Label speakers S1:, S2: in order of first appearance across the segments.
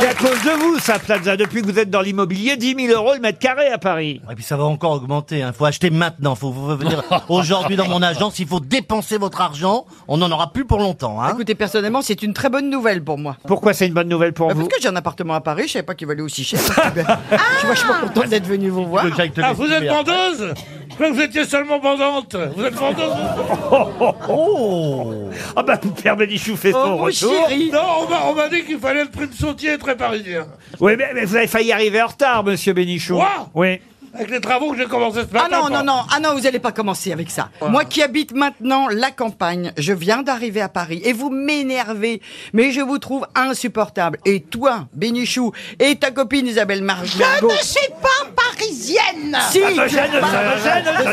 S1: C'est à cause de vous, ça, Plaza. Depuis que vous êtes dans l'immobilier, 10 000 euros le mètre carré à Paris.
S2: Et Ah, puis ça va encore augmenter. Il faut acheter maintenant. Faut, faut venir aujourd'hui dans mon agence. Il faut dépenser votre argent. On n'en aura plus pour longtemps. Hein.
S3: Écoutez, personnellement, c'est une très bonne nouvelle pour moi.
S1: Pourquoi c'est une bonne nouvelle pour
S3: Bah,
S1: vous
S3: parce que j'ai un appartement à Paris, je savais pas qu'il valait aussi cher. Ah Je suis vachement content d'être venu vous voir.
S2: Ah Que Jacques te
S4: Ah,
S2: laisse
S4: vous êtes
S2: faire.
S4: vendeuse Je crois que vous étiez seulement vendante. Vous êtes vendeuse
S2: Oh
S1: oh, Ah bah, Pierre Bénichou fait son
S3: Oh mon
S1: retour.
S3: chéri
S4: Non, on m'a- on m'a dit qu'il fallait le prix de sautier très parisien.
S1: Oui, mais, mais vous avez failli arriver en retard, monsieur Bénichou.
S4: Quoi
S1: oui.
S4: Avec les travaux que j'ai commencé ce matin.
S3: Ah non,
S4: moi.
S3: non, non, ah non, vous allez pas commencer avec ça. Moi qui habite maintenant la campagne, je viens d'arriver à Paris et vous m'énervez, mais je vous trouve insupportable. Et toi, Bénichou, et ta copine Isabelle Margot.
S5: suis pas parisienne
S3: Si,
S1: Ah, me
S3: tu
S1: gêne,
S3: parles-
S1: ça me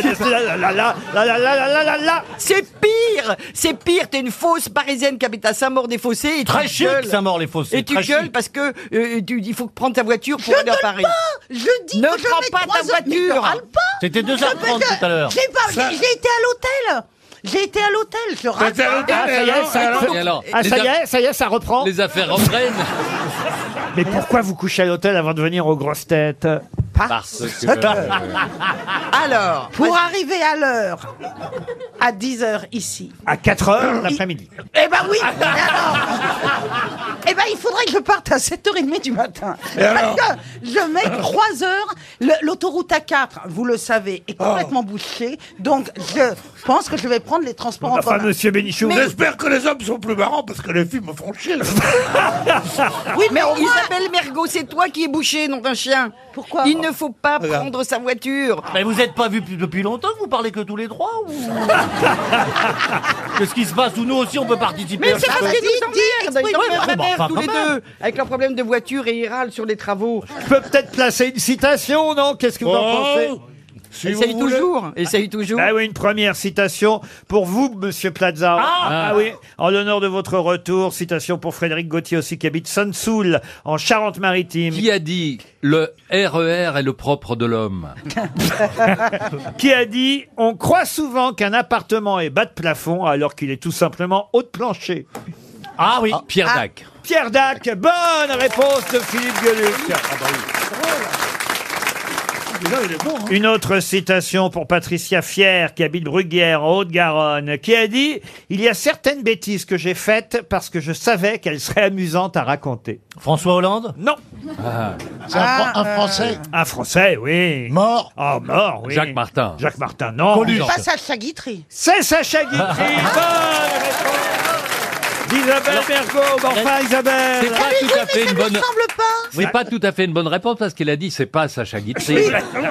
S1: gêne, ça- la- la- la- la- la- la- la- la- la.
S3: c'est pire, c'est pire, t'es une fausse parisienne qui habite à Saint-Maur-des-Fossés et
S2: Très
S3: tu
S2: chic,
S3: gueules.
S2: Saint-Maur-les-Fossés.
S3: Et tu
S2: très
S3: gueules
S2: chic.
S3: parce que euh, tu- il faut prendre ta voiture pour aller à Paris.
S5: Je dis
S3: Ne
S5: que je
S3: prends
S5: mets
S3: pas ta
S5: trois heures- mais
S3: voiture.
S5: ne râle pas.
S2: C'était 2h30
S5: Je-
S2: tout à l'heure.
S5: J'ai pas-
S4: Ça-
S5: j'ai- j'ai été à l'hôtel J'ai été à l'hôtel, je
S4: Vous
S5: râle
S4: êtes à
S5: pas.
S4: l'hôtel,
S1: Ah, ça
S4: et
S1: y est,
S4: alors,
S1: ça-
S4: et alors
S6: Et alors
S1: Ah, ça
S6: les,
S1: y
S6: a-
S1: est, ça y est, ça reprend.
S6: les affaires reprennent
S1: Mais pourquoi vous couchez à l'hôtel avant de venir aux grosses têtes
S6: parce que
S3: Alors,
S5: Pour arriver à l'heure, à 10h ici.
S1: À 4 heures l'après-midi.
S5: Eh ben oui et alors Eh ben il faudrait que je parte à 7h30 du matin. Parce que je mets 3 heures, le- l'autoroute A4, vous le savez, est complètement bouchée. Donc je pense que je vais prendre les transports en
S1: Enfin,
S5: commun.
S1: monsieur Bénichou, vous êtes-
S4: J'espère que les hommes sont plus marrants parce que les filles me font chier. là.
S5: Oui,
S3: mais
S5: mais au moins,
S3: Isabelle Mergot, c'est toi qui es bouché, non d'un chien.
S5: Pourquoi
S3: Il ne faut pas prendre sa voiture.
S2: Mais vous n'êtes pas vus plus- depuis longtemps, vous parlez que tous les trois ou... Qu'est-ce qui se passe Où nous aussi on peut participer
S3: Mais c'est
S1: Ah, bah,
S3: parce qu'ils nous emmerdent, ils emmerdent ma
S2: bah,
S3: mère
S2: enfin,
S3: tous
S2: quand
S3: les
S2: même.
S3: deux, avec leur problème de voiture et ils râlent sur les travaux.
S1: je peux peut-être placer une citation, non Qu'est-ce que vous en pensez
S4: Oh, si vous
S3: Essaye
S4: voulez.
S3: toujours, essaye toujours.
S1: Ah oui, une première citation pour vous, Monsieur Plaza. Ah, oui, en l'honneur de votre retour, citation pour Frédéric Gauthier aussi qui habite Sansoul en Charente-Maritime,
S6: qui a dit le RER est le propre de l'homme
S1: qui a dit on croit souvent qu'un appartement est bas de plafond alors qu'il est tout simplement haut de plancher.
S2: Ah oui.
S6: Pierre Dac.
S1: Pierre Dac, bonne réponse de Philippe
S2: Ah,
S1: Gueluc.
S2: bah
S4: Déjà, il est bon, hein.
S1: Une autre citation pour Patricia Fier, qui habite Bruguière, en Haute-Garonne, qui a dit « Il y a certaines bêtises que j'ai faites parce que je savais qu'elles seraient amusantes à raconter.
S2: François » Hollande
S1: Non,
S4: Ah.
S7: C'est un,
S6: Ah,
S7: Fran- un Français
S1: un Français, oui.
S7: mort.
S1: Oh, mort, oui.
S6: Jacques Martin.
S1: Jacques Martin,
S6: euh,
S1: non.
S2: Coluche.
S5: passe à Chaguitry.
S1: C'est Sacha Guitry. Bonne
S4: Ah.
S1: réponse d'Isabelle Mergo. Enfin,
S6: C'est
S1: Isabelle.
S6: pas tout à fait une bonne
S5: Semble pas
S6: c'est pas tout à fait une bonne réponse parce qu'il a dit c'est pas Sacha Guitry.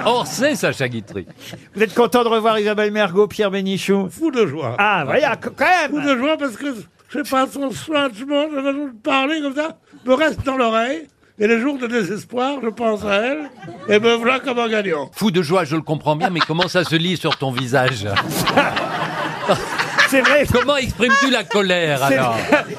S6: Or c'est Sacha Guitry.
S1: Vous êtes content de revoir Isabelle Mergo, Pierre Bénichou
S4: Fou de joie.
S1: Ah, voilà, quand
S4: Fou
S1: même.
S4: de joie parce que, je sais pas, son soignement, sa façon de parler comme ça, me reste dans l'oreille. Et les jours de désespoir, je pense à elle. Et me voilà comme un gagnant.
S6: Fou de joie, je le comprends bien, mais comment ça se lit sur ton visage
S1: C'est vrai.
S6: Comment exprimes-tu la colère
S1: C'est
S6: alors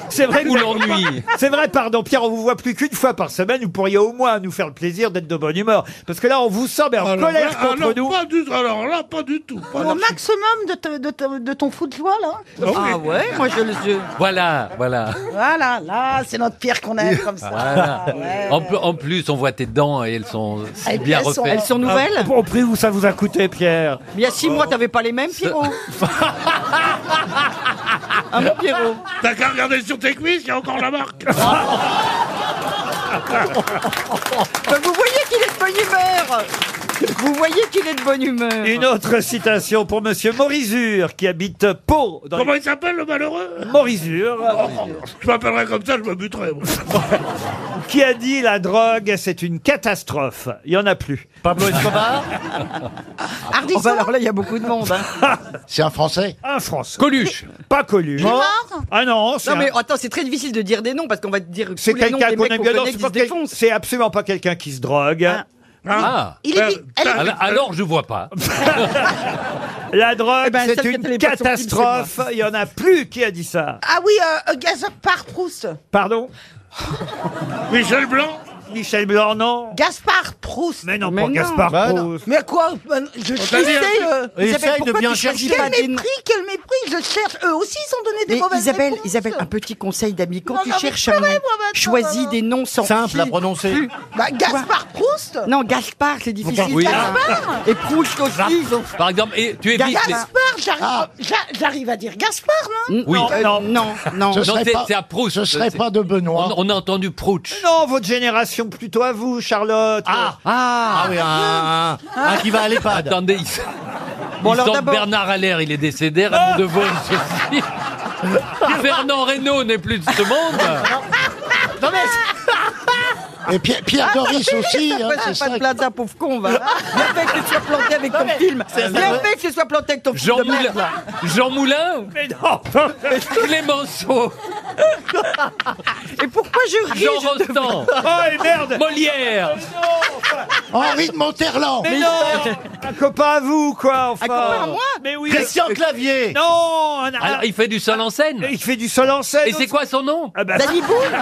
S1: c'est vrai.
S6: Ou
S1: que-
S6: l'ennui
S1: C'est vrai, pardon, Pierre, on vous voit plus qu'une fois par semaine. Vous pourriez au moins nous faire le plaisir d'être de bonne humeur. Parce que là, on vous sent mais en
S4: Alors
S1: colère
S4: là,
S1: contre
S4: alors,
S1: nous.
S4: Pas du, alors là, pas du tout. Pas
S5: Au
S4: du-
S5: maximum de, te- de te- de ton fou de joie, là.
S3: Ah ouais, moi je le je-
S6: Voilà, voilà.
S5: Voilà, là, c'est notre pierre qu'on aime comme ça.
S6: voilà.
S5: Ouais.
S6: En, pl- en plus, on voit tes dents et elles sont si
S5: Elles-
S6: bien
S5: elles sont-
S6: refaites. Ah,
S3: Elles sont nouvelles
S1: Au prix où ça vous a coûté, Pierre.
S3: Il y a six mois, t'avais pas les mêmes, Pierrot Ah mon Pierrot
S4: T'as qu'à regarder sur tes cuisses, il y a encore la marque.
S1: Bah,
S3: Ben, Vous voyez qu'il est de bonne humeur Vous voyez qu'il est de bonne humeur
S1: Une autre citation pour Monsieur Morizur, qui habite Pau, dans
S4: Comment il s'appelle le malheureux Oh,
S1: les- Morizur,
S4: Je m'appellerais comme ça, je me buterais. moi.
S1: qui a dit la drogue, c'est une catastrophe. Il y en a plus.
S2: Pablo
S6: Ah.
S2: Escobar
S3: Oh, bah, alors là, il y a beaucoup de monde. hein.
S7: C'est un Français
S1: Un Français.
S6: Coluche,
S1: Pas Coluche. Ah non, c'est
S3: Non mais
S1: un-
S3: attends, c'est très difficile de dire des noms parce qu'on va te dire
S1: c'est
S3: tous les noms
S1: quelqu'un
S3: des
S1: qu'on
S3: mecs
S1: aime
S3: qu'on
S1: bien. Non,
S3: connaît
S1: c'est
S3: qui
S1: pas
S3: se
S1: quel-
S3: défoncent.
S1: C'est absolument pas quelqu'un qui se drogue. Hein Euh,
S3: Ah.
S6: Ah.
S5: Il est bi- elle est-
S6: alors, alors je vois pas.
S1: La drogue,
S3: Eh ben,
S1: c'est
S3: celle qui
S1: une
S3: était pas sur le film, c'est moi.
S1: catastrophe. Il y en a plus qui a dit ça.
S5: Ah oui, euh, euh, Gaspard Proust.
S1: Pardon
S4: Michel Blanc
S1: Michel Blanc, non
S5: Gaspard Proust.
S1: Mais non,
S3: Mais
S1: pour
S3: non. ben,
S1: Gaspard
S8: Bah non.
S1: Proust.
S5: Mais quoi euh, Je
S9: t'a dit un
S5: cherchais. euh,
S8: Et
S3: Isabelle,
S8: essaye de
S3: pourquoi
S8: bien
S3: tu cherches
S8: chercher.
S3: pas
S5: quel
S3: des-
S5: mépris, quel mépris Je cherche.
S3: euh,
S5: Eux aussi, ils ont donné des
S3: Mais
S5: mauvaises
S3: Isabelle,
S5: réponses.
S3: Isabelle, un petit conseil d'ami. Quand
S5: Non,
S3: tu
S5: j'en ai
S3: cherches un nom,
S5: pleuré, moi, maintenant,
S3: choisis
S5: maman.
S3: des noms sans
S8: Simple à
S3: fil.
S8: prononcer.
S5: Bah, Gaspard Proust
S3: Non, Gaspard, c'est difficile.
S6: Oui.
S5: Gaspard
S3: Et Proust aussi.
S6: Par exemple, et tu évites les...
S5: Gaspard, j'arrive
S4: Ah.
S5: j'a- j'arrive à dire Gaspard, non
S3: N-
S6: Oui.
S3: Non, euh,
S1: Non.
S3: non, non.
S10: Ce
S6: Non,
S10: serait
S6: c'est-
S10: pas,
S6: c'est à Proust.
S10: ce serait
S6: C'est-
S10: pas de
S6: On,
S10: Benoît.
S6: on a entendu Prouch.
S1: Non, votre génération, plutôt à vous, Charlotte.
S8: Ah, ah, oui, un,
S6: hein.
S8: un- un qui va à l'EHPAD.
S6: Attendez, il,
S3: Bon,
S6: il
S3: alors
S6: semble
S3: d'abord-
S6: Bernard Allaire, il est décédé, Raymond Devos aussi. Fernand Reynaud n'est plus de ce monde.
S10: Et Pierre, Pierre Doris aussi. hein,
S3: Ouais,
S10: c'est
S3: c'est Ah, pas
S10: ça.
S3: de plaza, pauvre con, va. Bien fait que tu sois planté avec ton film. Bien fait que tu sois planté avec ton film.
S6: Jean
S3: de merde,
S6: Moulin,
S3: là.
S6: Jean Moulin,
S1: Mais non
S6: Clémenceau,
S3: Et pourquoi je ris
S6: Jean
S3: je te-
S6: Rostand,
S1: Oh, et merde
S6: Molière.
S1: Oh,
S10: Henri de Monterland.
S1: Mais non Un copain à vous, quoi, enfin
S3: Un copain à moi
S1: Mais oui
S8: Christian Clavier.
S1: Non un- un-
S6: Alors, il fait du sol en scène.
S1: Il fait du sol en scène
S6: Et c'est
S1: aussi.
S6: quoi son nom
S1: Ah bah,
S3: Danny Boone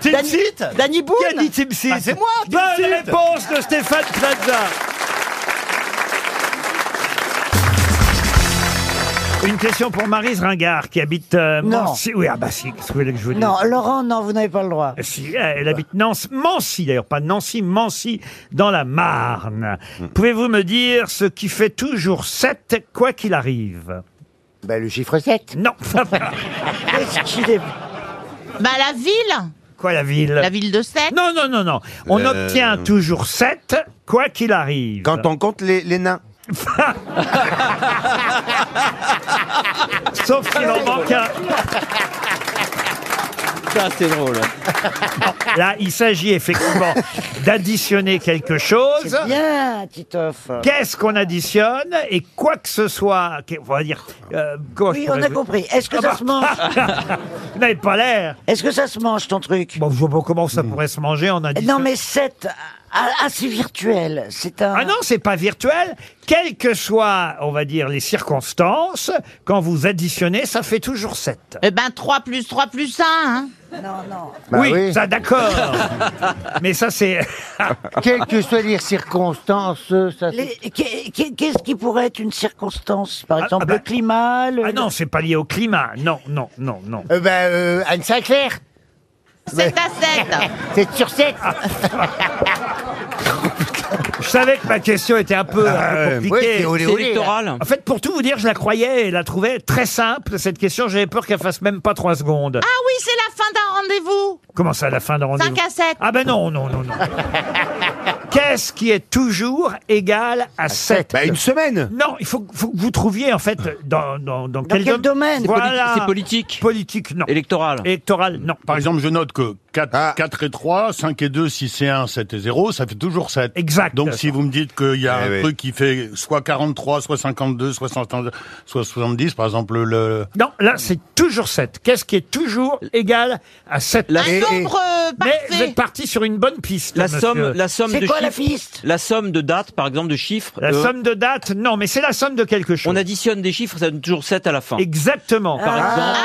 S1: Tim
S3: Danny,
S1: Seat
S3: Danny Boone
S1: Qui a dit Tim Seat
S8: Bah, c'est moi, Tim
S1: Bonne
S8: Seat.
S1: réponse de Stéphane Plaza Une question pour Marise Ringard qui habite euh,
S2: Non.
S1: Mancy. Oui, ah bah si, qu'est-ce que vous voulez que je vous dise
S2: Non, Laurent, non, vous n'avez pas le droit.
S1: Si, elle habite Nancy, Mancy d'ailleurs, pas Nancy, Mancy, dans la Marne. Pouvez-vous me dire ce qui fait toujours 7, quoi qu'il arrive
S10: Ben, le chiffre 7.
S1: Non.
S2: Qu'est-ce qu'il est-
S5: Bah, la ville
S1: quoi la ville
S5: ville de Sète
S1: Non, non, non, non. On
S11: Euh,
S1: obtient toujours 7, quoi qu'il arrive.
S11: Quand on compte les, les nains.
S1: Sauf s'il en manque un.
S11: Ça, c'est drôle.
S1: Là, il s'agit effectivement d'additionner quelque chose.
S2: C'est bien, Titoff.
S1: Qu'est-ce qu'on additionne et quoi que ce soit, qu'est- on va dire, euh, comment je
S2: Oui,
S1: pourrais
S2: on a
S1: vous-
S2: compris. Est-ce que ça se mange
S1: Ah, bah. Vous n'avez pas l'air.
S2: Est-ce que ça se mange, ton truc
S1: Bon, je vois pas comment ça pourrait se manger en addition.
S2: Non, mais 7, assez virtuel. C'est un...
S1: Ah non, c'est pas virtuel. Quelles que soient, on va dire, les circonstances, quand vous additionnez, ça fait toujours 7.
S5: Eh ben, 3 plus 3 plus 1, hein
S2: Non, non.
S1: oui, ça d'accord. mais ça c'est
S12: Quelles que soient les circonstances, ça
S2: Les- qu'est- qu'est- Qu'est-ce qui pourrait être une circonstance Par
S1: Ah,
S2: exemple,
S1: ah bah-
S2: le climat le-
S1: Ah non, c'est pas lié au climat. Non, non, non, non.
S12: euh, ben, euh, Anne Sinclair,
S5: 7 à 7
S12: 7 sur 7.
S11: Ah,
S1: Je savais que ma question était un peu euh, compliquée.
S12: électoral.
S1: en fait, pour tout vous dire, je la croyais et la trouvais très simple, cette question. J'avais peur qu'elle fasse même pas trois secondes.
S5: Ah oui, c'est la fin d'un rendez-vous
S1: Comment ça, la fin de rendez-vous
S5: 5 à 7
S1: Ah ben non, non, non, non. Qu'est-ce qui est toujours égal à 7
S11: Bah, une semaine.
S1: Non, il faut, faut que vous trouviez, en fait, dans, dans, dans,
S2: quel domaine C'est
S1: Voilà.
S12: politique.
S1: Politique, non.
S12: Électoral.
S1: Électoral, non.
S4: Par exemple, je note que 4,
S11: Ah.
S4: et 3, 5 et 2, 6 et 1, 7 et 0, ça fait toujours 7.
S1: Exact.
S4: Donc si vous me dites qu'il y a
S11: Eh
S4: un
S11: oui.
S4: truc qui fait soit 43, soit 52, soit 70, soit 70 par exemple, le...
S1: Non, là, c'est toujours 7. Qu'est-ce qui est toujours égal à 7
S12: La-
S5: Un
S12: Et- et-
S5: nombre euh,
S1: Mais vous
S5: parfait
S1: êtes parti sur une bonne piste. monsieur.
S12: somme
S2: C'est quoi la piste
S12: la somme de dates, par exemple, de chiffres. euh,
S1: La somme de date, non, mais c'est la somme de quelque chose.
S12: additionne des chiffres, ça donne toujours 7 à la fin. euh,
S1: Exactement.
S13: euh,
S5: Ah,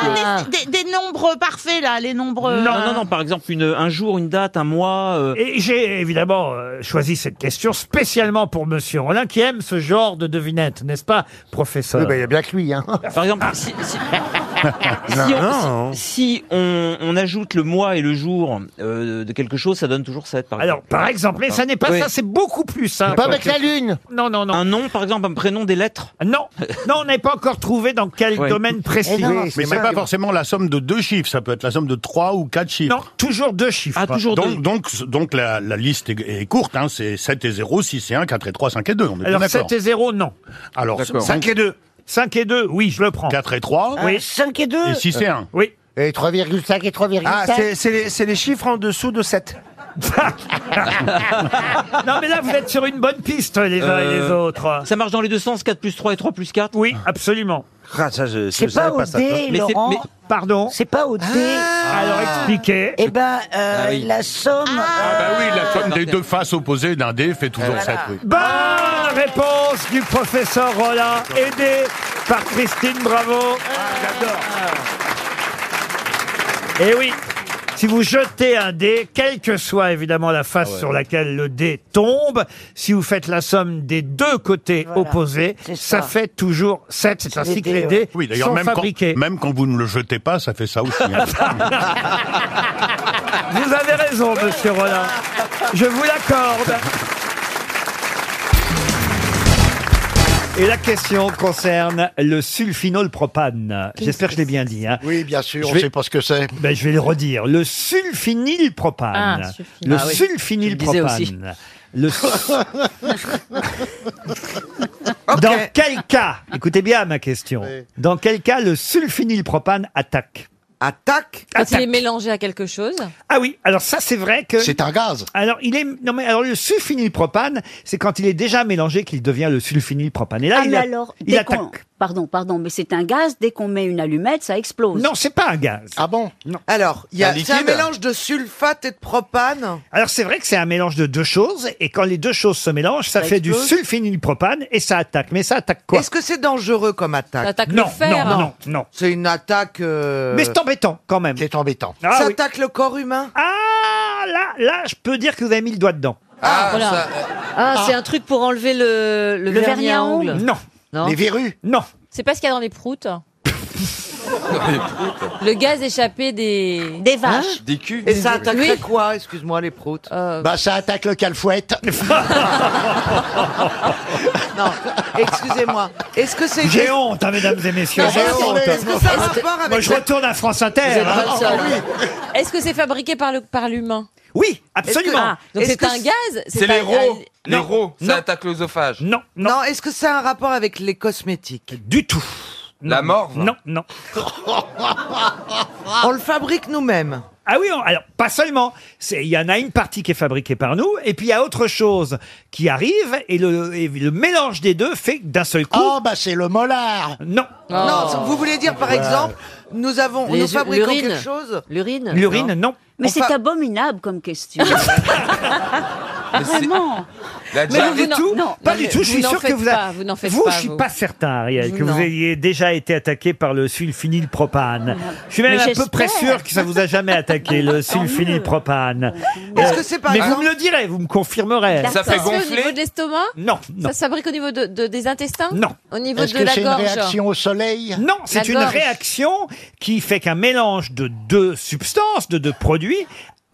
S5: mais c'est des, des nombres parfaits, là, les nombres... euh,
S12: Non, non, non, par exemple, une, un jour, une date, un mois. euh,
S1: Et j'ai évidemment euh, choisi cette question spécialement pour Monsieur Rollin, qui aime ce genre de devinette, n'est-ce pas, professeur
S10: Oui, ben, il y a bien que lui. Hein.
S12: Par exemple, si, si- si on, si- si on- on ajoute le mois et le jour euh, de quelque chose, ça donne toujours 7. Par
S1: Alors,
S12: exemple.
S1: par exemple, mais ça n'est pas
S12: Ah. Oui.
S1: ça, c'est beaucoup plus simple.
S10: Pas avec la lune.
S1: Non, non, non.
S12: un nom, par exemple, un prénom, des lettres.
S1: Non, non, on n'est pas encore trouvé dans quel
S12: Ouais.
S1: domaine précis.
S2: Eh non.
S10: Oui,
S4: Mais c'est pas
S10: mal.
S4: forcément la somme de deux chiffres, ça peut être la somme de trois ou quatre chiffres.
S1: Non, toujours deux chiffres.
S12: Ah, toujours deux.
S4: Donc, donc, donc la, la liste est, est courte, hein, c'est 7 et 0, 6 et 1, 4 et 3, 5 et 2, on est bien
S1: Alors
S4: d'accord.
S1: 7 et 0, non.
S4: Alors,
S11: D'accord.
S4: 5 et 2.
S1: 5 et 2, oui, je le prends.
S4: 4 et 3,
S1: Oui.
S2: 5 Euh, et 2
S4: et 6 et 1.
S1: Oui.
S12: Et 3,5 et 3,5.
S11: Ah, c'est- c'est les, c'est les chiffres en dessous de 7.
S1: Non, mais là, vous êtes sur une bonne piste, les uns et les
S12: Euh,
S1: autres.
S12: Ça marche dans les deux sens, 4 plus 3 et 3 plus 4.
S1: Oui, absolument.
S11: Ah, ça, je, je
S2: C'est
S11: savais
S2: pas au
S11: ça, toi.
S2: dé,
S12: Mais c'est-
S2: Laurent.
S12: mais-
S1: Pardon. Ah.
S2: C'est pas au dé.
S1: Alors, expliquez.
S2: Eh ben, euh,
S12: Ah oui.
S2: la somme... euh,
S4: Ah bah oui, la somme
S12: non,
S4: des
S12: mais-
S4: deux faces opposées d'un dé fait toujours 7. Oui.
S1: Bonne réponse du professeur Rollin, aidé par Christine Bravo.
S4: J'adore.
S1: Et Eh oui. Si vous jetez un dé, quelle que soit évidemment la face
S4: Ah
S1: sur laquelle le dé tombe, si vous faites la somme des deux côtés
S4: Voilà,
S1: opposés,
S4: c'est
S1: ça.
S4: ça.
S1: fait toujours 7. C'est ainsi que les dés
S4: Oui, d'ailleurs,
S1: sont
S4: même quand,
S1: fabriqués.
S4: même quand vous ne le jetez pas, ça fait ça aussi. hein.
S1: Vous avez raison, monsieur Rollin. Je vous l'accorde. Et la question concerne le sulfinolpropane. J'espère que je l'ai bien dit. hein.
S2: Oui, bien sûr,
S1: Je
S2: on
S1: vais-
S2: sait pas ce que c'est.
S1: Ben, je vais le redire. Le sulfinylpropane.
S2: Ah, sulfinyle.
S1: Le
S2: Ah oui,
S1: sulfinylpropane.
S2: tu le disais aussi.
S1: Le su- Dans quel cas, écoutez bien ma question,
S14: Oui.
S1: dans quel cas le sulfinylpropane attaque Attaque
S14: Quand il est mélangé à quelque chose.
S1: ah oui, alors ça c'est vrai que c'est un gaz. Alors il est non mais alors le sulfinylpropane, c'est quand il est déjà mélangé qu'il devient le sulfinylpropane. Et là
S15: ah,
S1: il,
S15: mais
S1: a-
S15: alors,
S1: il
S15: dès
S1: attaque.
S15: qu'on- Pardon, pardon, mais c'est un gaz, dès qu'on met une allumette, ça explose.
S1: Non, c'est pas un gaz. Ah bon Non.
S10: Alors, il y a-
S1: Un
S10: c'est un
S1: liquide
S10: mélange de sulfate et de propane.
S1: Alors c'est vrai que c'est un mélange de deux choses et quand les deux choses se mélangent, ça,
S10: Ça
S1: fait du
S10: explose.
S1: sulfinylpropane et ça attaque. Mais ça attaque quoi
S10: Est-ce que c'est dangereux comme attaque
S1: Ça attaque le Non, fer. non, non, non.
S10: C'est une attaque. euh,
S1: Mais c'est embêtant quand même. C'est embêtant. Ah,
S10: ça
S1: oui.
S10: attaque le corps humain
S1: Ah là, là, je peux dire que vous avez mis le doigt dedans.
S14: Ah, voilà.
S1: euh,
S14: Ah, c'est un truc pour enlever le, le, vernis, à ongles.
S1: Non.
S14: Non. Les
S1: verrues Non.
S14: C'est pas ce qu'il y a dans les proutes. Le gaz échappé des. Des vaches.
S10: Hein Des culs. Et ça attaquerait
S14: Oui.
S10: quoi Excuse-moi, les proutes.
S14: Euh,
S2: Bah, ça attaque le calfouette.
S10: Excusez-moi. Est-ce que c'est.
S1: J'ai honte, hein, mesdames et messieurs.
S10: Non,
S1: j'ai
S10: est-ce que-
S1: honte.
S10: est-ce que ça a rapport avec
S1: Moi, je
S10: la-
S1: retourne à France Inter.
S14: Vous êtes
S1: hein.
S14: pas le seul. bah, Est-ce que c'est fabriqué par le par l'humain
S1: Oui, absolument.
S14: Ah, donc
S10: Est-ce
S14: c'est
S10: que
S14: un
S10: c'est-
S14: gaz.
S10: C'est les
S14: un-
S10: rots.
S14: un-
S10: Les rots,
S16: ça attaque l'œsophage.
S1: Non,
S10: non. est-ce que ça a un rapport avec les cosmétiques
S1: Du tout.
S16: La morve
S1: Non, non.
S10: On le fabrique nous-mêmes.
S1: Ah oui, on- alors pas seulement. C'est- Il y en a une partie qui est fabriquée par nous, et puis il y a autre chose qui arrive, et le, et le mélange des deux fait que d'un seul coup. Oh
S2: bah c'est le molar.
S1: Non.
S10: Non, vous voulez dire par
S1: Voilà.
S10: exemple, nous avons,
S1: Les-
S10: nous fabriquons
S1: l'urine.
S10: quelque chose
S15: L'urine
S1: L'urine, non.
S15: Mais
S10: On
S15: c'est
S10: fa-
S15: abominable comme question. Vraiment
S16: La
S15: Mais
S1: pas
S15: vous-
S1: du
S15: vous n'en-
S1: tout,
S15: non,
S1: pas
S15: non,
S1: du
S15: mais
S1: tout. Je
S15: vous
S1: suis
S15: n'en
S1: sûr que
S15: faites
S1: vous, a-
S15: pas, vous n'en faites
S1: vous,
S15: pas,
S1: je suis
S15: vous.
S1: pas certain, Ariel, que
S15: Non.
S1: vous ayez déjà été attaqué par le sulfinylpropane. Je suis même
S10: Mais
S1: à peu près
S10: j'espère.
S1: sûr que ça vous a jamais attaqué le sulfinylpropane.
S14: Est-ce
S1: Euh,
S14: que c'est par
S1: Mais vous
S14: exemple-
S1: me le direz, vous me confirmerez.
S14: D'accord. C'est au niveau de l'estomac
S1: Non, non.
S14: Ça se fabrique au niveau de, de- des intestins
S1: Non.
S14: Au niveau de la gorge
S1: au soleil Non,
S14: La
S1: c'est une
S14: gorge.
S1: réaction qui fait qu'un mélange de deux substances, de deux produits,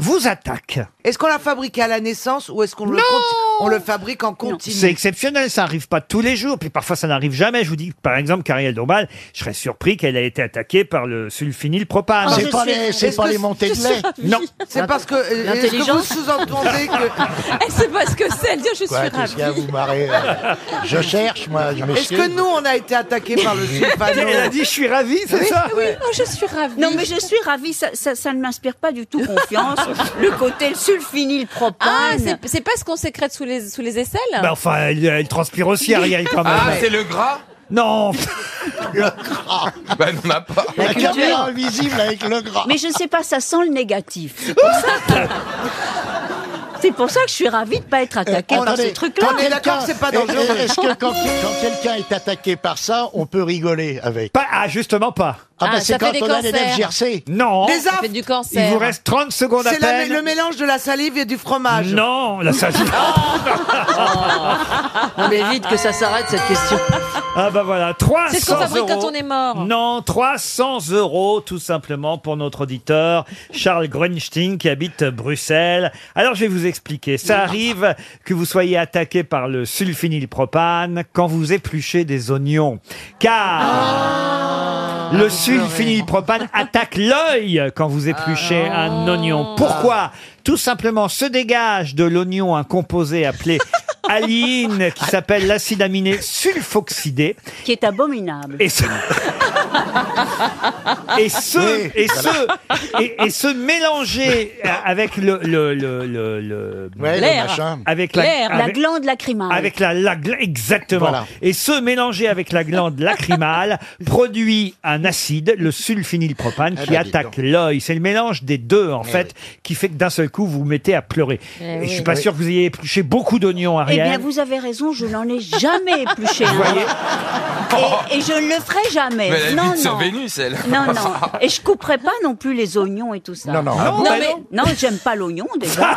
S1: vous attaque.
S10: Est-ce qu'on l'a fabriqué à la naissance ou est-ce qu'on le, conti- on le fabrique en continu
S1: C'est exceptionnel, ça arrive pas tous les jours, puis parfois ça n'arrive jamais. Je vous dis, par exemple, qu'Ariel Dombal, je serais surpris qu'elle ait été attaquée par le sulfinylpropane.
S2: Ah, C'est je pas suis- les- c'est
S10: Est-ce pas que- les montées de je lait suis
S1: Non. Bah,
S10: ravie. C'est parce que, euh, est-ce que
S14: L'intelligence.
S10: vous sous-entendez que-
S14: Elle sait pas ce que c'est, elle dit je suis
S2: Quoi, qu'est-ce qu'il y a,
S14: ravie.
S2: vous marrez euh, Je cherche, moi. je me
S10: Est-ce que
S2: suis-
S10: nous, on a été attaqué par le sulfano
S2: Elle a dit,
S1: je suis ravie,
S2: c'est ça
S15: Oui,
S14: oh, je suis ravie.
S15: Non, mais je suis ravie, ça, ça- ça ne m'inspire pas du tout confiance. le côté le sulfinylpropane.
S14: Ah, c'est- c'est pas ce qu'on sécrète sous les, sous les aisselles
S1: Bah, enfin, elle, elle transpire aussi, Ariel, quand même.
S16: Ah, c'est le gras
S1: Non
S16: Le gras Bah, on n'en a pas.
S15: La
S2: caméra invisible avec le gras.
S15: Mais je ne sais pas, ça sent le négatif. C'est pour ça que... C'est pour ça que je suis ravie de ne pas être attaquée
S2: Euh,
S15: par ce
S2: attendez,
S15: truc-là.
S2: quand quelqu'un- Euh, Est-ce que quand, quand quelqu'un est attaqué par ça, on peut rigoler avec
S1: Pas- Ah, justement pas.
S2: Ah, bah,
S14: Ah,
S2: c'est
S14: ça fait
S2: quand
S14: des
S2: on a l'élève
S14: cancers.
S2: GRC.
S1: Non.
S10: Des
S14: Ça
S10: affres.
S14: fait du cancer.
S1: Il vous reste 30 secondes à
S10: C'est la-
S1: peine.
S10: le mélange de la salive et du fromage.
S1: Non, la salive.
S14: Oh. On évite que ça s'arrête cette question.
S1: Ah bah voilà, 300
S14: C'est ce qu'on fabrique quand
S1: euros.
S14: on est mort.
S1: Non, 300 euros tout simplement pour notre auditeur Charles Grunstein qui habite Bruxelles. Alors je vais vous expliquer. Ça arrive que vous soyez attaqué par le sulfinylpropane quand vous épluchez des oignons. Car
S14: Ah.
S1: le sulfinylpropane attaque l'œil quand vous épluchez
S14: Ah.
S1: un oignon. Pourquoi Tout simplement se dégage de l'oignon un composé appelé aline qui s'appelle l'acide aminé sulfoxydé.
S15: Qui est abominable.
S1: Et ce, et ce,
S15: Oui,
S1: et
S15: voilà.
S1: ce, et, et ce mélanger euh, avec le, le, le, le, le-
S2: Ouais, le machin.
S1: avec la,
S15: la
S1: avec-
S15: glande lacrymale.
S1: avec la, la gla- exactement.
S2: Voilà.
S1: Et ce mélangé avec la glande lacrymale produit un acide, le sulfinylpropane,
S2: Ah
S1: qui
S2: bah, dis Eh
S1: attaque l'œil. C'est le mélange des deux, en fait, qui fait que d'un seul coup, vous vous mettez à pleurer.
S15: Eh
S1: Et
S15: oui.
S1: je suis pas
S15: Oui.
S1: sûr que vous ayez épluché beaucoup d'oignons,
S15: Eh
S1: Ariel.
S15: bien, vous avez raison, je n'en ai jamais épluché un.
S1: Vous voyez
S15: Et, et je ne le ferai jamais.
S16: Mais elle
S15: non,
S16: habite sur
S15: non.
S16: Vénus. ficelle.
S15: Non, non. Et je couperai pas non plus les oignons et tout ça.
S16: Non, non. Ah bon, bah
S15: mais, non, j'aime pas l'oignon déjà.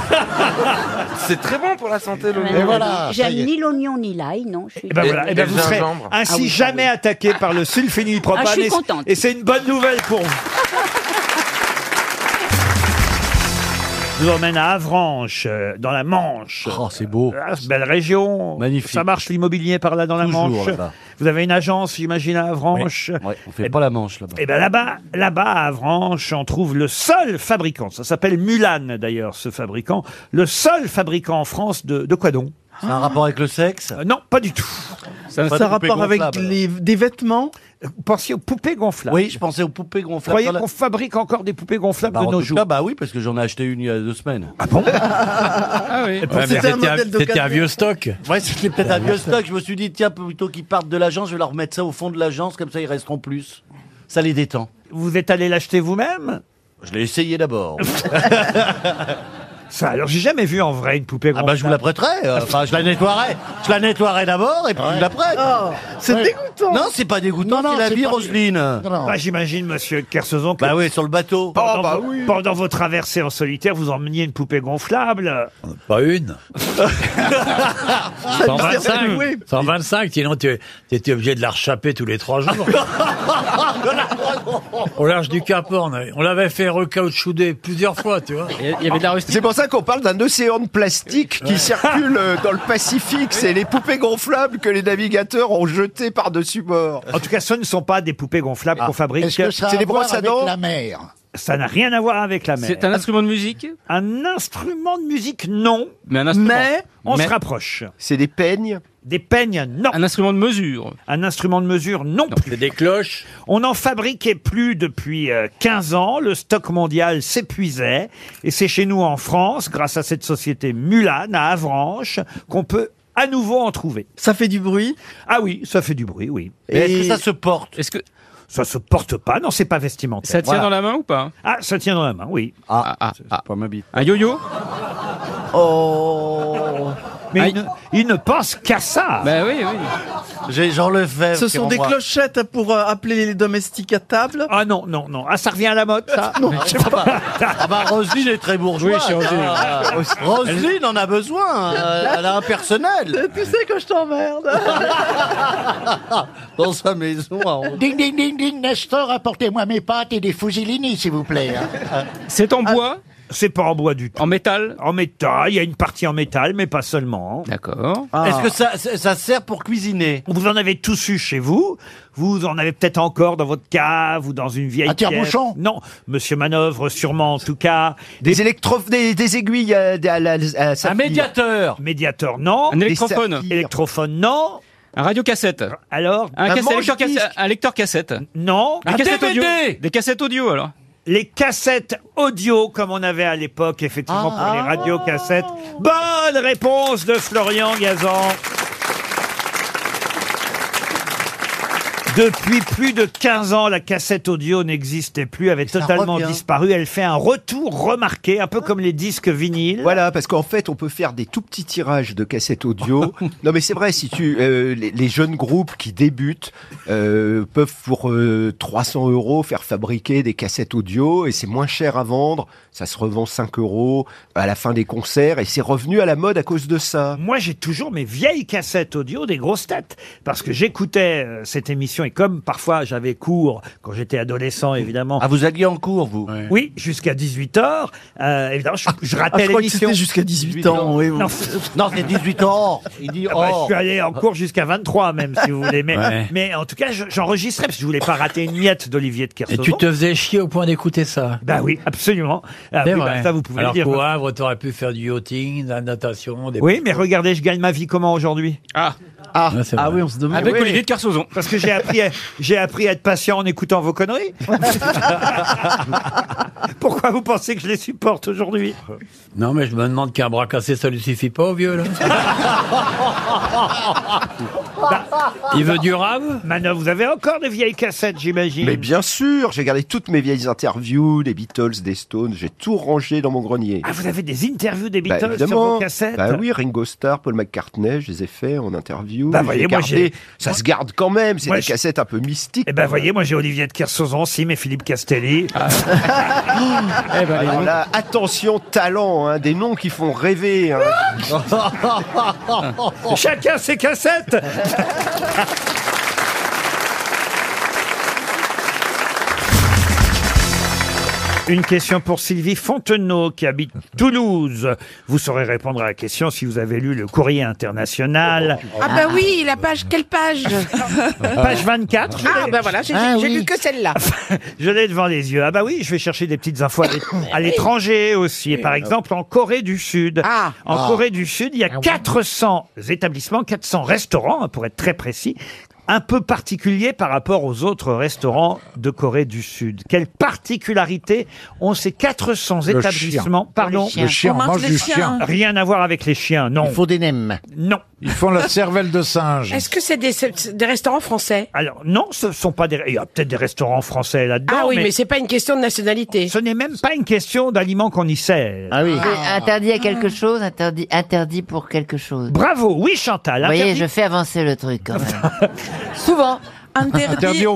S16: C'est très bon pour la santé, le
S15: Mais non, J'aime ni l'oignon ni l'ail, non. je suis-
S1: Eh ben voilà, eh ben vous serez ainsi
S15: Ah oui,
S1: jamais attaqué par le sulfénylpropane.
S15: Ah, je suis
S1: Et c-
S15: contente.
S1: Et c'est une bonne nouvelle pour vous. Je vous emmène à Avranches, euh, dans la Manche. Oh, c'est beau. belle région. Magnifique. Ça marche l'immobilier par là dans la
S2: Toujours
S1: Manche.
S2: là-bas.
S1: Vous avez une agence, j'imagine, à Avranches.
S2: on fait pas la manche là-bas.
S1: Et bien là-bas, là-bas à Avranches, on trouve le seul fabricant. Ça s'appelle Mulan d'ailleurs, ce fabricant. Le seul fabricant en France de, de quoi donc C'est un rapport avec le sexe Non, pas du tout.
S2: Ça a Pas de un poupée rapport avec gonflable.
S1: des vêtements Vous pensiez aux poupées gonflables
S2: Oui, je pensais aux poupées gonflables.
S1: Croyez qu'on fabrique encore des poupées gonflables
S2: Bah,
S1: de
S2: en
S1: nos
S2: tout
S1: jours
S2: cas, bah oui, parce que j'en ai acheté une il y a deux semaines.
S1: Ah bon
S2: Ah oui.
S17: Ouais, mais C'était un c'était un- modèle d'occasion. c'était un vieux stock.
S2: Ouais, c'était peut-être un vieux stock. Je me suis dit, tiens, plutôt qu'ils partent de l'agence, je vais leur remettre ça au fond de l'agence, comme ça ils resteront plus. Ça les détend.
S1: Vous êtes allé l'acheter vous-même
S2: Je l'ai essayé d'abord.
S1: Ça, alors j'ai jamais vu en vrai une poupée
S2: gonflable. Ah bah je vous la prêterai. euh, Enfin, je la nettoierai. Je la nettoierai d'abord et puis je la prête.
S1: c'est dégoûtant.
S2: Non, c'est pas dégoûtant. C'est la vie, Roselyne.
S1: Bah, J'imagine, monsieur Kersozon, que
S2: Bah oui, sur le bateau.
S1: pendant,
S18: Ah, bah
S1: vos, pendant vos traversées en solitaire, vous emmeniez une poupée gonflable.
S17: Pas une.
S1: Ah,
S18: Ah,
S17: 125, 125 sinon tu étais obligé de la rechaper tous les trois jours. Au large du Cap Horn, on l'avait fait recauchouder plusieurs fois, tu vois.
S18: Il y avait de la C'est pour ça qu'on parle d'un océan de plastique qui circule euh, dans le Pacifique. C'est les poupées gonflables que les navigateurs ont jetées par-dessus bord.
S1: En tout cas, ce ne sont pas des poupées gonflables
S2: Ah.
S1: qu'on fabrique.
S18: Est-ce que ça a C'est des à voir brosses à avec dents la
S1: mer. Ça n'a rien à voir avec la mer.
S12: C'est un instrument de musique
S1: Un instrument de musique, non.
S12: Mais un instrument.
S1: on
S12: Mais-
S1: se rapproche. C'est des peignes Des peignes, non. Un
S12: instrument de mesure
S1: Un instrument de mesure, non, plus.
S17: des cloches
S1: On n'en fabriquait plus depuis euh, 15 ans. Le stock mondial s'épuisait. Et c'est chez nous en France, grâce à cette société Mulan à Avranches, qu'on peut à nouveau en trouver. Ça fait du bruit Ah oui, ça fait du bruit, oui.
S2: Et est-ce que ça se
S1: porte
S12: Est-ce que...
S1: Ça se porte pas, non, c'est pas vestimentaire.
S12: Ça tient
S1: Voilà.
S12: dans la main ou pas
S1: Ah, ça tient dans la main, oui.
S2: Ah,
S12: ah, ah.
S2: Pas ma bite.
S12: Un yo-yo
S2: Oh.
S1: Mais il ne, il ne pense qu'à ça.
S12: Bah oui, oui.
S2: Ben J'ai Jean Lefebvre.
S19: Ce
S2: qui
S19: sont des
S2: renvoie.
S19: clochettes pour euh, appeler les domestiques à table.
S1: Ah non, non, non. Ah, ça revient à la mode, ça
S19: Non, je sais pas.
S2: Ah bah Roselyne est très bourgeoise.
S19: Oui, c'est Roselyne.
S2: Ah, Roselyne en a besoin. euh, Elle a un personnel.
S19: Euh, Tu sais que je t'emmerde.
S2: Dans sa maison. à Roselyne.
S11: Ding, ding, ding, ding, Nestor, apportez-moi mes pâtes et des fusilini, s'il vous plaît. hein.
S1: C'est
S18: Ah.
S1: en bois C'est pas en bois du tout. En métal En métal, il y a une partie en métal, mais pas seulement.
S12: D'accord.
S18: Ah.
S2: Ah. Est-ce que ça, ça- ça sert pour cuisiner
S1: Vous en avez tous eu chez vous. Vous en avez peut-être encore dans votre cave ou dans une vieille
S18: Un tire-bouchon
S1: pièce. Non, Monsieur Manœuvre, sûrement en tout cas.
S18: Des électro... Des, des aiguilles à, à la- à saphir.
S1: médiateur. Médiateur, non.
S12: Un électrophone.
S1: Des saphirs. Électrophone, non.
S12: Un radiocassette.
S1: Alors
S12: Un,
S18: Bah,
S12: cassette- lecteur
S1: manche-disque.
S12: cassette- un lecteur cassette.
S1: Non.
S12: Des cassettes audio. Des cassettes audio alors.
S1: Les cassettes audio, comme on avait à l'époque, effectivement, pour les radios cassettes. Bonne réponse de Florian Gazan. Depuis plus de 15 ans, la cassette audio n'existait plus, avait totalement
S18: revient.
S1: disparu. Elle fait un retour remarqué, un peu comme les disques vinyles.
S18: Voilà, parce qu'en fait, on peut faire des tout petits tirages de cassettes audio. non, mais c'est vrai, si tu euh, les, les jeunes groupes qui débutent euh, peuvent pour euh, 300 euros faire fabriquer des cassettes audio et c'est moins cher à vendre. Ça se revend 5 euros à la fin des concerts et c'est revenu à la mode à cause de ça.
S1: Moi, j'ai toujours mes vieilles cassettes audio des grosses têtes parce que j'écoutais euh, cette émission et comme parfois j'avais cours quand j'étais adolescent, évidemment.
S2: Ah, vous alliez en cours, vous
S1: Oui, jusqu'à 18 h évidemment, je, je ratais
S19: Ah, je crois que
S1: l'émission.
S19: c'était jusqu'à 18 ans, oui, oui.
S1: non,
S2: Non, c'est 18 ans. Il dit
S1: Ah bah, je
S2: oh.
S1: suis allé en cours jusqu'à 23 même, si vous voulez. Mais,
S17: Ouais.
S1: mais en tout cas, je- j'enregistrais parce que je voulais pas rater une miette d'Olivier de
S17: Et
S1: Kersauzon.
S17: tu te faisais chier au point d'écouter ça
S1: Bah oui, absolument. Ah
S17: C'est
S1: oui, bah
S17: vrai.
S1: ça, vous pouvez
S17: Alors
S1: le dire.
S17: qu'au Havre, t'aurais pu faire du yachting, de la natation, des...
S1: Oui, mais regardez, je gagne ma vie comment aujourd'hui
S12: Ah.
S1: Ah,
S17: c'est Ah vrai. oui, on se demande.
S12: Avec
S1: Oui.
S12: Olivier de Carsauzon.
S1: Parce que j'ai appris, à- j'ai appris à être patient en écoutant vos conneries. Pourquoi vous pensez que je les supporte aujourd'hui
S17: Non, mais je me demande qu'un bras cassé, ça lui suffit pas au vieux, là
S1: Bah,
S17: Il veut du rave
S1: Manon, vous avez encore des vieilles cassettes, j'imagine.
S18: Mais bien sûr, j'ai gardé toutes mes vieilles interviews, des Beatles, des Stones, j'ai tout rangé dans mon grenier.
S1: Ah, vous avez des interviews des
S18: Bah,
S1: Beatles sur
S18: évidemment.
S1: vos cassettes
S18: Bah oui, Ringo Starr, Paul McCartney, je les ai faits en interview.
S1: Bah,
S18: je les ai
S1: voyez, moi,
S18: gardés.
S1: j'ai-
S18: Ça se garde quand même, c'est
S1: Moi,
S18: des
S1: je-
S6: cassettes un peu mystiques.
S1: Eh ben, voyez, moi j'ai Olivier de Kersauzon, Sim et Philippe Castelli.
S18: Ah.
S5: Eh ben,
S6: Alors là, attention, talent, hein, des noms qui font rêver. hein.
S1: Chacun ses cassettes Une question pour Sylvie Fontenot qui habite Toulouse. Vous saurez répondre à la question si vous avez lu le courrier international.
S13: Ah bah oui, la page, quelle page
S1: Page 24. je
S13: Ah
S1: l'ai-
S13: bah voilà, j'ai j'ai lu que celle-là.
S1: Je l'ai devant les yeux. Ah bah oui, je vais chercher des petites infos à l'é- à l'étranger aussi. Et par exemple, en Corée du Sud. En
S4: Ah.
S1: Corée du Sud, il y a
S4: Ah oui.
S1: 400 établissements, 400 restaurants, pour être très précis, un peu particuliers par rapport aux autres restaurants de Corée du Sud. Quelle particularité ont ces 400
S11: Le
S1: établissements
S11: chien.
S1: Pardon
S11: Le chien. Le chien, On mange mange les du chiens. chien.
S1: Rien à voir avec les chiens, non. Il faut des nems. Non.
S11: Ils font la cervelle de singe.
S13: Est-ce que c'est des, des restaurants français
S1: Alors non, ce ne sont pas des. Il y a peut-être des restaurants français là-dedans.
S13: Ah oui, mais c'est pas une question de nationalité.
S1: Ce n'est même pas une question d'aliments qu'on y sert. Ah oui.
S20: Interdit à quelque chose, interdit, interdit pour quelque chose.
S1: Bravo, oui Chantal.
S20: Vous voyez,
S1: interdit-
S20: je fais avancer le truc quand même.
S13: Souvent. Interdit, euh,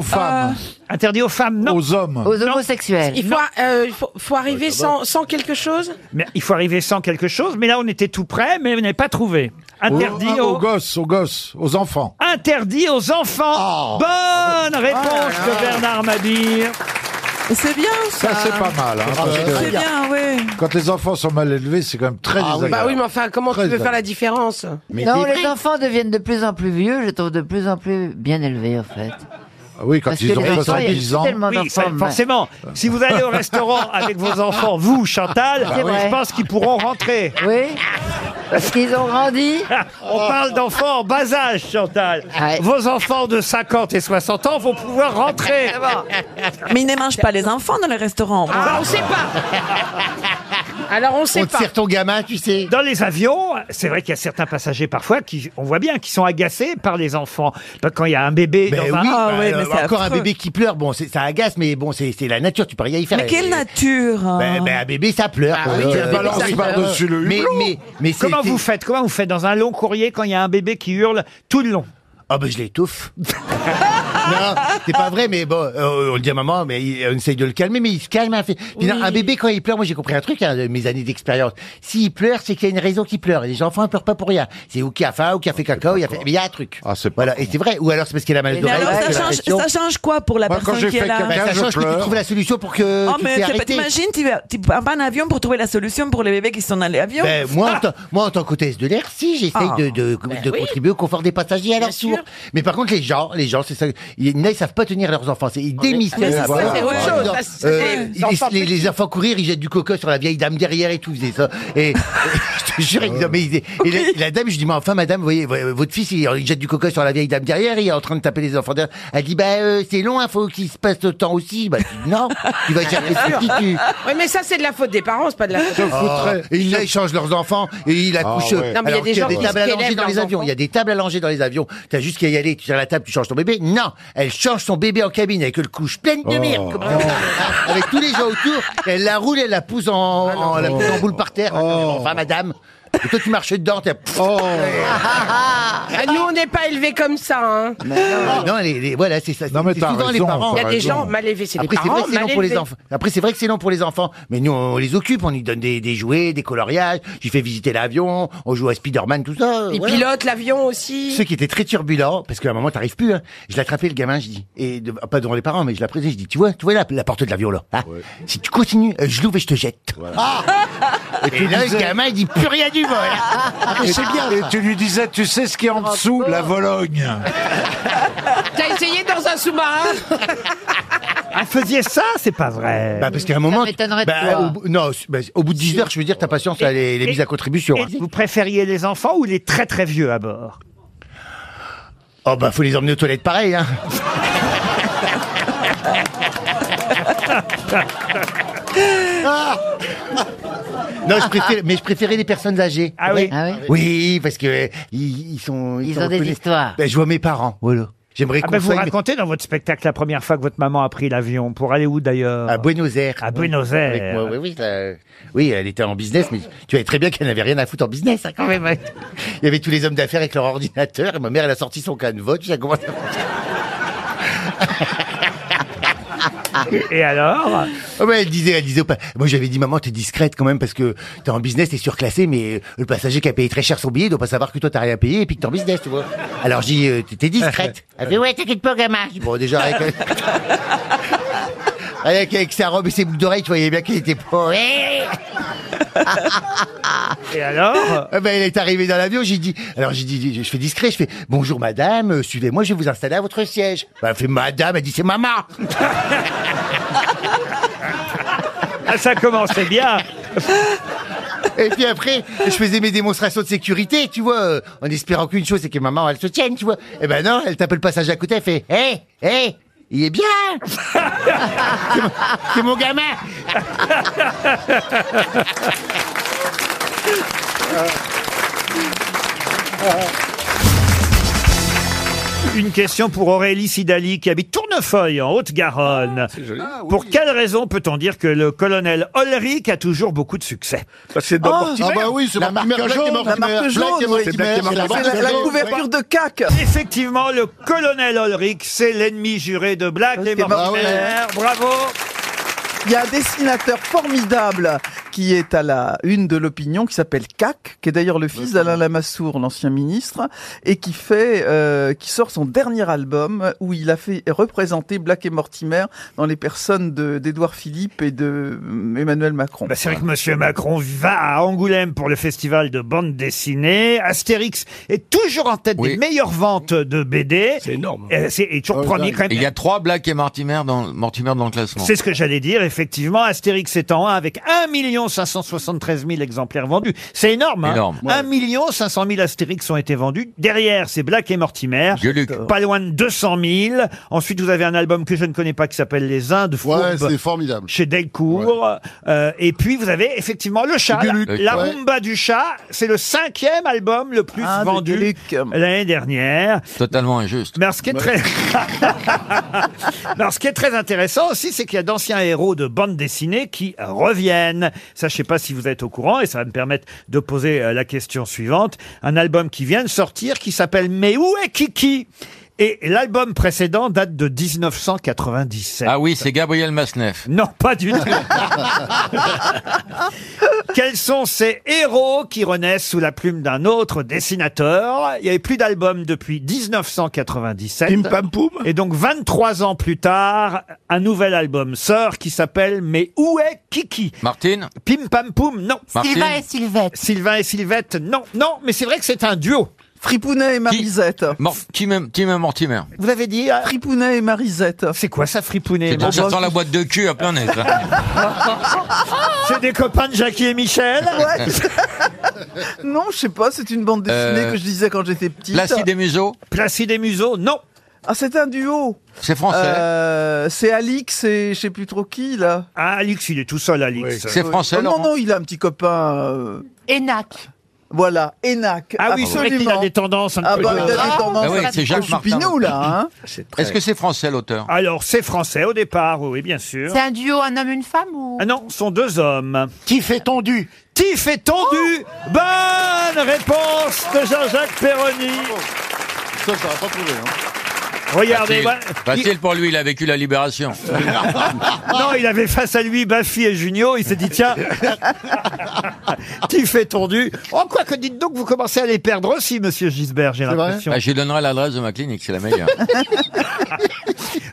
S1: Interdit aux femmes, non. Aux
S11: hommes.
S20: Aux homosexuels.
S13: Il faut, euh, il faut, faut arriver sans, sans quelque chose
S1: Mais il faut arriver sans quelque chose. Mais là, on était tout près, mais vous n'avez pas trouvé. Interdit
S11: aux,
S1: aux,
S11: aux gosses, aux gosses, aux enfants.
S1: interdit aux enfants.
S2: Ah.
S1: Bonne réponse
S11: Oh là là.
S1: de Bernard Mabir.
S11: C'est bien ça. c'est pas mal. hein,
S1: Ah,
S11: parce
S1: c'est
S11: que
S1: très
S13: euh, bien, oui.
S11: Quand les enfants sont mal élevés, c'est quand même très désagréable.
S13: Bah oui, mais enfin, comment
S11: Très
S13: tu veux faire la
S11: désagréable.
S13: différence
S20: non, les enfants deviennent de plus en plus vieux, je les trouve de plus en plus bien élevés en fait.
S11: Ah Oui, quand
S20: Parce
S11: ils
S20: que
S11: ont
S20: les enfants, il y a
S11: 70 ans.
S20: tellement
S1: Oui,
S20: d'enfants,
S1: ça,
S20: mais-
S1: forcément. Si vous allez au restaurant avec vos enfants, vous, Chantal,
S20: Bah oui.
S1: je pense qu'ils pourront rentrer.
S20: Oui. Parce qu'ils ont grandi.
S1: On parle d'enfants en bas âge, Chantal. Vos enfants de 50 et 60 ans vont pouvoir rentrer.
S21: Mais ils ne mangent pas les enfants dans les restaurants.
S13: Ah, on sait pas. Alors on sait pas.
S1: ton gamin, tu sais. Dans les avions, c'est vrai qu'il y a certains passagers parfois qui, on voit bien, qui sont agacés par les enfants. Bah, Quand il y a un bébé
S11: Ben
S1: dans
S11: oui,
S1: un-
S11: Ah ouais, mais c'est encore un affreux. bébé qui pleure, bon, c'est- ça agace, mais bon, c'est c'est la nature, tu peux rien y faire.
S21: Mais quelle
S11: Et-
S21: nature hein.
S11: Ben, ben, un bébé, ça pleure. Ah oui, tu la balances par-dessus le Mais, hublot. mais, mais c'est-
S1: comment
S11: c'est-
S1: vous faites Comment vous faites dans un long courrier quand il y a un bébé qui hurle tout le long
S11: Ah ben je l'étouffe. non, c'est pas vrai, mais bon, euh, on le dit à maman, mais il- on essaye de le calmer, mais il se calme. hein, fait- Puis non, un bébé, quand il pleure, moi j'ai compris un truc, hein, de mes années d'expérience. S'il pleure, c'est qu'il y a une raison qu'il pleure. Et les enfants, ils pleurent pas pour rien. C'est ou qui a faim, ou qui a fait caca, ou il a fait... Mais il y a un truc. Ah, c'est Voilà, et c'est vrai. Ou alors c'est parce qu'il a mal
S21: Mais
S11: aux oreilles.
S21: alors,
S11: parce
S21: ça
S11: que la
S21: change,
S11: pression-
S21: ça change quoi pour la
S11: Moi, quand
S21: personne
S11: j'ai
S21: qui est
S11: fait
S21: là
S11: caca, Ben, ça je change que tu pleure. trouves la solution pour que
S21: Oh,
S11: tu
S21: mais
S11: t'es
S21: c'est pas-
S11: arrêté.
S21: t'imagines, tu, vas- tu prends pas un avion pour trouver la solution pour les bébés qui sont dans les avions
S11: Ben, moi, en tant- moi, en tant qu'hôtesse de l'air, si, j'essaye
S21: Ah.
S11: de, de,
S21: Ben
S11: de
S21: oui.
S11: contribuer au confort des passagers à leur tour. Mais par contre, les gens, les gens, c'est ça. Ils ne savent pas tenir leurs enfants. C'est- Ils démissionnent. Oh, Mais ça, ça, Voilà. c'est autre Euh, chose. euh, Ça, c'est- ils les enfants laissent les, les enfants courir, ils jettent du coca sur la vieille dame derrière et tout. ils faisaient ça. Et, et je te jure, ils disaient, mais ils disaient- et la, la dame, je dis, mais enfin, madame, vous voyez, vo- votre fils, il, il jette du coca sur la vieille dame derrière, il est en train de taper les enfants derrière. Elle dit, bah, euh, c'est long, il faut qu'il se passe le temps aussi. Bah, je dis, non, tu vas chercher
S13: Bien sûr.
S11: ce petit, tu-
S13: Oui, mais ça, c'est de la faute des parents, c'est pas de la faute.
S11: ah, et là, ils changent leurs enfants et ils accouchent.
S13: ouais. Non, mais il y a
S11: Alors
S13: des
S11: qu'il
S13: gens qui
S11: tables à
S13: élèvent
S11: langer dans
S13: leurs
S11: les avions.
S13: enfants.
S11: Il y a des tables à langer dans les avions. T'as juste qu'à y aller, tu tires la table, tu changes ton bébé. Non, elle change son bébé en cabine avec le couche pleine de
S2: Oh.
S11: merde, comme ça. avec tous les gens autour. Elle la roule, elle la pousse en, en- la pousse en boule par terre. Enfin, madame. Et toi, tu marches dedans, t'es.
S13: Ah, nous, on n'est pas élevés comme ça. Hein.
S5: Ah.
S11: Non, les, les- voilà, c'est ça. Non, mais
S13: t'as
S11: souvent les
S13: raison,
S11: parents.
S13: t'as Il y a des raison. gens mal élevés, c'est les
S11: Après,
S13: parents
S11: vrai que c'est
S13: mal
S11: long pour les
S13: élevés.
S11: enfants. Après, c'est vrai que c'est long pour les enfants. Mais nous, on les occupe, on y donne des, des jouets, des coloriages, j'y fais visiter l'avion, on joue à Spider-Man, tout ça.
S13: Ils
S11: voilà.
S13: pilotent l'avion aussi.
S11: Ceux qui étaient très turbulents, parce qu'à un moment, t'arrives plus. hein. Je l'attrapais, le gamin, je dis. Et de- pas devant les parents, mais je l'apprenais, je dis, tu vois, tu vois la, la porte de l'avion là. hein Si tu continues, euh, je l'ouvre et je te jette. Et,
S2: tu
S11: là,
S2: disais-
S11: le gamin, il dit plus rien du vol.
S5: Ah,
S2: Et, et tu lui disais, tu sais ce qui est en dessous La Vologne.
S13: T'as essayé dans un sous-marin
S1: Ah, faisiez ça, c'est pas vrai.
S11: Bah parce qu'à un moment,
S1: m'étonnerait de
S11: bah,
S1: toi.
S11: au, bout- non, c'est- bah, au bout de 10 heures, je veux dire, ta patience, elle est, elle est mise à contribution.
S1: Et
S11: hein.
S1: vous préfériez les enfants ou les très très vieux à bord
S11: Oh bah faut les emmener aux toilettes pareil. Hein. Non, je préfère, mais je préférais les personnes âgées.
S20: Ah oui. Ah oui.
S11: Oui, parce que euh, ils, ils sont.
S20: Ils
S11: sont
S20: ont des
S11: reconnais-
S20: histoires.
S11: Bah, je vois mes parents. Voilà. J'aimerais
S1: Ah
S11: qu'on
S1: ben, vous
S11: soit-
S1: racontez dans votre spectacle la première fois que votre maman a pris l'avion. Pour aller où d'ailleurs À
S11: Buenos Aires.
S1: À Buenos
S11: Avec
S1: Aires.
S11: moi, oui, oui, ça- oui, elle était en business, mais tu savais très bien qu'elle n'avait rien à foutre en business, hein, quand même. ouais. Il y avait tous les hommes d'affaires avec leur ordinateur, et ma mère, elle a sorti son canevas, puis elle a commencé à-
S1: Et alors
S11: Ah ouais, elle disait, elle disait au pa- Moi j'avais dit maman t'es discrète quand même parce que t'es en business, t'es surclassé, mais euh, le passager qui a payé très cher son billet doit pas savoir que toi t'as rien payé et puis que t'es en business, tu vois. Alors j'ai dit euh, t'es discrète. Elle fait ouais t'inquiète pas gamin. J'ai dit, Bon déjà avec, avec, avec sa robe et ses boucles d'oreilles, tu voyais bien qu'elle était pas.
S1: Et alors
S11: ben, Elle est arrivée dans l'avion, j'ai dit, alors j'ai dit, je fais discret, je fais, bonjour madame, euh, suivez-moi, je vais vous installer à votre siège. Ben, elle fait, madame, elle dit, c'est maman.
S1: Ah, ça commençait bien.
S11: Et puis après, je faisais mes démonstrations de sécurité, tu vois, euh, en espérant qu'une chose, c'est que maman, elle se tienne, tu vois. Et ben non, elle tape le passage à côté, elle fait, hé, hé, il est bien C'est mon- C'est mon gamin
S1: Une question pour Aurélie Sidali qui habite Tournefeuille en
S2: Ah,
S1: Haute-Garonne. Pour quelle raison peut-on dire que le colonel Olrich a toujours beaucoup de succès C'est
S2: dans Oh, Mortimer. ah bah oui, c'est La Mortimer, marque Black et jaune, Mortimer, la marque Black et jaune, Mortimer, oui. c'est Black et Mortimer, C'est la- c'est la la jaune, couverture
S1: de CAC. Effectivement, le colonel Olrich, c'est l'ennemi juré de Black et Mortimer.
S19: Mortimer. Ah
S1: Bravo.
S19: Il y a un dessinateur formidable qui est à la une de l'opinion, qui s'appelle Cac, qui est d'ailleurs le fils d'Alain Lamassoure, l'ancien ministre, et qui fait, euh, qui sort son dernier album où il a fait représenter Black et Mortimer dans les personnes de- d'Édouard Philippe et de euh, Emmanuel Macron.
S1: Bah, c'est vrai que Monsieur Macron va à Angoulême pour le festival de bande dessinée. Astérix est toujours en tête des meilleures ventes de BD. C'est énorme. Et c'est et
S16: Ah
S1: toujours Oh, premier quand même.
S16: Il y a trois Black et Mortimer dans, Mortimer dans le classement.
S1: C'est ce que j'allais dire, effectivement. Astérix est en 1 avec 1 573 000 exemplaires vendus. C'est énorme. Hein
S16: Énorme.
S1: 1 500 000 Astérix ont été vendus. Derrière, c'est Black et Mortimer. Pas loin de 200 000. Ensuite, vous avez un album que je ne connais pas qui s'appelle Les Indes.
S22: Ouais,
S1: Fourbes,
S22: c'est formidable.
S1: Chez Delcourt. Euh, et puis, vous avez effectivement Le Chat. La,
S22: Gueuluc.
S1: la
S22: Ouais.
S1: rumba du chat. C'est le cinquième album le plus
S16: de
S1: vendu l'année dernière.
S16: Totalement injuste.
S1: Mais alors, ce qui est très... Alors, ce qui est très intéressant aussi, c'est qu'il y a d'anciens héros de bande dessinée qui reviennent. Ça, je sais pas si vous êtes au courant, et ça va me permettre de poser euh, la question suivante. Un album qui vient de sortir, qui s'appelle Mais où est Kiki Et l'album précédent date de 1997.
S16: Ah oui, c'est Gabriel Masneff.
S1: Non, pas du tout. Quels sont ces héros qui renaissent sous la plume d'un autre dessinateur Il n'y avait plus d'album depuis 1997. Et donc 23 ans plus tard, un nouvel album sort qui s'appelle Mais où est Kiki
S16: Martine
S1: Pim Pam Poum, non.
S16: Martine Sylvain et
S1: Sylvette. Sylvain et Sylvette, non. Non, mais c'est vrai que c'est un duo.
S19: Fripounet et Marisette.
S16: Mor- Tim et- Tim et Mortimer.
S1: Vous avez dit euh,
S19: Fripounet et Marisette.
S1: C'est quoi ça, Fripounet
S16: C'est
S19: et
S16: en sortant la
S19: Marisette
S16: boîte de cul à plein nez. ça.
S1: C'est des copains de Jackie et Michel
S19: Ouais. Non, je sais pas, c'est une bande dessinée
S16: Euh,
S19: que je disais quand j'étais petite.
S16: Placide et Museau
S1: Placide et Museau, non.
S19: Ah, c'est un duo.
S16: C'est français.
S19: Euh, c'est Alix et je sais plus trop qui, là.
S1: Ah, Alix, il est tout seul, Alix.
S16: C'est français,
S19: Oh, Non,
S16: Laurent
S19: non, il a un petit copain. Enac. Voilà, Enac.
S16: Ah oui, c'est vrai qu'il
S19: absolument.
S16: a des tendances un
S19: ah
S16: peu
S19: bah, il a
S16: de-
S19: des tendances.
S16: Ah oui, c'est Jacques
S19: Je
S16: Martin.
S19: là, hein.
S16: Est-ce que c'est français l'auteur
S1: Alors, c'est français au départ, oui, bien sûr.
S5: C'est un duo, un homme, une femme ou
S1: Ah non, ce sont deux hommes. Tiff et Tondu. Oh Tiff et Tondu. Bonne réponse de Jean-Jacques Perroni.
S22: Ça, ça va pas trouvé.
S1: Regardez, bah,
S16: Facile.
S1: voilà.
S16: Facile pour lui, il a vécu la libération.
S1: non, il avait face à lui Baffy et Junio. Il s'est dit, tiens, Tiff et Tondu. Oh, quoi que dites donc, vous commencez à les perdre aussi, monsieur Gisbert, j'ai l'impression.
S16: Bah, je lui donnerai l'adresse de ma clinique, c'est la meilleure.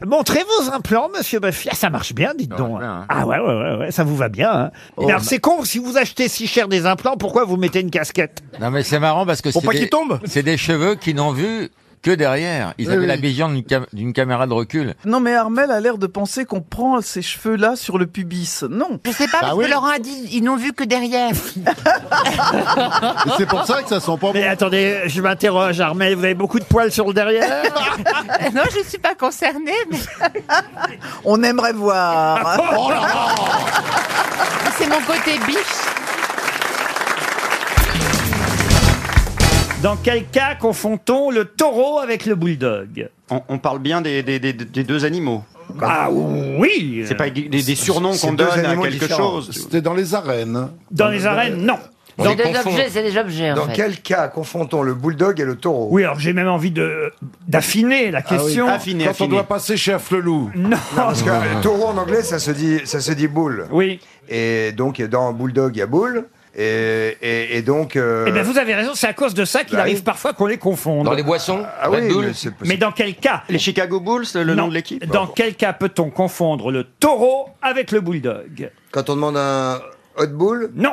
S1: Montrez vos implants, monsieur Baffy. Ah, ça marche bien, dites donc. Ah ouais, ouais, ouais, ouais, ça vous va bien. hein. Mais alors,
S16: bah-
S1: c'est con, si vous achetez si cher des implants, pourquoi vous mettez une casquette
S16: Non mais c'est marrant parce que
S1: Pour
S16: c'est
S1: pas
S16: des,
S1: qu'il tombe.
S16: c'est des cheveux qui n'ont vu que derrière. Ils
S19: Oui,
S16: avaient
S19: oui.
S16: la vision d'une cam- d'une caméra de recul.
S19: Non, mais Armel a l'air de penser qu'on prend ces cheveux-là sur le pubis. Non.
S5: Je
S16: Bah
S5: sais pas, parce que Laurent a dit, ils n'ont vu que derrière.
S1: C'est pour ça que ça sent pas Mais attendez, je m'interroge, Armel, vous avez beaucoup de poils sur le derrière
S5: non, je suis pas concernée, mais
S19: On aimerait voir.
S5: c'est mon côté biche.
S1: Dans quel cas confond-on le taureau avec le bulldog
S23: On, on parle bien des, des- des- des deux animaux.
S1: Ah oui
S23: C'est pas des, des surnoms qu'on donne à quelque chose.
S22: C'était dans les arènes.
S1: Dans les arènes, non.
S20: C'est des objets, c'est des objets, en
S22: Dans
S20: fait.
S22: quel cas confrontons le bulldog et le taureau
S1: Oui, alors j'ai même envie de d'affiner la
S22: Ah oui,
S1: question.
S22: affiner, Quand on affiner. doit
S1: passer chez Afflelou. Non.
S22: Non, parce que le taureau en anglais, ça se dit, ça se dit boule.
S1: Oui.
S22: Et donc, dans bulldog, il y a boule. Et, et- et donc. euh,
S1: Eh bien, vous avez raison, c'est à cause de ça qu'il
S22: Bah
S1: arrive
S22: oui.
S1: parfois qu'on les confonde.
S22: Dans les boissons, Ah Red oui, Bull. mais
S1: mais,
S22: c'est possible.
S1: dans quel cas Les
S18: Chicago Bulls, le nom de l'équipe
S1: Dans quel cas peut-on confondre le taureau avec le bulldog
S22: Quand on demande un hot bull
S1: Non.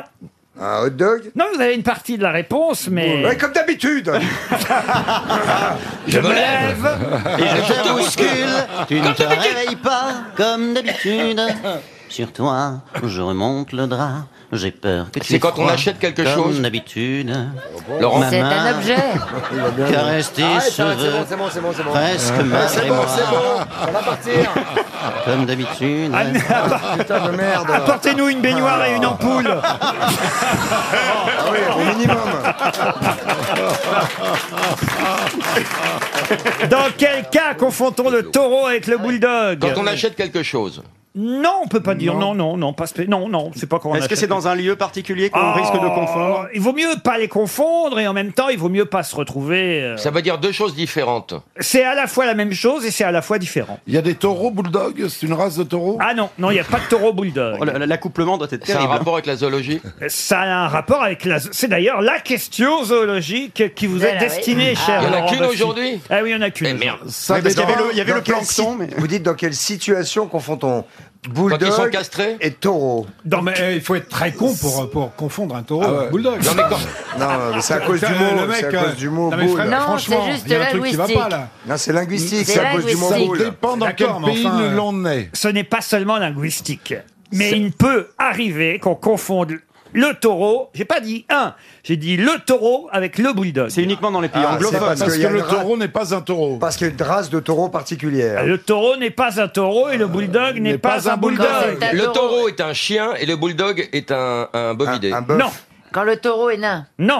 S22: Un hot dog
S1: Non, vous avez une partie de la réponse, mais.
S22: Ouais, comme d'habitude
S1: Je me lève
S5: Et je te bouscule, tu ne te réveilles pas comme d'habitude. Sur toi, je remonte le drap, j'ai peur que tu
S16: C'est
S5: aies
S16: quand on
S5: froid,
S16: achète quelque
S5: Comme
S16: chose.
S5: d'habitude.
S22: Oh.
S16: Laurent.
S5: Ma
S16: C'est un
S5: main
S16: objet.
S5: Caresse tes
S22: Arrête, arrête,
S5: cheveux.
S22: Ah, C'est bon, c'est bon, c'est bon.
S5: Presque
S22: Ah,
S5: ma
S22: C'est bon,
S5: mémoire.
S22: c'est bon. Ça va partir.
S5: Comme d'habitude. hein.
S22: Putain de merde.
S1: Apportez-nous une baignoire et une ampoule.
S22: Ah oui, au minimum.
S1: Dans quel cas confondons le taureau avec le bulldog
S16: Quand on achète quelque chose.
S1: Non, on peut pas dire non, non, non, pas spé- non, non, c'est pas quand on
S18: Est-ce que
S1: achète
S18: c'est dans un lieu particulier qu'on
S1: Oh,
S18: risque de confondre
S1: Il vaut mieux pas les confondre et en même temps, il vaut mieux pas se retrouver. euh,
S16: Ça veut dire deux choses différentes.
S1: C'est à la fois la même chose et c'est à la fois différent.
S24: Il y a des taureaux bulldog, c'est une race de taureaux
S1: Ah non, non, il n'y a pas de taureau bulldog.
S18: L'accouplement Euh, doit être
S16: C'est un
S18: terrible.
S16: rapport avec la zoologie
S1: Ça a un rapport avec la. C'est d'ailleurs la question zoologique qui vous est
S16: Voilà,
S1: destinée,
S16: oui.
S1: cher
S16: Il y en a
S1: Laurent
S16: qu'une
S1: Baffie.
S16: aujourd'hui
S1: Ah oui, il y en a qu'une.
S22: Ça
S1: Oui, parce
S22: dépend.
S1: qu'il y avait le- il y avait
S22: Dans
S1: le
S22: quelle
S1: plancton,
S22: si-
S1: mais-
S22: Vous dites dans quelle situation confond-on
S16: Quand ils sont
S22: bulldog
S16: castrés
S22: et taureau
S23: Non, mais euh, il faut être très con pour, pour confondre un taureau
S22: Ah
S23: et
S22: ouais.
S23: un bulldog.
S22: Non, mais quand- Non, mais c'est à cause du mot,
S23: Le mec,
S22: c'est à cause
S23: euh,
S22: du mot
S23: non, mais
S22: boule. Ah,
S23: Fred,
S22: Non,
S1: Oh,
S23: franchement,
S22: c'est juste
S23: il y a un truc qui va pas là.
S22: Non, c'est linguistique,
S23: C'est
S22: c'est à cause du mot
S23: linguistique.
S22: boule.
S23: Ça dépend dans quel
S22: D'accord, mais
S23: pays
S22: enfin,
S23: nous l'on
S1: Ce n'est pas seulement linguistique, mais il peut arriver qu'on confonde le taureau. J'ai pas dit un, j'ai dit le taureau avec le bulldog. C'est uniquement dans les
S22: Ah, c'est
S23: Parce
S22: qu'il y a
S23: que le
S22: une ra-
S23: taureau n'est pas un taureau.
S22: Parce qu'il y a une race de taureau particulière.
S1: Le taureau n'est pas un taureau et le bulldog n'est pas, un bulldog.
S16: Le taureau est un chien et le bulldog est un, un bovidé.
S1: Non.
S20: Quand le taureau est nain.
S1: Non.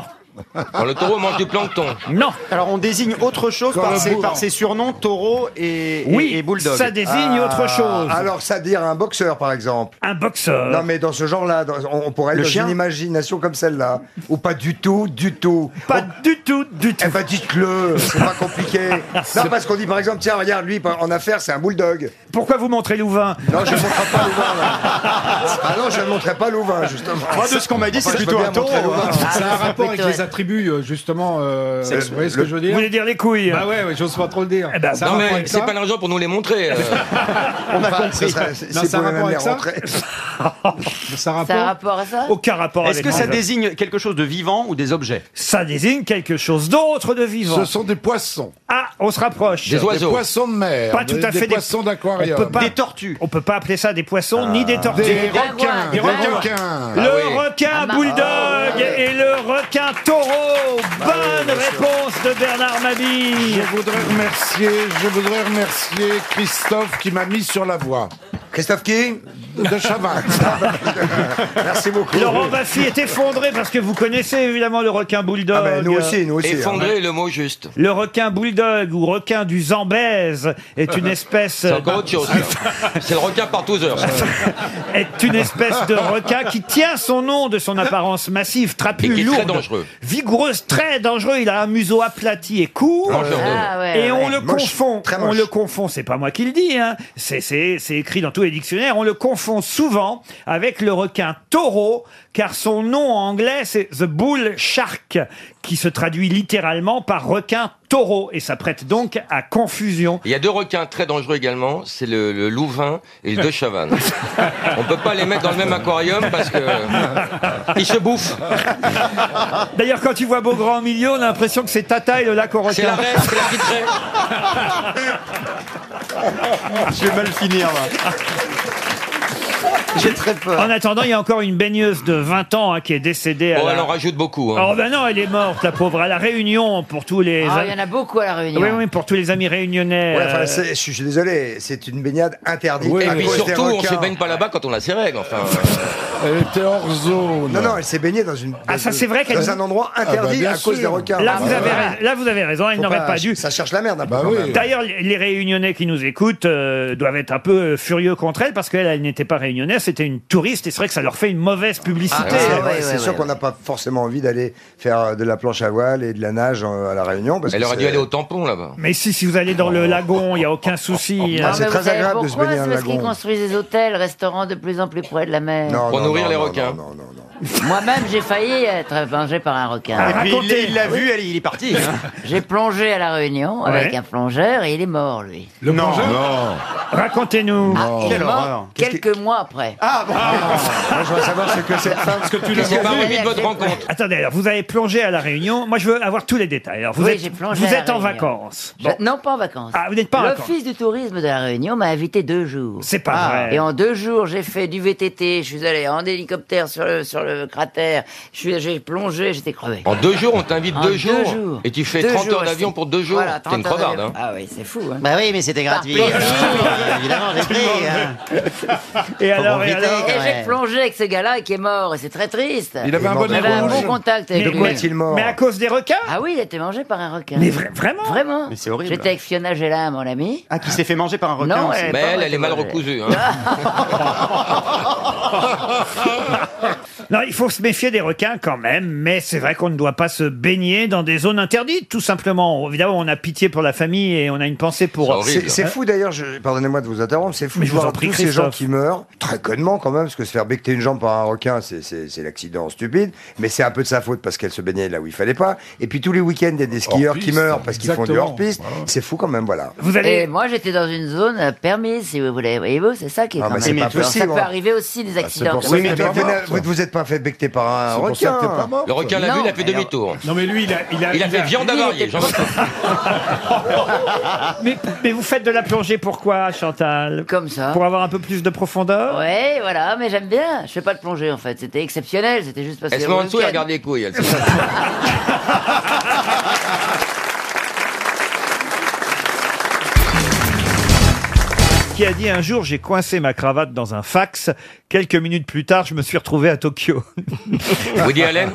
S16: Quand le taureau mange du
S2: Ah,
S16: plancton.
S1: Non.
S18: Alors on désigne autre chose
S16: Dans le
S18: par ses,
S16: bourg.
S18: par ses surnoms, taureau et, et- et bulldog.
S22: Ah, Alors, ça dire un boxeur, par exemple.
S1: Un boxeur.
S22: Non, mais dans ce genre-là, dans- on, on pourrait être
S18: Le
S22: dans
S18: chien
S22: une imagination comme celle-là. Ou pas du tout, du tout. Pas
S1: du tout, du tout.
S22: Eh ben, dites-le, c'est pas compliqué. non, parce qu'on dit, par exemple, tiens, regarde, lui, par- en affaires, c'est un bulldog.
S1: Pourquoi vous montrez Louvain
S22: Non, je ne montrerai pas Louvain, là. Ah non, je ne montrerai pas Louvain, justement.
S18: Moi, de ce qu'on m'a dit,
S22: Enfin,
S18: c'est
S22: je veux
S18: plutôt
S22: bien
S18: un taureau,
S22: montrer Louvain.
S18: hein.
S23: Ça a un rapport avec
S22: plutôt,
S23: les
S22: ouais.
S23: attributs, euh, justement. euh,
S22: Sexuel.
S23: vous voulez ce
S22: Le-
S23: que je veux dire
S22: Vous voulez
S1: dire les couilles hein. Eh ben,
S23: Bah ouais, ouais, j'ose pas trop le dire. Ça a un
S16: non,
S23: rapport
S16: mais
S23: avec
S16: c'est
S23: ça
S16: pas l'argent pour nous les montrer. euh.
S23: On a
S22: Enfin,
S23: compris.
S22: ce serait-
S23: Non,
S22: c'est
S23: ça a
S22: pour
S23: un
S22: la
S23: rapport
S22: même
S23: avec ça
S22: rentrée.
S23: Ça a
S20: Ça a rapport à ça
S1: Aucun rapport
S18: Est-ce
S1: avec
S18: que ça
S1: l'ange.
S18: désigne quelque chose de vivant ou des objets
S1: Ça désigne quelque chose d'autre de vivant.
S18: Ce sont
S1: des poissons. Ah, on se rapproche.
S18: Des oiseaux. Des poissons
S23: de mer,
S1: Pas
S23: des-
S1: tout à
S23: des
S1: fait
S23: poissons d'aquarium.
S1: Des tortues. On peut pas appeler ça des poissons ni des tortues.
S23: Des requins, des requins.
S1: Le
S23: Ah oui.
S1: requin
S23: Ah, ma-
S1: bulldog
S23: Ah ouais.
S1: et le requin taureau. Bonne réponse de Bernard Mabille.
S23: Je voudrais remercier, je voudrais remercier Christophe qui m'a mis sur la voie.
S22: Christophe qui
S23: De Chavannes.
S22: Merci beaucoup.
S1: Laurent Baffy est effondré euh, parce que vous connaissez évidemment le requin bulldog.
S22: Ah
S16: bah,
S22: ben, nous aussi, nous aussi.
S16: Effondrer est le mot juste.
S1: Le requin bulldog ou requin du Zambèze est une espèce. euh,
S16: C'est encore autre chose. ça. C'est le requin par 12 heures. ça.
S1: est une espèce de requin qui tient son nom de son apparence massive, trapue,
S16: Et qui est
S1: lourde,
S16: très dangereux.
S1: vigoureuse, très dangereux. Il a un museau aplati et court.
S16: Mangeur d'hommes. Ah ouais,
S1: et on
S16: ouais.
S1: le
S16: Moche,
S1: confond.
S16: très
S1: On
S16: moche.
S1: le confond. C'est pas moi qui le dis. Hein. C'est c'est c'est écrit dans tous les dictionnaires. On le confond souvent avec le requin taureau, car son nom en anglais c'est the bull shark, qui se traduit littéralement par requin taureau et ça prête donc à confusion.
S16: Il y a deux requins très dangereux également, c'est le, le Louvain et le De Chavannes. On peut pas les mettre dans le même aquarium parce que ils se bouffent.
S1: D'ailleurs, quand tu vois Beaugrand au milieu, on a l'impression que c'est Tata et le lac au requin.
S16: C'est la reine, c'est la vitrée.
S18: Je vais mal finir là. J'ai très peur.
S1: En attendant, il y a encore une baigneuse de 20 ans hein, qui est décédée. à
S16: Bon,
S1: la-
S16: elle en rajoute beaucoup. hein.
S1: Oh ben non, elle est morte, la pauvre. À la Réunion, pour tous les.
S20: Ah, il y en a beaucoup à la Réunion.
S1: Oui, oui, pour tous les amis réunionnais.
S22: Ouais, enfin,
S1: euh,
S22: c'est- je suis je suis désolé, c'est une baignade interdite. Ah,
S16: et
S22: à
S16: puis
S22: cause des
S16: surtout, on
S22: requins.
S16: se baigne pas là-bas quand on a ses règles. Enfin,
S23: Elle était hors zone. Ah, bah,
S22: Non, non, elle s'est baignée dans une.
S1: Ah, ça, c'est vrai qu'elle-
S22: Dans un endroit interdit à cause des requins.
S1: Là, vous avez, rais- ben, là, vous avez raison, elle
S22: Faut
S1: n'aurait
S22: pas-
S1: pas, dû.
S22: Ça cherche la merde un peu.
S1: Bah
S2: Ah
S22: quand
S1: oui.
S22: même.
S1: D'ailleurs, les les réunionnais qui nous écoutent euh, doivent être un peu euh, furieux contre elle parce qu'elle, elle n'était pas réunionnaise, c'était une touriste et c'est vrai que ça leur fait une mauvaise publicité.
S22: Ah, c'est sûr qu'on n'a pas forcément envie d'aller faire euh, de la planche à voile et de la nage euh, à la Réunion. Parce
S16: Elle
S22: que
S16: aurait dû
S22: c'est-
S16: aller au Oh. tampon là-bas.
S1: Mais si, si vous allez dans le lagon, il n'y a aucun souci.
S22: Ah, c'est
S1: Euh,
S22: très
S1: vous savez
S22: agréable de se
S1: pourquoi
S22: baigner à un
S1: C'est parce
S22: lagon.
S1: qu'ils
S20: construisent des hôtels, restaurants de plus en plus près de la mer.
S22: Non,
S16: Pour
S22: non,
S16: nourrir
S22: non,
S16: les
S22: non,
S16: requins.
S20: Moi-même, j'ai failli être mangé par un requin.
S16: Ah,
S20: Racontez.
S16: puis il l'a- il l'a vu,
S20: Oui.
S16: elle- il est parti, hein.
S20: J'ai plongé à La Réunion avec
S1: Ouais.
S20: un plongeur et il est mort, lui.
S1: Le non, non. Racontez-nous.
S20: Ah,
S22: Oh.
S20: il est mort quelques mois après.
S1: Ah, bon.
S22: Moi, je veux savoir ce que c'est.
S1: Parce que tu
S16: Qu'est-ce l'as qui m'a vu. remis de votre rencontre
S1: Attendez, alors vous avez plongé à la Réunion. Moi, je veux avoir tous les détails. Alors, vous
S20: Oui, j'ai
S1: êtes,
S20: plongé
S1: vous
S20: à La
S1: êtes en
S20: Réunion.
S1: vacances.
S20: Je-
S1: Bon.
S20: Non, pas en vacances.
S1: Ah, vous n'êtes pas en vacances.
S20: L'Office du tourisme de la Réunion m'a invité deux jours. Ah.
S1: C'est pas vrai.
S20: Et en deux jours, j'ai fait du VTT, je suis allé en hélicoptère sur le, sur le cratère, je suis- j'ai plongé, j'étais crevé.
S16: En deux jours, on t'invite
S20: En
S16: deux,
S20: deux
S16: jours,
S20: jours.
S16: Et tu fais
S20: Deux
S16: 30
S20: jours,
S16: heures d'avion
S20: c'est-
S16: pour deux jours.
S20: Voilà,
S16: T'es une
S20: 30 heures
S16: crevarde.
S20: d'avion.
S16: Hein.
S20: Ah oui, c'est fou. Hein.
S5: Bah oui, mais c'était gratuit.
S20: Par-
S5: Euh, Évidemment, j'ai pris.
S20: euh,
S5: hein.
S1: Et
S5: Faut
S1: alors, et
S5: profiter,
S1: alors
S5: quand
S20: Et j'ai
S5: même.
S20: plongé avec ce gars-là qui est mort, et c'est très triste.
S1: Il avait un bon
S20: J'avais un
S1: rouge.
S20: bon contact
S1: Mais
S20: avec
S1: de
S20: lui.
S1: quoi est-il mort Mais à cause des requins
S20: Ah oui, il a été mangé par un requin.
S1: Mais vra- vraiment
S20: Vraiment
S5: Mais c'est horrible.
S20: J'étais avec Fiona Gella, mon ami.
S5: Ah, qui s'est fait manger par un requin
S20: Non,
S5: aussi.
S20: elle est
S16: Mais
S20: pas
S16: elle,
S20: vraie,
S16: elle est mal
S20: c'est
S16: recousue.
S20: vrai.
S16: hein.
S1: Non, il faut se méfier des requins quand même, mais c'est vrai qu'on ne doit pas se baigner dans des zones interdites, tout simplement. Évidemment, on a pitié pour la famille et on a une pensée pour.
S22: C'est c'est fou d'ailleurs, je- pardonnez-moi de vous interrompre, c'est fou
S1: Mais
S22: de
S1: je vous
S22: voir
S1: en prie,
S22: tous ces gens
S1: Christophe.
S22: qui meurent, très connement quand même, parce que se faire becter une jambe par un requin, c'est- c'est c'est l'accident stupide, mais c'est un peu de sa faute parce qu'elle se baignait là où il fallait pas. Et puis tous les week-ends, il y a des skieurs qui
S23: Hors-piste,
S22: meurent parce qu'ils font du
S23: exactement.
S22: hors-piste. C'est fou quand même, voilà.
S1: Vous
S20: Et moi, j'étais dans une zone euh, permise, si vous voulez. Voyez-vous, c'est ça qui est
S22: Ah,
S20: quand
S22: mais
S20: même.
S22: c'est pas
S20: Alors,
S22: possible,
S20: ça peut
S22: hein.
S20: arriver aussi
S23: Bah,
S20: des accidents.
S22: Oui, mais toi, vous ne- vous ne vous êtes pas fait becter par un
S23: C'est pour ça
S22: requin. hein.
S23: que t'es pas mort.
S16: Le requin l'a
S20: Non,
S16: vu, il a fait
S20: mais
S16: demi-tour.
S18: Non mais lui, il a, il a,
S16: Il a fait viande avariée. j'en veux pas.
S1: Mais, mais vous faites de la plongée pourquoi, Chantal
S20: Comme ça.
S1: Pour avoir un peu plus de profondeur
S20: Ouais, voilà, mais j'aime bien. Je fais pas de plongée en fait. C'était exceptionnel. C'était juste parce que.
S16: Elle se met en dessous et
S20: le
S16: regarde
S20: week-end.
S16: les couilles. elle.
S1: Qui a dit un jour j'ai coincé ma cravate dans un fax. Quelques minutes plus tard, je me suis retrouvé à Tokyo.
S16: Woody Allen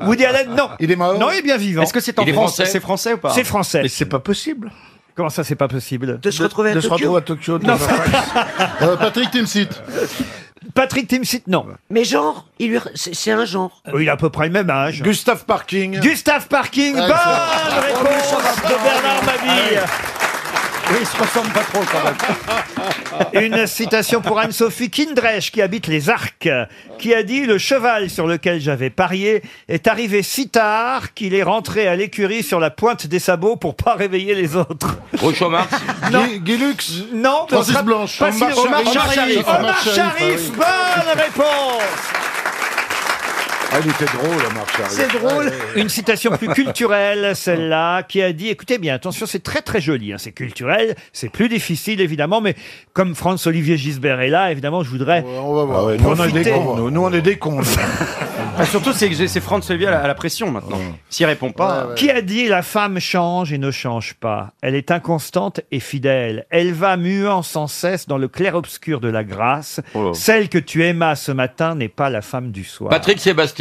S1: Woody Allen, non. Il est mort Non, il est bien vivant.
S16: Est-ce que c'est en Il est français français
S5: C'est français ou pas
S1: C'est français.
S5: c'est pas possible.
S1: Comment ça, c'est pas possible
S5: De se retrouver à
S23: de se
S5: Tokyo.
S23: retrouver à Tokyo. dans un fax.
S5: Euh, Patrick Timsit.
S1: Patrick Timsit, non.
S13: Mais genre, il lui... re- c'est c'est un genre.
S1: Euh, Il a à peu près le même âge.
S23: Gustave Parking.
S1: Gustave Parking, bonne réponse de Bernard Mabille.
S23: Oui, il se ressemble pas trop quand même.
S1: Une citation pour Anne-Sophie Kindrech, qui habite les Arcs, qui a dit « Le cheval sur lequel j'avais parié est arrivé si tard qu'il est rentré à l'écurie sur la pointe des sabots pour pas réveiller les autres.
S16: Groucho Marx.
S1: Non.
S23: Guy- Guy Lux. »
S1: Non,
S23: Francis
S1: pas-
S23: Blanche.
S1: pas si-
S23: Omar
S1: Omar
S23: Sharif.
S1: Sharif. Omar Sharif, bonne réponse
S23: Ah, il était drôle, Omar
S13: Ah
S23: Sharif.
S1: C'est drôle. Une citation plus culturelle, celle-là, qui a dit, écoutez bien, attention, c'est très très joli, hein, c'est culturel, c'est plus difficile évidemment, mais comme Franz-Olivier Gisbert est là, évidemment, je voudrais...
S23: On va voir. Ah nous, on est des
S1: Profitez.
S23: cons. Nous, Nous, on est des cons.
S5: Ah, surtout, c'est que j'ai- c'est Franz Olivier à, la- à la pression maintenant. S'il répond
S13: Ah
S5: pas. hein.
S1: Qui a dit la femme change et ne change pas Elle est inconstante et fidèle. Elle va muant sans cesse dans le clair-obscur de la grâce.
S23: Oh
S1: Celle que tu aimas ce matin n'est pas la femme du soir.
S23: Bah,
S16: Patrick Sébastien.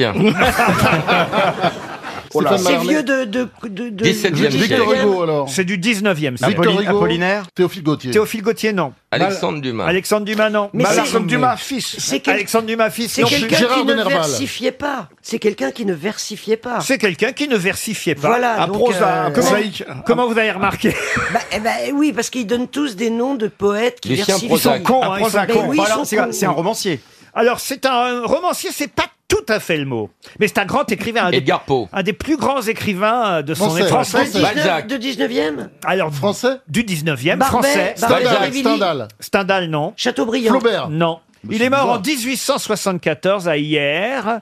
S23: oh
S13: C'est vieux de... de, de, de
S16: 17e siècle.
S13: Victor Hugo.
S23: alors.
S1: C'est du 19e siècle.
S23: Victor Hugo.
S5: Apollinaire
S23: Théophile Gautier.
S1: Théophile Gauthier, non.
S16: Alexandre Dumas.
S1: Alexandre Dumas, non.
S13: Mais
S23: Mallarmé.
S13: c'est-
S23: Dumas, fils.
S13: c'est quel-
S1: Alexandre Dumas, fils,
S13: c'est
S1: non plus.
S13: quelqu'un qui
S23: Gérard de
S13: ne
S23: Nerval.
S13: versifiait pas. C'est quelqu'un qui ne versifiait pas.
S1: C'est quelqu'un qui ne versifiait pas.
S13: Voilà,
S1: Un
S13: donc,
S1: prosa-
S13: euh,
S1: comment,
S23: Mosaïque.
S1: comment vous avez remarqué
S13: Bah, eh ben, oui, parce qu'ils donnent tous des noms de poètes qui
S16: Lucien
S13: versifient. Bah,
S1: Ils sont
S16: Prozac.
S1: cons,
S5: Un
S1: hein, ils sont
S5: Prozac.
S1: cons.
S13: Mais oui, ils
S5: Voilà,
S13: sont
S5: c'est
S13: cons.
S5: c'est un romancier.
S1: Alors, c'est un romancier, c'est pas tout à fait le mot. Mais c'est un grand écrivain, un, des,
S16: Edgar Poe.
S1: un des plus grands écrivains de son
S11: Français,
S1: époque.
S11: français.
S13: De 19
S16: Balzac.
S13: De 19e
S1: Alors,
S11: Français
S1: du 19e, français.
S13: Barbet, Barbet
S16: Stendhal,
S13: Révilly,
S11: Stendhal.
S1: Stendhal, non.
S13: Chateaubriand.
S11: Flaubert.
S1: Non. Il est mort en 1874 à hier.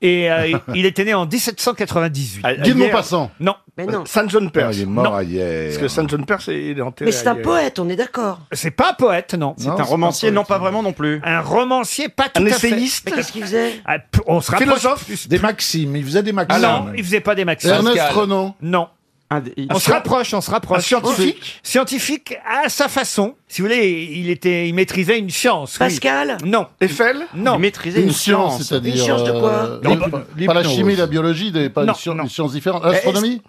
S1: Et euh, il était né en 1798.
S11: Guy de Maupassant.
S1: Non.
S13: Mais
S12: Euh,
S13: non.
S11: San John
S23: Ah, il est mort
S1: Non.
S23: ailleurs.
S11: Parce que San John Perse, il est enterré.
S13: Mais c'est un poète, on est d'accord.
S1: C'est pas un poète, non.
S5: C'est un romancier, non pas vraiment non plus.
S1: Un romancier, pas tout
S11: Un
S1: à fait.
S11: essayiste
S13: Mais qu'est-ce qu'il faisait
S1: Ah, p- On se rapproche.
S11: Philosophe
S1: plus-
S23: Des maximes. Il faisait des maximes.
S1: Ah Non, il faisait pas des maximes.
S23: Ernest
S16: Pascal.
S23: Renan.
S1: Non.
S5: Un des- il-
S1: On se rapproche, on se rapproche.
S23: Un scientifique
S1: Scientifique à sa façon. Si vous voulez, il était, il maîtrisait une science. oui.
S13: Pascal
S1: Non,
S11: Eiffel
S1: non.
S5: il maîtrisait une science.
S13: Une science de quoi
S1: Non, pas-
S11: euh, Pas la chimie, la biologie, des- pas
S1: Non,
S11: une sci-
S1: non.
S11: une science différente. L'astronomie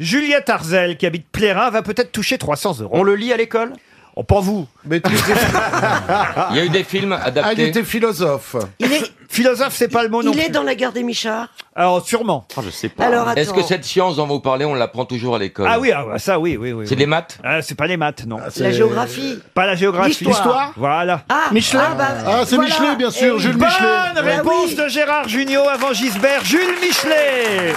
S1: Juliette Arzel, qui habite Plérin, va peut-être toucher 300 euros.
S5: On le lit à l'école
S1: Oh, pas vous.
S16: Il y a eu des films adaptés.
S23: Ah, il était philosophe.
S1: Il est... Philosophe, c'est pas le mot non
S7: Il est
S1: plus.
S7: dans la gare des Michards.
S1: Alors, sûrement.
S16: Ah, je sais
S7: pas. Alors,
S16: Est-ce
S7: attends.
S16: que cette science dont vous parlez, on l'apprend toujours à l'école
S1: Ah oui, ah bah, ça oui, oui, oui.
S16: C'est des maths
S1: Ah, C'est pas les maths, non.
S7: c'est- La géographie
S1: Pas la géographie.
S7: L'histoire L'histoire
S1: Voilà.
S7: Ah, Michelet ah bah,
S23: Ah, c'est voilà. Michelet, bien sûr, Eh oui. Jules
S1: Bonne
S23: Michelet. Ah
S1: réponse de Gérard Junior avant Gisbert, Jules Michelet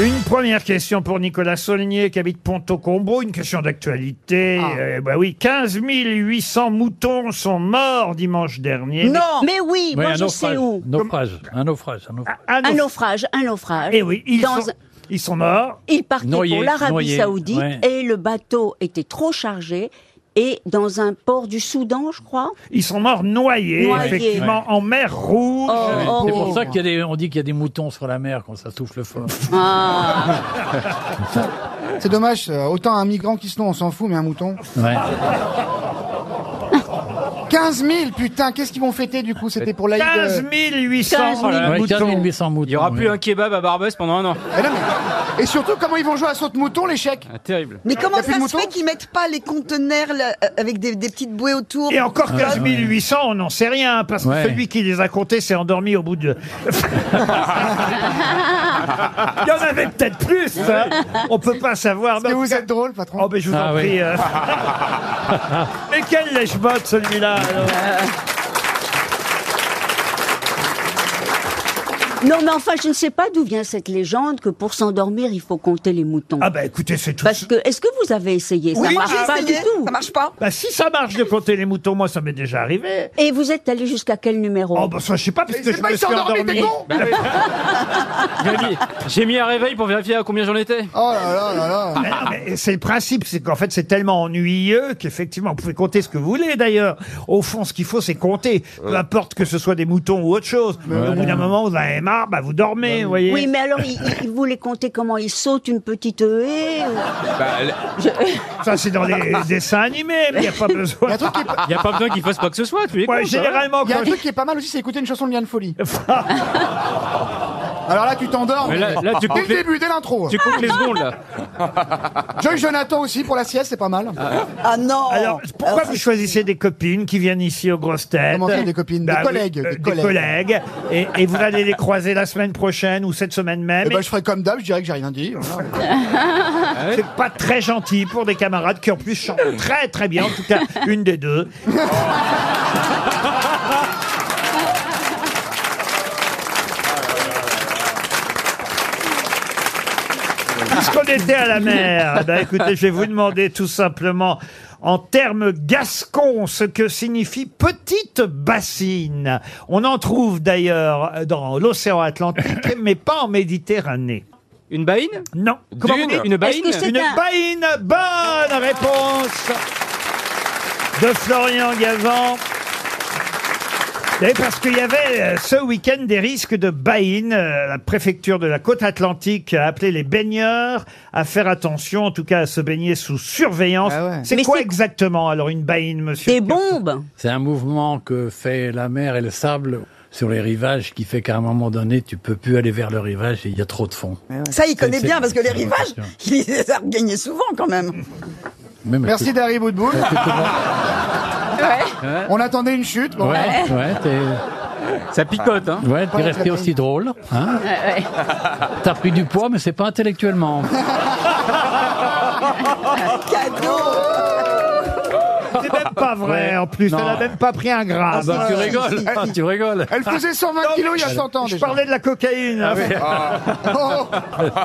S1: Une première question pour Nicolas Saulnier qui habite Ponto-Combo, une question d'actualité. Euh, bah oui, 15 800 moutons sont morts dimanche dernier.
S15: Mais oui, moi je sais où.
S17: Naufrage, un naufrage, un naufrage.
S1: Ah,
S15: Un, naufrage, un naufrage.
S1: Et Eh oui, ils,
S15: Dans
S1: sont,
S15: un-
S1: ils sont morts.
S15: Il partait
S17: Noyé,
S15: pour l'Arabie
S17: noyé,
S15: Saoudite
S17: ouais.
S15: et le bateau était trop chargé et dans un port du Soudan, je crois.
S1: Ils sont morts noyés,
S15: Noyés.
S1: effectivement, en mer rouge.
S15: Oh,
S17: C'est
S15: oh.
S17: pour ça qu'il y a des, on dit qu'il y a des moutons sur la mer quand ça souffle fort.
S15: Ah.
S14: C'est dommage, ça. autant un migrant qui se noie, on s'en fout, mais un mouton.
S17: Ouais.
S14: 15 000, putain, qu'est-ce qu'ils vont fêter du coup C'était pour la euh,
S1: 15 800
S17: Ouais, 15 800 moutons.
S12: Il n'y aura plus un kebab à Barbès pendant un an.
S14: Et surtout, comment ils vont jouer à saute-mouton, l'échec
S12: Ah, terrible.
S3: Mais comment
S14: Y a plus
S3: ça
S14: de
S3: se fait qu'ils mettent pas les conteneurs là, euh, avec des, des petites bouées autour Ah.
S1: Et encore 15
S3: 000
S1: 800, on n'en sait rien, hein, parce que
S17: Ah, Ouais.
S1: celui qui les a comptés s'est endormi au bout de...
S15: oh.
S1: Il y en avait peut-être plus hein. On peut pas savoir. Mais vous êtes
S14: drôle, patron.
S1: Oh, mais je vous
S17: Ah
S1: en
S17: oui.
S1: prie. euh. mais quel lèche-botte, celui-là alors.
S15: Non, mais enfin, je ne sais pas d'où vient cette légende que pour s'endormir, il faut compter les moutons.
S1: Ah bah écoutez, c'est tout.
S15: Parce que, est-ce que vous avez essayé Ça
S3: Oui, j'ai
S15: marche pas
S3: essayé,
S15: du tout.
S3: ça marche pas.
S1: Bah si ça marche de compter les moutons, moi ça m'est déjà arrivé.
S15: Et vous êtes allé jusqu'à quel numéro
S1: Oh bah ça je sais pas parce que je me suis endormi. Bah,
S12: J'ai mis- J'ai mis un réveil pour vérifier à combien j'en étais. Ah,
S14: Oh là là là là
S1: Mais non, mais c'est le principe, c'est qu'en fait c'est tellement ennuyeux qu'effectivement vous pouvez compter ce que vous voulez d'ailleurs. Au fond, ce qu'il faut c'est compter, peu importe que ce soit des moutons ou autre chose. Au bout d'un moment, vous en avez marre, bah vous dormez, vous voyez.
S15: Oui, mais alors, il, il- il voulait compter comment il saute une petite haie ou-
S1: Ça c'est Bah, dans les dessins animés, mais il n'y a pas besoin.
S12: Il n'y a pas besoin qu'il fasse quoi que ce soit, tu les
S1: Ouais,
S12: comptes, ça va.
S1: généralement,
S14: Il y a
S1: quand
S14: un
S1: je-
S14: truc qui est pas mal aussi, c'est écouter une chanson de Liane Folie. Alors là, tu t'endors.
S12: Mais là- là, tu
S14: dès
S12: comptes
S14: le
S12: les-
S14: début, dès l'intro.
S12: Tu comptes les secondes là.
S16: Ah
S14: Joy Jonathan aussi pour la sieste, c'est pas mal.
S3: Ah non
S1: Alors, pourquoi vous choisissez des copines qui viennent ici aux grosses têtes
S14: Comment ça, des copines Des collègues,
S1: euh,
S14: des
S1: des
S14: collègues.
S1: collègues. Et, et vous allez les croiser la semaine prochaine ou cette semaine même.
S14: Eh ben,
S1: Et
S14: je ferais comme d'hab, je dirais que j'ai rien dit. voilà.
S1: C'est pas très gentil pour des camarades qui en plus chantent très très bien, en tout cas une des deux. Puisqu'on était à la mer, ben écoutez, je vais vous demander tout simplement, en termes gascons, ce que signifie petite bassine. On en trouve d'ailleurs dans l'océan Atlantique, mais pas en Méditerranée.
S12: Une baïne
S1: Non.
S12: D'une
S1: vous dites
S12: Une baïne Est-ce que c'est
S1: Une
S12: un-
S1: baïne. Bonne réponse de Florian Gazan. Et parce qu'il y avait euh, ce week-end des risques de baïne. Euh, La préfecture de la côte atlantique a appelé les baigneurs à faire attention, en tout cas à se baigner sous surveillance. C'est
S15: Mais
S1: quoi
S15: c'est-
S1: exactement alors une baïne, monsieur
S15: Des bombes
S17: C'est un mouvement que fait la mer et le sable sur les rivages qui fait qu'à un moment donné, tu peux plus aller vers le rivage et il y a trop de fond.
S3: Ça, il connaît
S17: C'est-
S3: bien parce que les
S17: c'est-
S3: rivages, il les a regagnés souvent quand même.
S17: Même-
S14: Merci Dari Boudboul.
S12: Ouais.
S14: Hein On attendait une chute.
S17: Ouais,
S14: Bon.
S17: ouais, t'es-
S12: Ça picote, hein.
S17: ouais, t'es resté aussi drôle. Hein T'as pris du poids, mais c'est pas intellectuellement.
S1: C'est même pas vrai
S17: Ouais.
S1: en plus.
S17: Non.
S1: Elle a même pas pris un gramme.
S17: Ah bah, tu rigoles, ah, tu rigoles.
S14: Elle faisait 120 kilos il y a 100 ans
S1: Je
S14: déjà.
S1: parlais de la cocaïne. hein.
S17: Ah oui.
S14: Oh,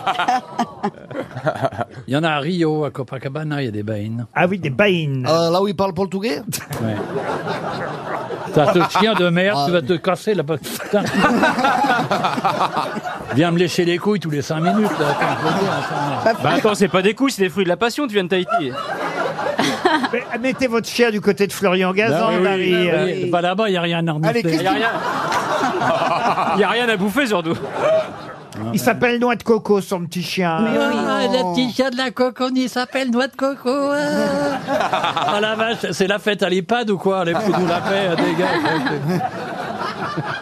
S17: Il y en a à Rio, à Copacabana, il y a des baïnes.
S1: Ah oui, des baïnes.
S14: Euh, là où il parle portugais
S17: Ouais. T'as ce chien de merde, tu vas te casser là-bas. Putain. Viens me lécher les couilles tous les 5 minutes. là. Attends, je veux dire, attends.
S12: Bah attends, c'est pas des couilles, c'est des fruits de la passion, tu viens de Tahiti.
S14: Ah.
S1: Mais euh, Mettez votre chien du côté de Florian
S14: Ben
S1: Gazan,
S17: Bah oui,
S1: Marie.
S17: oui,
S1: Euh,
S17: oui. Bah là-bas, il n'y a rien à
S14: Allez,
S17: renifler.
S14: Christine.
S12: Il y a rien à bouffer surtout.
S1: Il s'appelle Noix de Coco, son petit chien.
S14: Oh.
S17: Ah, le petit chien de la coconne, il s'appelle Noix de Coco. Ah, Ah, la vache, c'est la fête à l'EHPAD ou quoi Les foutous la paix, dégage.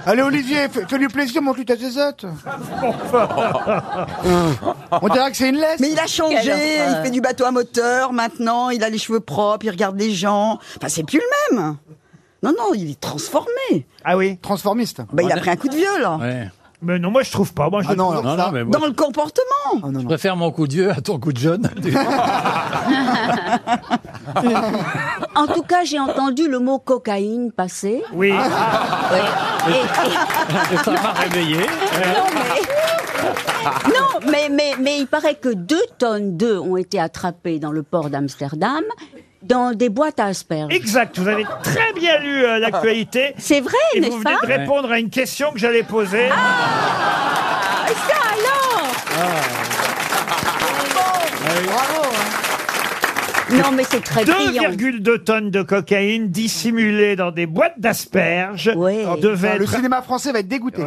S14: Allez, Olivier, fais- fais-lui plaisir, monte-lui ta zézotte. On dirait que c'est une laisse.
S3: Mais il a changé,
S14: Quelle
S3: il
S14: horreur.
S3: fait du bateau à moteur maintenant, il a les cheveux propres, il regarde les gens. Enfin, c'est plus le même. Non, non, il est transformé.
S1: Ah oui
S14: Transformiste.
S3: Bah, il a pris un coup de vieux, là.
S1: Mais non, moi je trouve pas. Moi, je
S14: Ah non, alors
S17: non,
S14: ça-
S17: non, mais moi,
S3: Dans le
S14: Oh,
S3: comportement.
S17: je préfère mon coup de vieux à ton coup de jeune.
S15: En tout cas, j'ai entendu le mot cocaïne passer.
S1: Oui.
S15: Et- et-
S12: Ça m'a réveillé. Ah.
S15: Non, mais... Non, mais, mais, mais il paraît que 2 tonnes d'œufs ont été attrapées dans le port d'Amsterdam dans des boîtes à asperges.
S1: Exact, vous avez très bien lu euh, l'actualité.
S15: C'est vrai,
S1: Et
S15: n'est-ce
S1: vous venez
S15: pas
S1: de répondre à une question que j'allais poser.
S15: Ah, ça alors
S1: Ah.
S15: Non, mais c'est très brillant.
S1: 2,2 tonnes de cocaïne dissimulées dans des boîtes d'asperges devait
S14: Le
S1: être
S14: cinéma français va être dégoûté.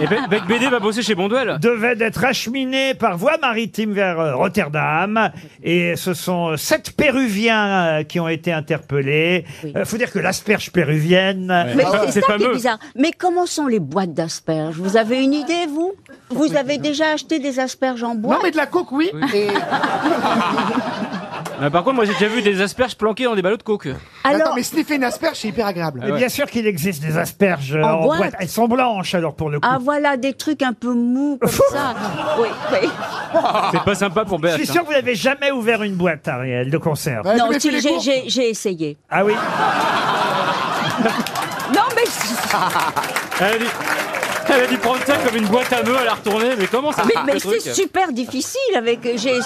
S12: Et Be- Bec BD va bosser chez Bonduel.
S1: devait être acheminé par voie maritime vers euh, Rotterdam. Et ce sont euh, sept Péruviens euh, qui ont été interpellés. Il faut dire que l'asperge péruvienne...
S15: Mais
S12: Ah,
S15: c'est ça qui est bizarre. Mais comment sont les boîtes d'asperges Vous avez une idée, vous Vous avez déjà acheté des asperges en boîte
S14: Non, mais de la coke, oui. Et-
S12: Mais Bah, par contre, moi j'ai déjà vu des asperges planquées dans des ballots de coke.
S14: Attends, mais sniffer une asperge, c'est hyper agréable.
S1: Mais Eh bien sûr qu'il existe des asperges euh, en,
S15: En
S1: boîte.
S15: boîte.
S1: Elles sont blanches alors pour le coup.
S15: Ah voilà, des trucs un peu mous comme ça. Oui, oui.
S12: C'est pas sympa pour hein.
S1: Je
S12: Béat.
S1: suis sûr que vous n'avez jamais ouvert une boîte, Ariel, de conserve.
S15: non, si, j'ai- j'ai j'ai essayé.
S1: Ah oui
S15: Non, mais...
S12: Elle a, dû, elle a dû prendre ça comme une boîte à nœuds, elle a retourné, mais comment ça se
S15: Mais,
S12: fait,
S15: mais
S12: ce Ah, truc
S15: c'est super difficile avec j'ai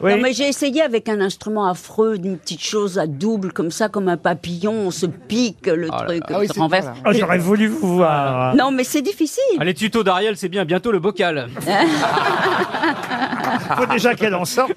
S1: Oui.
S15: non, mais j'ai essayé avec un instrument affreux, une petite chose à double comme ça, comme un papillon, on se pique le truc,
S14: Ah oui,
S15: on se
S14: c'est-
S15: renverse.
S14: voilà.
S1: Oh, J'aurais voulu vous voir.
S15: Non, mais c'est difficile.
S12: Ah, les tutos d'Ariel, c'est bien, bientôt le bocal.
S1: faut déjà qu'elle en sorte.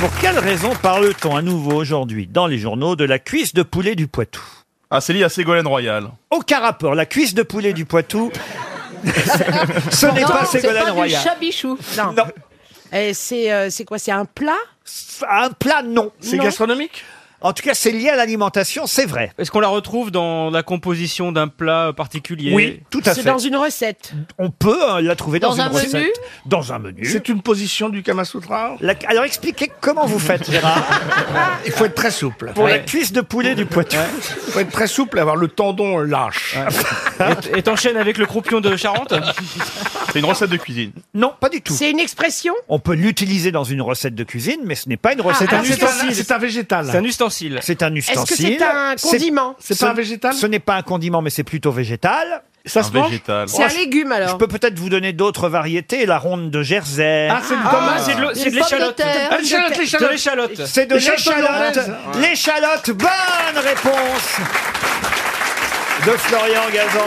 S1: Pour quelle raison parle-t-on à nouveau aujourd'hui dans les journaux de la cuisse de poulet du Poitou
S18: Ah, c'est lié à Ségolène Royal.
S1: Aucun rapport. La cuisse de poulet du Poitou, ce n'est
S13: Non,
S1: pas
S13: c'est
S1: Ségolène
S13: pas du
S1: Royal.
S13: chabichou. Non.
S1: Non.
S13: Eh, c'est euh, c'est quoi C'est un plat
S1: Un plat, non.
S13: C'est Non.
S1: gastronomique En tout cas, c'est lié à l'alimentation, c'est vrai.
S12: Est-ce qu'on la retrouve dans la composition d'un plat particulier
S1: Oui, tout à
S13: C'est
S1: fait.
S13: dans une recette.
S1: On peut euh, la trouver dans,
S13: Dans
S1: une
S13: un
S1: recette.
S13: menu
S1: Dans un menu.
S23: C'est une position du Kama Sutra
S1: La- Alors expliquez comment vous faites, Gérard,
S23: Il faut être très souple.
S1: pour la cuisse de poulet du Poitou.
S23: Il faut être très souple, avoir le tendon lâche.
S12: Et t'enchaînes avec le croupion de Charente
S18: C'est une recette de cuisine.
S1: Non, pas du tout.
S13: C'est une expression
S1: On peut l'utiliser dans une recette de cuisine, mais ce n'est pas une recette.
S23: Ah, C'est un,
S1: de cuisine.
S23: ustensile, c'est un végétal.
S12: C'est un ustensile.
S1: C'est un
S13: Est-ce que
S1: ustensile.
S13: c'est un
S1: C'est-
S13: condiment
S23: C'est
S1: ce-
S23: pas un végétal
S1: Ce n'est pas un condiment, mais c'est plutôt végétal.
S23: Ça
S18: un
S23: se mange
S18: végétal.
S13: C'est un
S1: je-
S13: légume
S1: Je
S13: alors
S1: peux peut-être vous donner d'autres variétés, la ronde de Jersey.
S23: Ah, c'est du
S12: Ah, c'est de l'eau- c'est de
S13: Une pomme de
S12: l'échalote.
S13: terre.
S23: Ah, l'échalote,
S12: De
S23: l'échalote.
S12: l'échalote.
S1: c'est de
S23: les chalotes
S1: l'échalote.
S23: hollandaises.
S1: L'échalote, bonne réponse de Florian Gazan.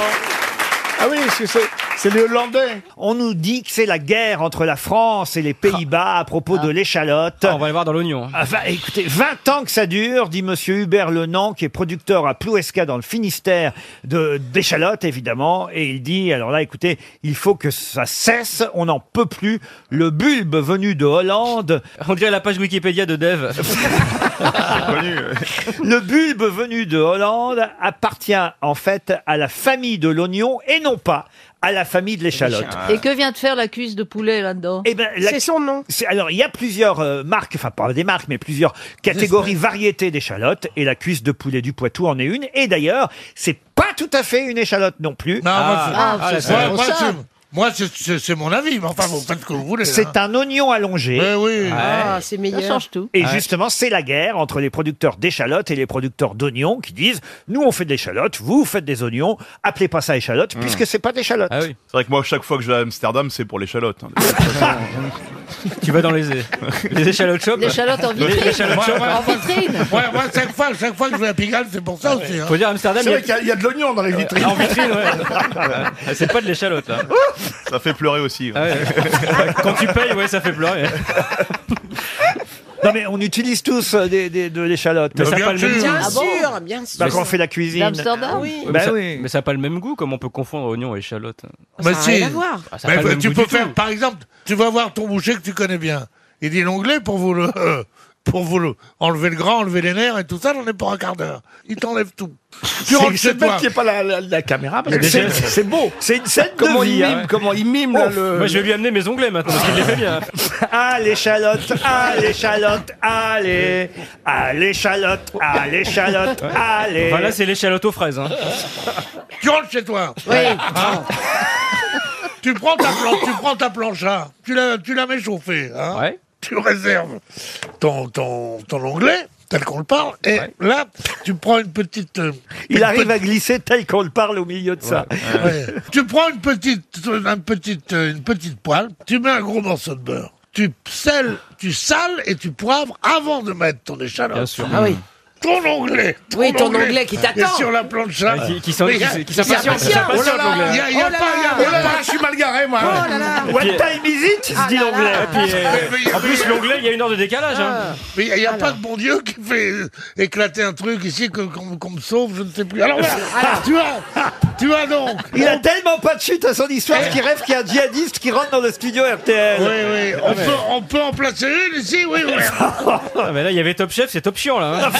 S23: Ah oui, parce que c'est, c'est les Hollandais.
S1: On nous dit que c'est la guerre entre la France et les Pays-Bas à propos de l'échalote.
S12: Ah, on va aller voir dans l'oignon.
S1: Ah, va- écoutez, 20 ans que ça dure, dit monsieur Hubert Lenant, qui est producteur à Plouesca dans le Finistère de d'échalote, évidemment. Et il dit, alors là, écoutez, il faut que ça cesse, on n'en peut plus. Le bulbe venu de Hollande,
S12: On dirait la page Wikipédia de Dev.
S18: C'est connu. euh.
S1: le bulbe venu de Hollande appartient en fait à la famille de l'oignon et non pas à la famille de l'échalote.
S25: Et que vient de faire la cuisse de poulet là-dedans
S1: Eh ben, la-
S13: Ah. C'est son nom.
S1: c'est- alors, il y a plusieurs euh, marques, enfin pas des marques, mais plusieurs catégories, variétés d'échalotes, et la cuisse de poulet du Poitou en est une. Et d'ailleurs, c'est pas tout à fait une échalote non plus.
S25: Ah, c'est ça.
S4: Moi, moi,
S25: Ça.
S4: c'est- moi, c'est- c'est c'est mon avis, mais enfin, vous faites ce que vous voulez.
S1: C'est un oignon allongé.
S4: Mais oui.
S13: Ah, c'est
S25: Ça
S13: meilleur.
S25: change tout.
S1: Et justement, c'est la guerre entre les producteurs d'échalotes et les producteurs d'oignons qui disent nous on fait de l'échalote, vous faites des oignons, appelez pas ça échalote puisque c'est pas d'échalote.
S12: Ah oui.
S18: C'est vrai que moi, chaque fois que je vais à Amsterdam, c'est pour l'échalote. hein.
S12: Tu vas dans les, les échalotes shop.
S25: L'échalote en vitrine.
S12: L'échalote shop.
S25: En vitrine.
S4: Ouais, moi, chaque fois, chaque fois que je vais à Pigalle, c'est pour ça aussi. hein.
S12: Ah Faut dire Amsterdam,
S23: C'est
S12: il y a- Euh,
S23: vrai qu'il y a, il y a de l'oignon dans les vitrines.
S12: en vitrine, ouais. Ah, C'est pas de l'échalote, là.
S18: Ça fait pleurer aussi. hein.
S12: Ah ouais. Quand tu payes, ouais, ça fait pleurer.
S1: Non, mais on utilise tous euh, des, des- de l'échalote.
S12: Mais ça n'a pas le même goût.
S13: Bien sûr, bien sûr.
S1: Bah, quand on fait la cuisine.
S13: D'Amsterdam Oui.
S12: mais,
S1: Bah
S12: ça,
S1: oui.
S12: mais ça n'a pas le même goût, comme on peut confondre oignon et échalote.
S4: Bah
S12: a
S4: si.
S12: rien à voir. Ah, ça a
S4: Bah,
S12: pas le même
S4: tu
S12: goût
S4: peux
S12: du
S4: faire,
S12: tout.
S4: par exemple, tu vas voir ton boucher que tu connais bien. Il dit l'onglet pour vous le, pour vous le- enlever le gras, enlever les nerfs et tout ça, j'en ai pour un quart d'heure. Il t'enlève tout. Tu rentres chez toi.
S6: qu'il n'y ait pas la, la- la caméra, parce
S4: Mais
S6: que c'est
S4: déjà-
S6: c'est beau.
S1: C'est une scène
S6: comment
S1: de vie,
S6: Il mime,
S1: hein.
S6: Comment il mime, là,
S1: Ouf,
S6: le...
S12: Moi, je vais lui amener mes onglets maintenant, parce qu'il les fait bien.
S1: Ah l'échalote, ah l'échalote, allez, ah l'échalote, ah l'échalote, allez.
S12: Voilà, c'est l'échalote aux fraises. Hein.
S4: Tu rentres chez toi.
S12: Oui.
S4: Hein tu prends ta planche, tu prends ta plancha, tu la, tu la mets chauffer. hein. Tu réserves ton, ton, ton onglet tel qu'on le parle. Et là, tu prends une petite. euh,
S1: Il
S4: une
S1: arrive
S4: petite-
S1: à glisser tel qu'on le parle au milieu de ça.
S4: Ouais. Tu prends une petite, un petite, euh, une petite poêle, tu mets un gros morceau de beurre, tu sels, tu sales et tu poivres avant de mettre ton échalote. Bien sûr.
S13: Ah oui.
S4: Ton onglet.
S13: Oui, ton onglet qui t'attend.
S4: est Sur la plancha.
S12: Ah, qui- qui s'en-
S4: Mais
S12: qui
S4: y a-
S12: s- qui s'impatiente, qui s'impatiente,
S4: Oh là là,
S12: l'onglet.
S4: y a- y a
S12: Oh là
S4: pas- y a-
S12: là,
S4: oh là
S12: oh là
S4: là,
S12: là.
S4: je suis mal garé, moi.
S12: Oh là là. What time
S1: is it
S12: se dit l'onglet. Et puis, euh,
S4: Ah.
S12: en plus, l'onglet, il y a une heure de décalage. hein.
S4: Mais il n'y a, pas de bon Dieu qui fait euh, éclater un truc ici que- qu'on qu'on me sauve, je ne sais plus. Alors voilà, tu vois, tu vois donc.
S1: Il a tellement pas de chute à son histoire qu'il rêve qu'il y a un djihadiste qui rentre dans le studio RTL.
S4: Oui, oui, on,
S12: Ah, mais-
S4: peut, on peut en placer une ici, oui, oui.
S12: Ah, mais là, il y avait Top Chef, c'est Top Chiant, là. hein.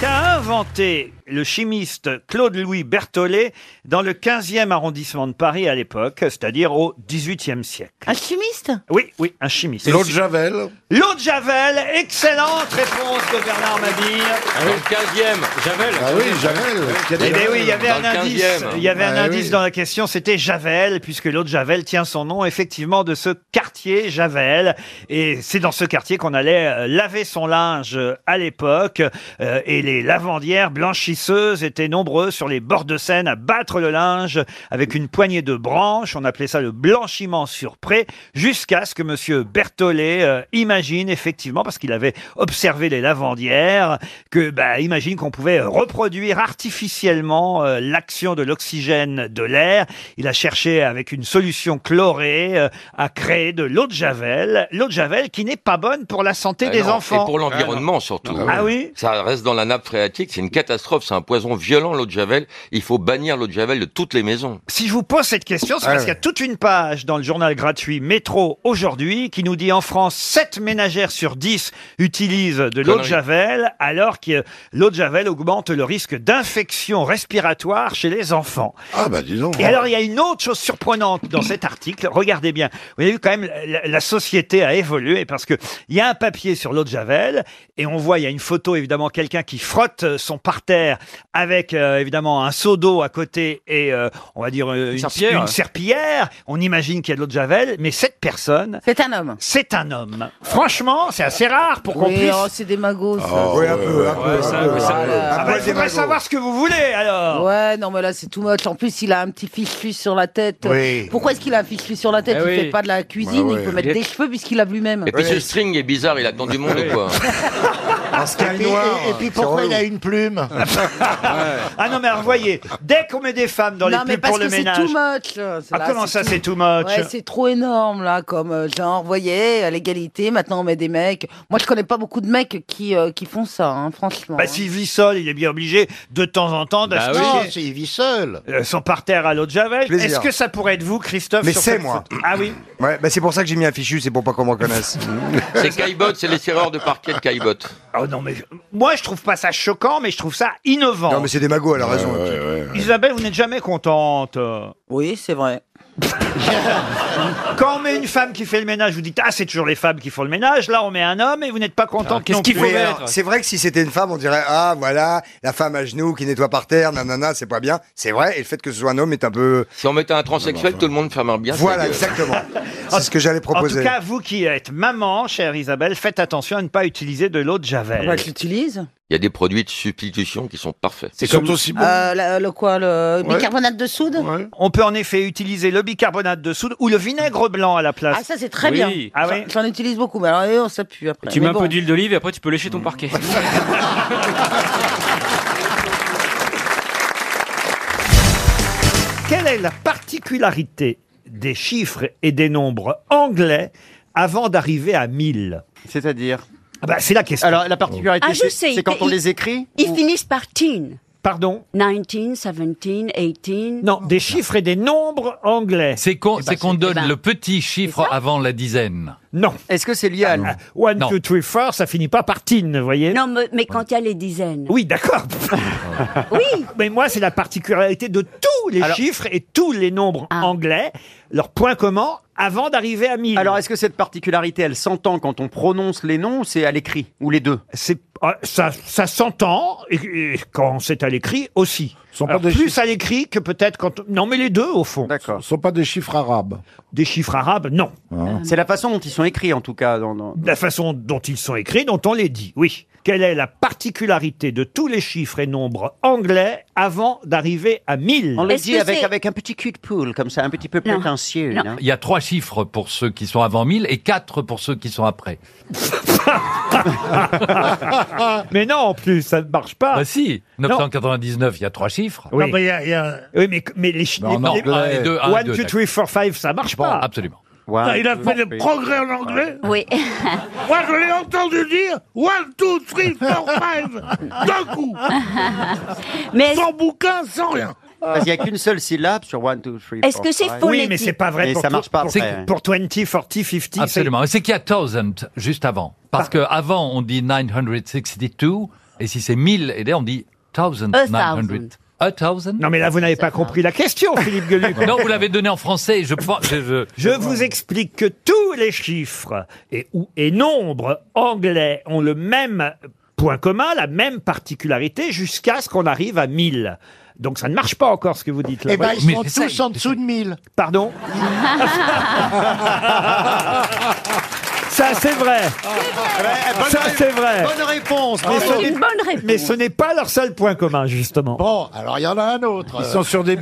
S1: Qu'a inventé le chimiste Claude-Louis Berthollet dans le 15e arrondissement de Paris à l'époque, c'est-à-dire au 18e siècle
S13: Un chimiste
S1: Oui, oui, un chimiste.
S23: L'eau de Javel
S1: L'eau de Javel, excellente réponse de Bernard Mabille.
S16: Dans le 15e, Javel.
S23: Ah oui, Javel.
S1: Eh ben oui, il y avait
S16: Dans
S1: un
S16: le
S1: indice,
S16: 15e.
S1: il y avait un
S23: Ah,
S1: indice
S23: oui.
S1: dans la question, c'était Javel, puisque l'eau de Javel tient son nom effectivement de ce quartier Javel. Et c'est dans ce quartier qu'on allait euh, laver son linge euh, à l'époque. Euh, et les lavandières blanchisseuses étaient nombreuses sur les bords de Seine à battre le linge avec une poignée de branches. On appelait ça le blanchiment sur pré, jusqu'à ce que Monsieur Berthollet euh, imagine effectivement, parce qu'il avait observé les lavandières, que bah, imagine qu'on pouvait reproduire artificiellement euh, l'action de l'oxygène de l'air. Il a cherché avec une solution chlorée euh, à créer de l'eau de javel, l'eau de javel qui n'est pas bonne pour la santé
S16: Ah
S1: des
S16: non,
S1: enfants.
S16: Et pour l'environnement surtout.
S1: Ah oui
S16: Ça reste dans la nappe phréatique, c'est une catastrophe, c'est un poison violent l'eau de javel. Il faut bannir l'eau de javel de toutes les maisons.
S1: Si je vous pose cette question, c'est
S16: Ah
S1: parce
S16: ouais.
S1: qu'il y a toute une page dans le journal gratuit Métro aujourd'hui qui nous dit en France 7 ménagères sur 10 utilisent de l'eau de
S16: Connerie.
S1: javel alors que l'eau de javel augmente le risque d'infection respiratoire chez les enfants.
S23: Ah bah dis donc.
S1: Et alors, il y a une autre chose surprenante dans cet article. Regardez bien. Vous avez vu quand même, la, la société a évolué parce que il y a un papier sur l'eau de Javel et on voit, il y a une photo, évidemment, quelqu'un qui frotte euh, son parterre avec, euh, évidemment, un seau d'eau à côté et, euh, on va dire, euh, une,
S12: serpillière.
S1: une serpillière. On imagine qu'il y a de l'eau de Javel, mais cette personne.
S13: C'est un homme.
S1: C'est un homme. Franchement, c'est assez rare pour qu'on
S13: Oui,
S1: puisse.
S13: oh, c'est des magots, ça.
S22: oui, un peu, un peu, un peu.
S1: Ah bah, il faudrait savoir ce que vous voulez alors.
S13: Ouais, non, mais là, c'est tout moche. En plus, il a un petit fichu sur la tête.
S16: Oui.
S13: Pourquoi est-ce qu'il a un fichu sur la tête
S16: Eh
S13: Il
S16: oui.
S13: fait pas de la cuisine,
S16: Bah ouais.
S13: il peut mettre des cheveux puisqu'il lave
S5: Ah
S13: lui-même.
S16: Et puis ce string est bizarre, il attend du monde ou quoi
S11: Et puis, et- et puis pourquoi il a une plume
S1: Ah non, mais alors, voyez, dès qu'on met des femmes dans
S13: non,
S1: les
S13: mais
S1: pubs
S13: parce
S1: pour le
S13: que c'est
S1: ménage.
S13: too much. là,
S1: Ah, comment ça, c'est too much
S13: Ouais, c'est trop énorme, là, comme euh, genre, vous voyez, à l'égalité, maintenant on met des mecs. Moi, je connais pas beaucoup de mecs qui, euh, qui font ça, hein, franchement.
S1: Bah, s'il vit seul, il est bien obligé de temps en temps
S11: Ah
S22: Bah
S1: d'acheter
S11: oui, il vit seul.
S1: euh, son parterre à l'eau de Javel.
S22: Plaisir.
S1: Est-ce que ça pourrait être vous, Christophe
S22: Mais
S1: sur
S22: c'est
S1: cette
S22: moi.
S1: photo Ah oui
S22: Ouais, bah c'est pour ça que j'ai mis un fichu, c'est pour pas qu'on me reconnaisse.
S16: C'est Caillebotte, c'est les tireurs de parquet de Caillebotte.
S1: Oh non, mais moi, je trouve pas ça choquant, mais je trouve ça innovant. Euh,
S22: non, mais c'est des magots, elle a raison.
S1: Isabelle, vous n'êtes jamais contente.
S13: Oui, c'est vrai.
S1: Quand on met une femme qui fait le ménage, vous dites Ah, c'est toujours les femmes qui font le ménage. Là, on met un homme et vous n'êtes pas contente. non plus.
S22: Oui, alors, C'est vrai que si c'était une femme, on dirait Ah, voilà, la femme à genoux qui nettoie par terre, nanana, c'est pas bien. C'est vrai, et le fait que ce soit un homme est un peu.
S16: Si on mettait un
S11: Ah
S16: transsexuel, tout le monde fermerait bien. sa
S22: Voilà,
S16: gueule.
S22: exactement. C'est ce que j'allais proposer.
S1: En tout cas, vous qui êtes maman, chère Isabelle, faites attention à ne pas utiliser de l'eau de Javel.
S13: Bah, je l'utilise.
S16: Il y a des produits de substitution qui sont parfaits.
S1: C'est comme- aussi bons.
S13: Euh, la- le quoi Le bicarbonate de soude
S1: On peut en effet utiliser le bicarbonate de soude ou le vinaigre blanc à la place.
S13: Ah, ça, c'est très bien.
S1: Ah
S13: J'en-
S1: oui
S13: J'en utilise beaucoup, mais alors, euh, on s'appuie après.
S20: Bah,
S12: Tu
S13: Mais
S12: mets un
S13: bon.
S12: peu d'huile d'olive et après, tu peux lécher
S1: Mmh.
S12: ton parquet.
S1: quelle est la particularité des chiffres et des nombres anglais avant d'arriver à 1000 C'est-à-dire C'est la question. Alors, la particularité,
S15: Ah, je sais. ils- Ils finissent par teen.
S1: Pardon
S15: 19, 17, 18.
S1: Non, des chiffres et des nombres anglais.
S6: C'est
S15: Eh
S6: qu'on
S15: ben,
S6: c'est qu'on
S15: c'est-
S6: donne
S15: eh ben,
S6: le petit chiffre avant la dizaine.
S1: Non. Ah, bah,
S6: Est-ce que c'est lié à...
S1: One, two, three, four, ça finit pas par tin, vous voyez
S15: Non, mais, mais quand il y a les dizaines.
S1: Oui, d'accord. oui. Mais moi, c'est la particularité de tous les chiffres et tous les nombres anglais. Leur point commun avant d'arriver à 1000.
S18: Alors, est-ce que cette particularité, elle s'entend quand on prononce les noms ou c'est à l'écrit Ou les deux
S1: C'est ah, Ça, ça s'entend et, et quand c'est à l'écrit aussi. Alors, plus à l'écrit que peut-être quand. Non, mais les deux au fond. D'accord.
S18: Ce
S1: sont pas des chiffres arabes. Ah. Des chiffres arabes, non.
S18: C'est la façon dont ils sont écrits, en tout cas. Dans, dans-
S1: La façon dont ils sont écrits, dont on les dit, oui. Quelle est la particularité de tous les chiffres et nombres anglais avant d'arriver à 1000
S18: On le dit avec, avec un petit cul de poule, comme ça, un petit peu prétentieux. non
S6: Il y a trois chiffres pour ceux qui sont avant 1000 et quatre pour ceux qui sont après.
S1: mais non, en plus, ça ne marche pas.
S6: Bah si, 999, il y a trois chiffres.
S1: Oui. Oui, mais, mais les chiffres.
S6: Non, non, un et deux, un et
S1: 1,
S6: deux,
S1: 2, 3, 4, 5, ça marche pas.
S6: Absolument.
S4: Non, il a fait des progrès en anglais
S15: Oui.
S4: Moi, je l'ai entendu dire 1, 2, 3, 4, 5 d'un coup.
S15: Mais
S4: sans bouquin, sans rien.
S18: Parce qu'il n'y a qu'une seule syllabe sur 1, 2, 3,
S15: Est-ce que c'est
S1: Oui, mais c'est pas vrai
S18: Et
S1: pour
S18: ça
S1: tout-
S18: marche pas
S1: pour,
S23: hein.
S18: après.
S1: pour 20, 40, 50. c'est-
S6: Absolument. Et c'est qu'il y a 1000 juste avant. Parce que avant on dit 962, et si c'est 1000, et là, on dit 1900. A thousand
S1: Non, mais là, vous n'avez pas compris la question, Philippe Gueluc.
S6: Non, vous l'avez donné en français, je pense. je- je-
S1: Je vous explique que tous les chiffres et, ou- et nombres anglais ont le même point commun, la même particularité, jusqu'à ce qu'on arrive à 1000. Donc ça ne marche pas encore ce que vous dites là.
S19: Eh ben, ils
S1: Mais
S19: sont
S1: essaye.
S19: tous en dessous de 1000.
S1: Pardon Ça c'est vrai. Ça c'est vrai.
S19: Bonne réponse.
S2: Ah,
S1: Mais ce
S19: bravo.
S1: n'est- Mais ce n'est pas leur seul point commun justement.
S19: Bon, alors il y en a euh, un autre.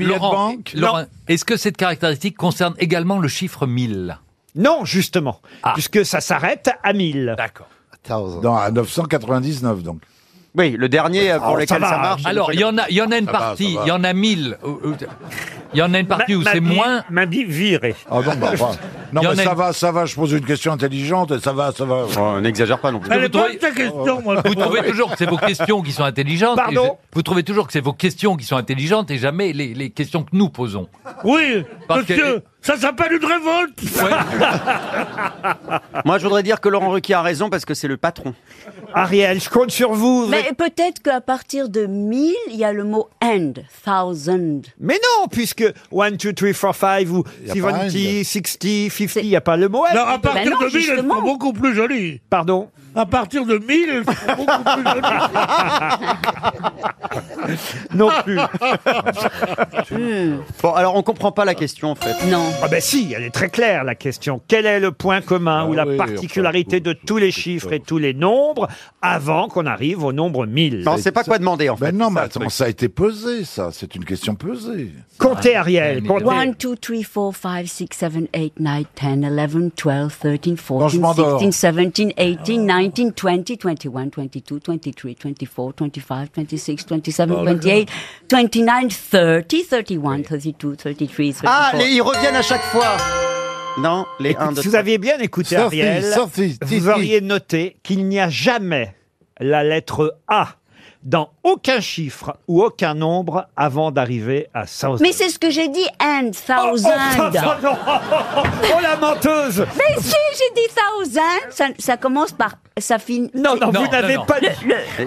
S6: Laurent, Laurent, est-ce que cette caractéristique concerne également le chiffre Ah. 1000
S1: Non, justement. Puisque ça s'arrête à 1000.
S6: D'accord.
S23: Dans, Ah, à 999, donc.
S18: Oui, le dernier
S23: euh, pour lequel ça marche,
S6: Alors,
S23: c'est
S6: il y, en a, il y en a une
S23: Ça va,
S6: partie,
S23: ça va.
S6: il y en a 1000. où- où- Il y en a une partie où c'est moins.
S1: M'a dit viré.
S23: Ah non, bah, bah. non
S6: Il y en
S23: mais
S6: a
S23: ça
S6: une-
S23: va, ça va, je pose une question intelligente et ça va, ça va.
S18: Oh, on n'exagère pas non plus.
S4: Elle est bonne ta question, moi.
S6: Vous trouvez toujours que c'est vos questions qui sont intelligentes. et
S4: Pardon
S6: je- vous trouvez toujours que c'est vos questions qui sont intelligentes et jamais les, les questions que nous posons.
S4: Oui,
S6: Parce
S4: monsieur, ça s'appelle une révolte.
S18: Moi, je voudrais dire que Laurent Ruquier a raison parce que c'est le patron.
S1: Ariel, je compte sur vous.
S15: Mais peut-être qu'à partir de 1000, il y a le mot end, thousand.
S1: Mais non, puisque 1, 2, 3, 4, 5 ou
S15: a pas
S1: 70, 60, 50, il n'y a pas le mot. Bah
S4: Non, à
S10: ben
S4: partir de 1000, elles sont beaucoup plus jolies.
S1: Pardon
S4: À partir de 1000, elles sont beaucoup plus jolies.
S1: Non plus.
S18: Bon, alors on comprend pas la question en fait.
S15: Hmm. Non.
S1: Ah ben si, elle est très claire la question. Quel est le point commun ou la
S18: Ah oui,
S1: particularité de tous les chiffres et tous les nombres avant qu'on arrive au nombre 1000
S18: demander en
S23: fait. Ben non, mais attends, ça a été pesé, ça. C'est une question pesée.
S1: Comptez, Ariel, comptez.
S15: 1, 2, 3, 4, 5, 6, 7, 8, 9, 10, 11, 12, 13,
S23: je
S15: 14,
S23: m'endors.
S15: 16, 17, 18, 19, 20, 21, 22, 23, 24, 25, 26, 27,
S18: Oh là là.
S15: 28, 29, 30, 31, 32, 33, 34.
S18: Ah, les- ils reviennent à chaque fois. Non, les 1, 2,
S1: Si vous aviez bien écouté
S18: Sophie,
S1: Ariel,
S18: Sophie,
S1: vous
S18: Titi.
S1: auriez noté qu'il n'y a jamais la lettre A dans aucun chiffre ou aucun nombre avant d'arriver à 100.
S15: Mais c'est ce que j'ai dit, and, thousand.
S1: oh, oh, non. oh la menteuse
S15: Mais si, j'ai dit thousand, ça, ça commence par, ça finit.
S1: Non, non, vous n'avez pas dit.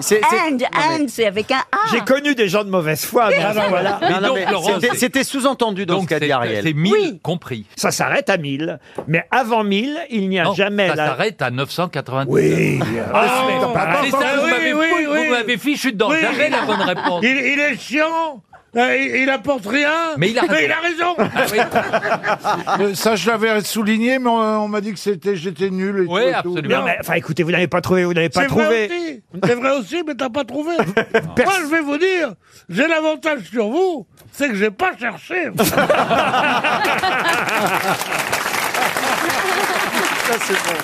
S1: C'est- c'est-
S15: And,
S1: non,
S15: and,
S1: mais-
S15: c'est avec un
S6: Ah.
S15: A.
S1: J'ai connu des gens de mauvaise foi, mais
S18: Non, non,
S1: voilà.
S18: mais- non, non, mais c'était- c'était sous-entendu dans
S6: Donc
S18: ce qu'a
S6: c'est-
S18: dit Ariel.
S6: c'est 1000 compris.
S1: Ça s'arrête à 1000, mais avant 1000, il n'y a
S6: Non,
S1: jamais
S6: ça
S1: la...
S6: s'arrête à 999.
S1: Oui.
S6: Ah,
S1: Ah,
S6: c'est-
S1: bah,
S6: c'est ça,
S1: bah,
S6: vous
S1: oui,
S6: m'avez
S1: oui,
S6: foutu,
S1: oui.
S6: vous m'avez fichu dedans.
S4: Oui.
S6: J'avais la bonne réponse.
S4: Il, il est chiant, euh, il, il apporte rien,
S6: Mais il a
S4: raison.
S23: Euh, ça, je l'avais souligné, mais on, on m'a dit que c'était, j'étais nul. Et tout et tout.
S1: Non, mais, enfin, écoutez, vous n'avez pas trouvé, vous n'avez pas
S4: C'est vrai,
S1: trouvé.
S4: aussi. C'est vrai aussi, mais t'as pas trouvé. Moi, je vais vous dire, j'ai l'avantage sur vous, c'est que j'ai pas cherché.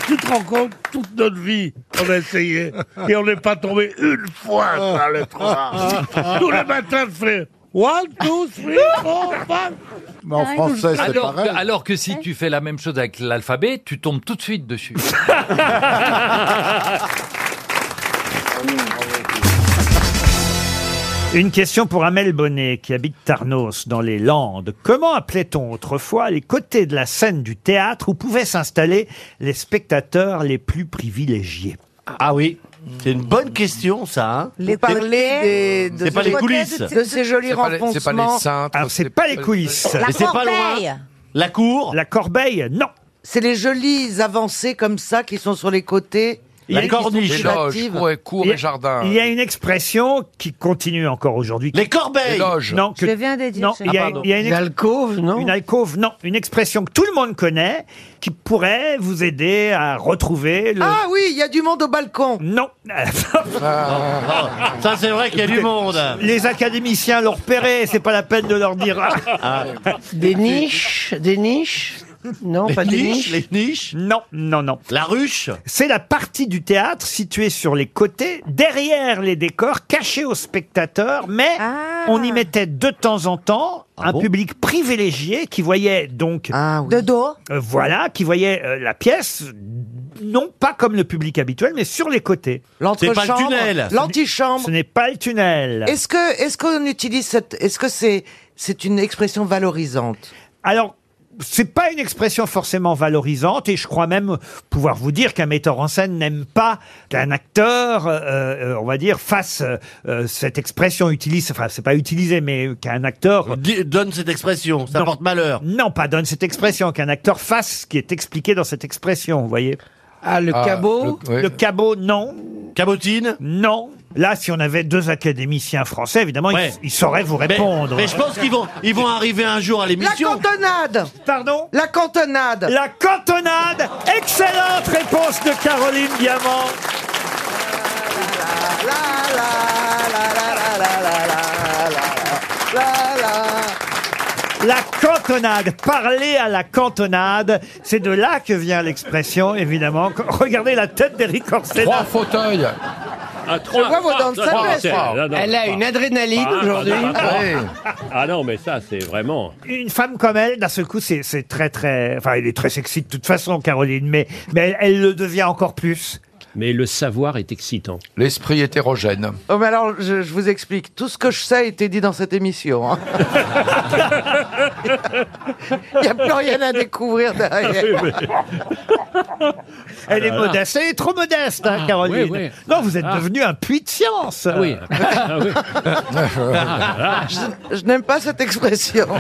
S4: Tu te rends compte, toute notre vie, on a essayé et on n'est pas tombé une fois sur la lettre A. Tous les matins, je fais 1, One, two, three, four, five.
S23: Mais
S26: Ah,
S23: en français, c'est
S6: alors,
S23: pareil.
S6: que- alors que si tu fais la même chose avec l'alphabet, tu tombes tout de suite dessus.
S1: Une question pour Amel Bonnet, qui habite Tarnos, dans les Landes. Comment appelait-on autrefois les côtés de la scène du théâtre où pouvaient s'installer les spectateurs les plus privilégiés Ah oui, c'est une bonne question, ça. hein.
S10: Les Vous parlez des- de C'est pas ces- les coulisses. de ces jolis
S1: C'est pas les- c'est pas les
S10: renfoncements.
S1: cintres, Alors, c'est pas les coulisses.
S10: La Mais c'est pas loin. corbeille.
S1: La cour. La corbeille, non.
S10: C'est les jolies avancées comme ça qui sont sur les côtés.
S1: Il y a-
S10: corniche.
S1: Il y a- Il y a une expression qui continue encore aujourd'hui. Les
S10: corbeilles. Les loges.
S1: Non, que-
S10: Je viens de dire
S1: non,
S10: ça.
S1: il y
S10: Ah,
S1: a,
S10: pardon.
S1: il y a une,
S10: Une
S1: alcôve, non Une alcôve, non. Une expression que tout le monde connaît, qui pourrait vous aider à retrouver le...
S10: Ah oui, il y a du monde au balcon.
S1: Non.
S18: Ah, Ça, c'est vrai qu'il y a du monde.
S1: Les académiciens l'ont repéré, c'est pas la peine de leur dire.
S18: Ah.
S10: Des niches, des niches. Non,
S1: pas
S10: des
S1: Les niches Non, non, non. La ruche C'est la partie du théâtre située sur les côtés, derrière les décors, cachée aux spectateurs, mais
S10: Ah.
S1: on y mettait de temps en temps un public privilégié qui voyait donc...
S10: De dos
S1: Euh, voilà, qui voyait euh, la pièce, non pas comme le public habituel, mais sur les côtés.
S10: L'entrechambre, C'est pas le tunnel. l'antichambre.
S1: Ce n'est pas le tunnel.
S10: Est-ce que est-ce qu'on utilise cette est-ce que c'est c'est une expression valorisante
S1: Alors, c'est pas une expression forcément valorisante, et je crois même pouvoir vous dire qu'un metteur en scène n'aime pas qu'un acteur, euh, euh, on va dire, fasse euh, euh, cette expression, utilise, enfin, c'est pas utilisé, mais qu'un acteur. donne cette expression, ça porte malheur. Non, pas donne cette expression, qu'un acteur fasse ce qui est expliqué dans cette expression, vous voyez. Ah,
S10: le Ah, cabot
S1: le,
S10: le- oui.
S1: cabot, non. Cabotine Non. Là, si on avait deux académiciens français, évidemment, ils-
S18: Ouais.
S1: ils, sauraient vous
S18: Mais-
S1: répondre.
S18: Mais, je pense qu'ils vont, ils vont arriver un jour à
S10: La
S18: l'émission.
S10: cantonade.
S1: Pardon
S10: La cantonade.
S1: La cantonade. Excellente réponse de Caroline Diamant. La cantonade, parler à la cantonade, c'est de là que vient l'expression, évidemment. Qu- Regardez la tête d'Eric Orsena. Trois fauteuils.
S10: On voit vos
S18: Ah,
S10: dents de sagesse.
S26: Elle a une adrénaline aujourd'hui.
S10: ah,
S26: Ah non, mais ça, c'est vraiment.
S1: Une femme comme elle, d'un seul coup, c'est c'est très, très... Enfin, elle est très sexy de toute façon, Caroline, mais, mais elle, elle le devient encore plus.
S26: Mais le savoir est excitant.
S24: L'esprit hétérogène.
S10: Oh, mais alors, je, je vous explique. Tout ce que je sais a été dit dans cette émission. hein. Ah, Il n'y a plus rien à découvrir derrière.
S1: Elle est
S10: Ah, là là.
S1: modeste, elle est trop modeste, hein,
S10: Ah,
S1: Caroline.
S10: oui, oui.
S1: Non, vous êtes
S10: Ah.
S1: devenu un puits de science.
S26: Ah
S10: oui. Ah, Je, je n'aime pas cette expression.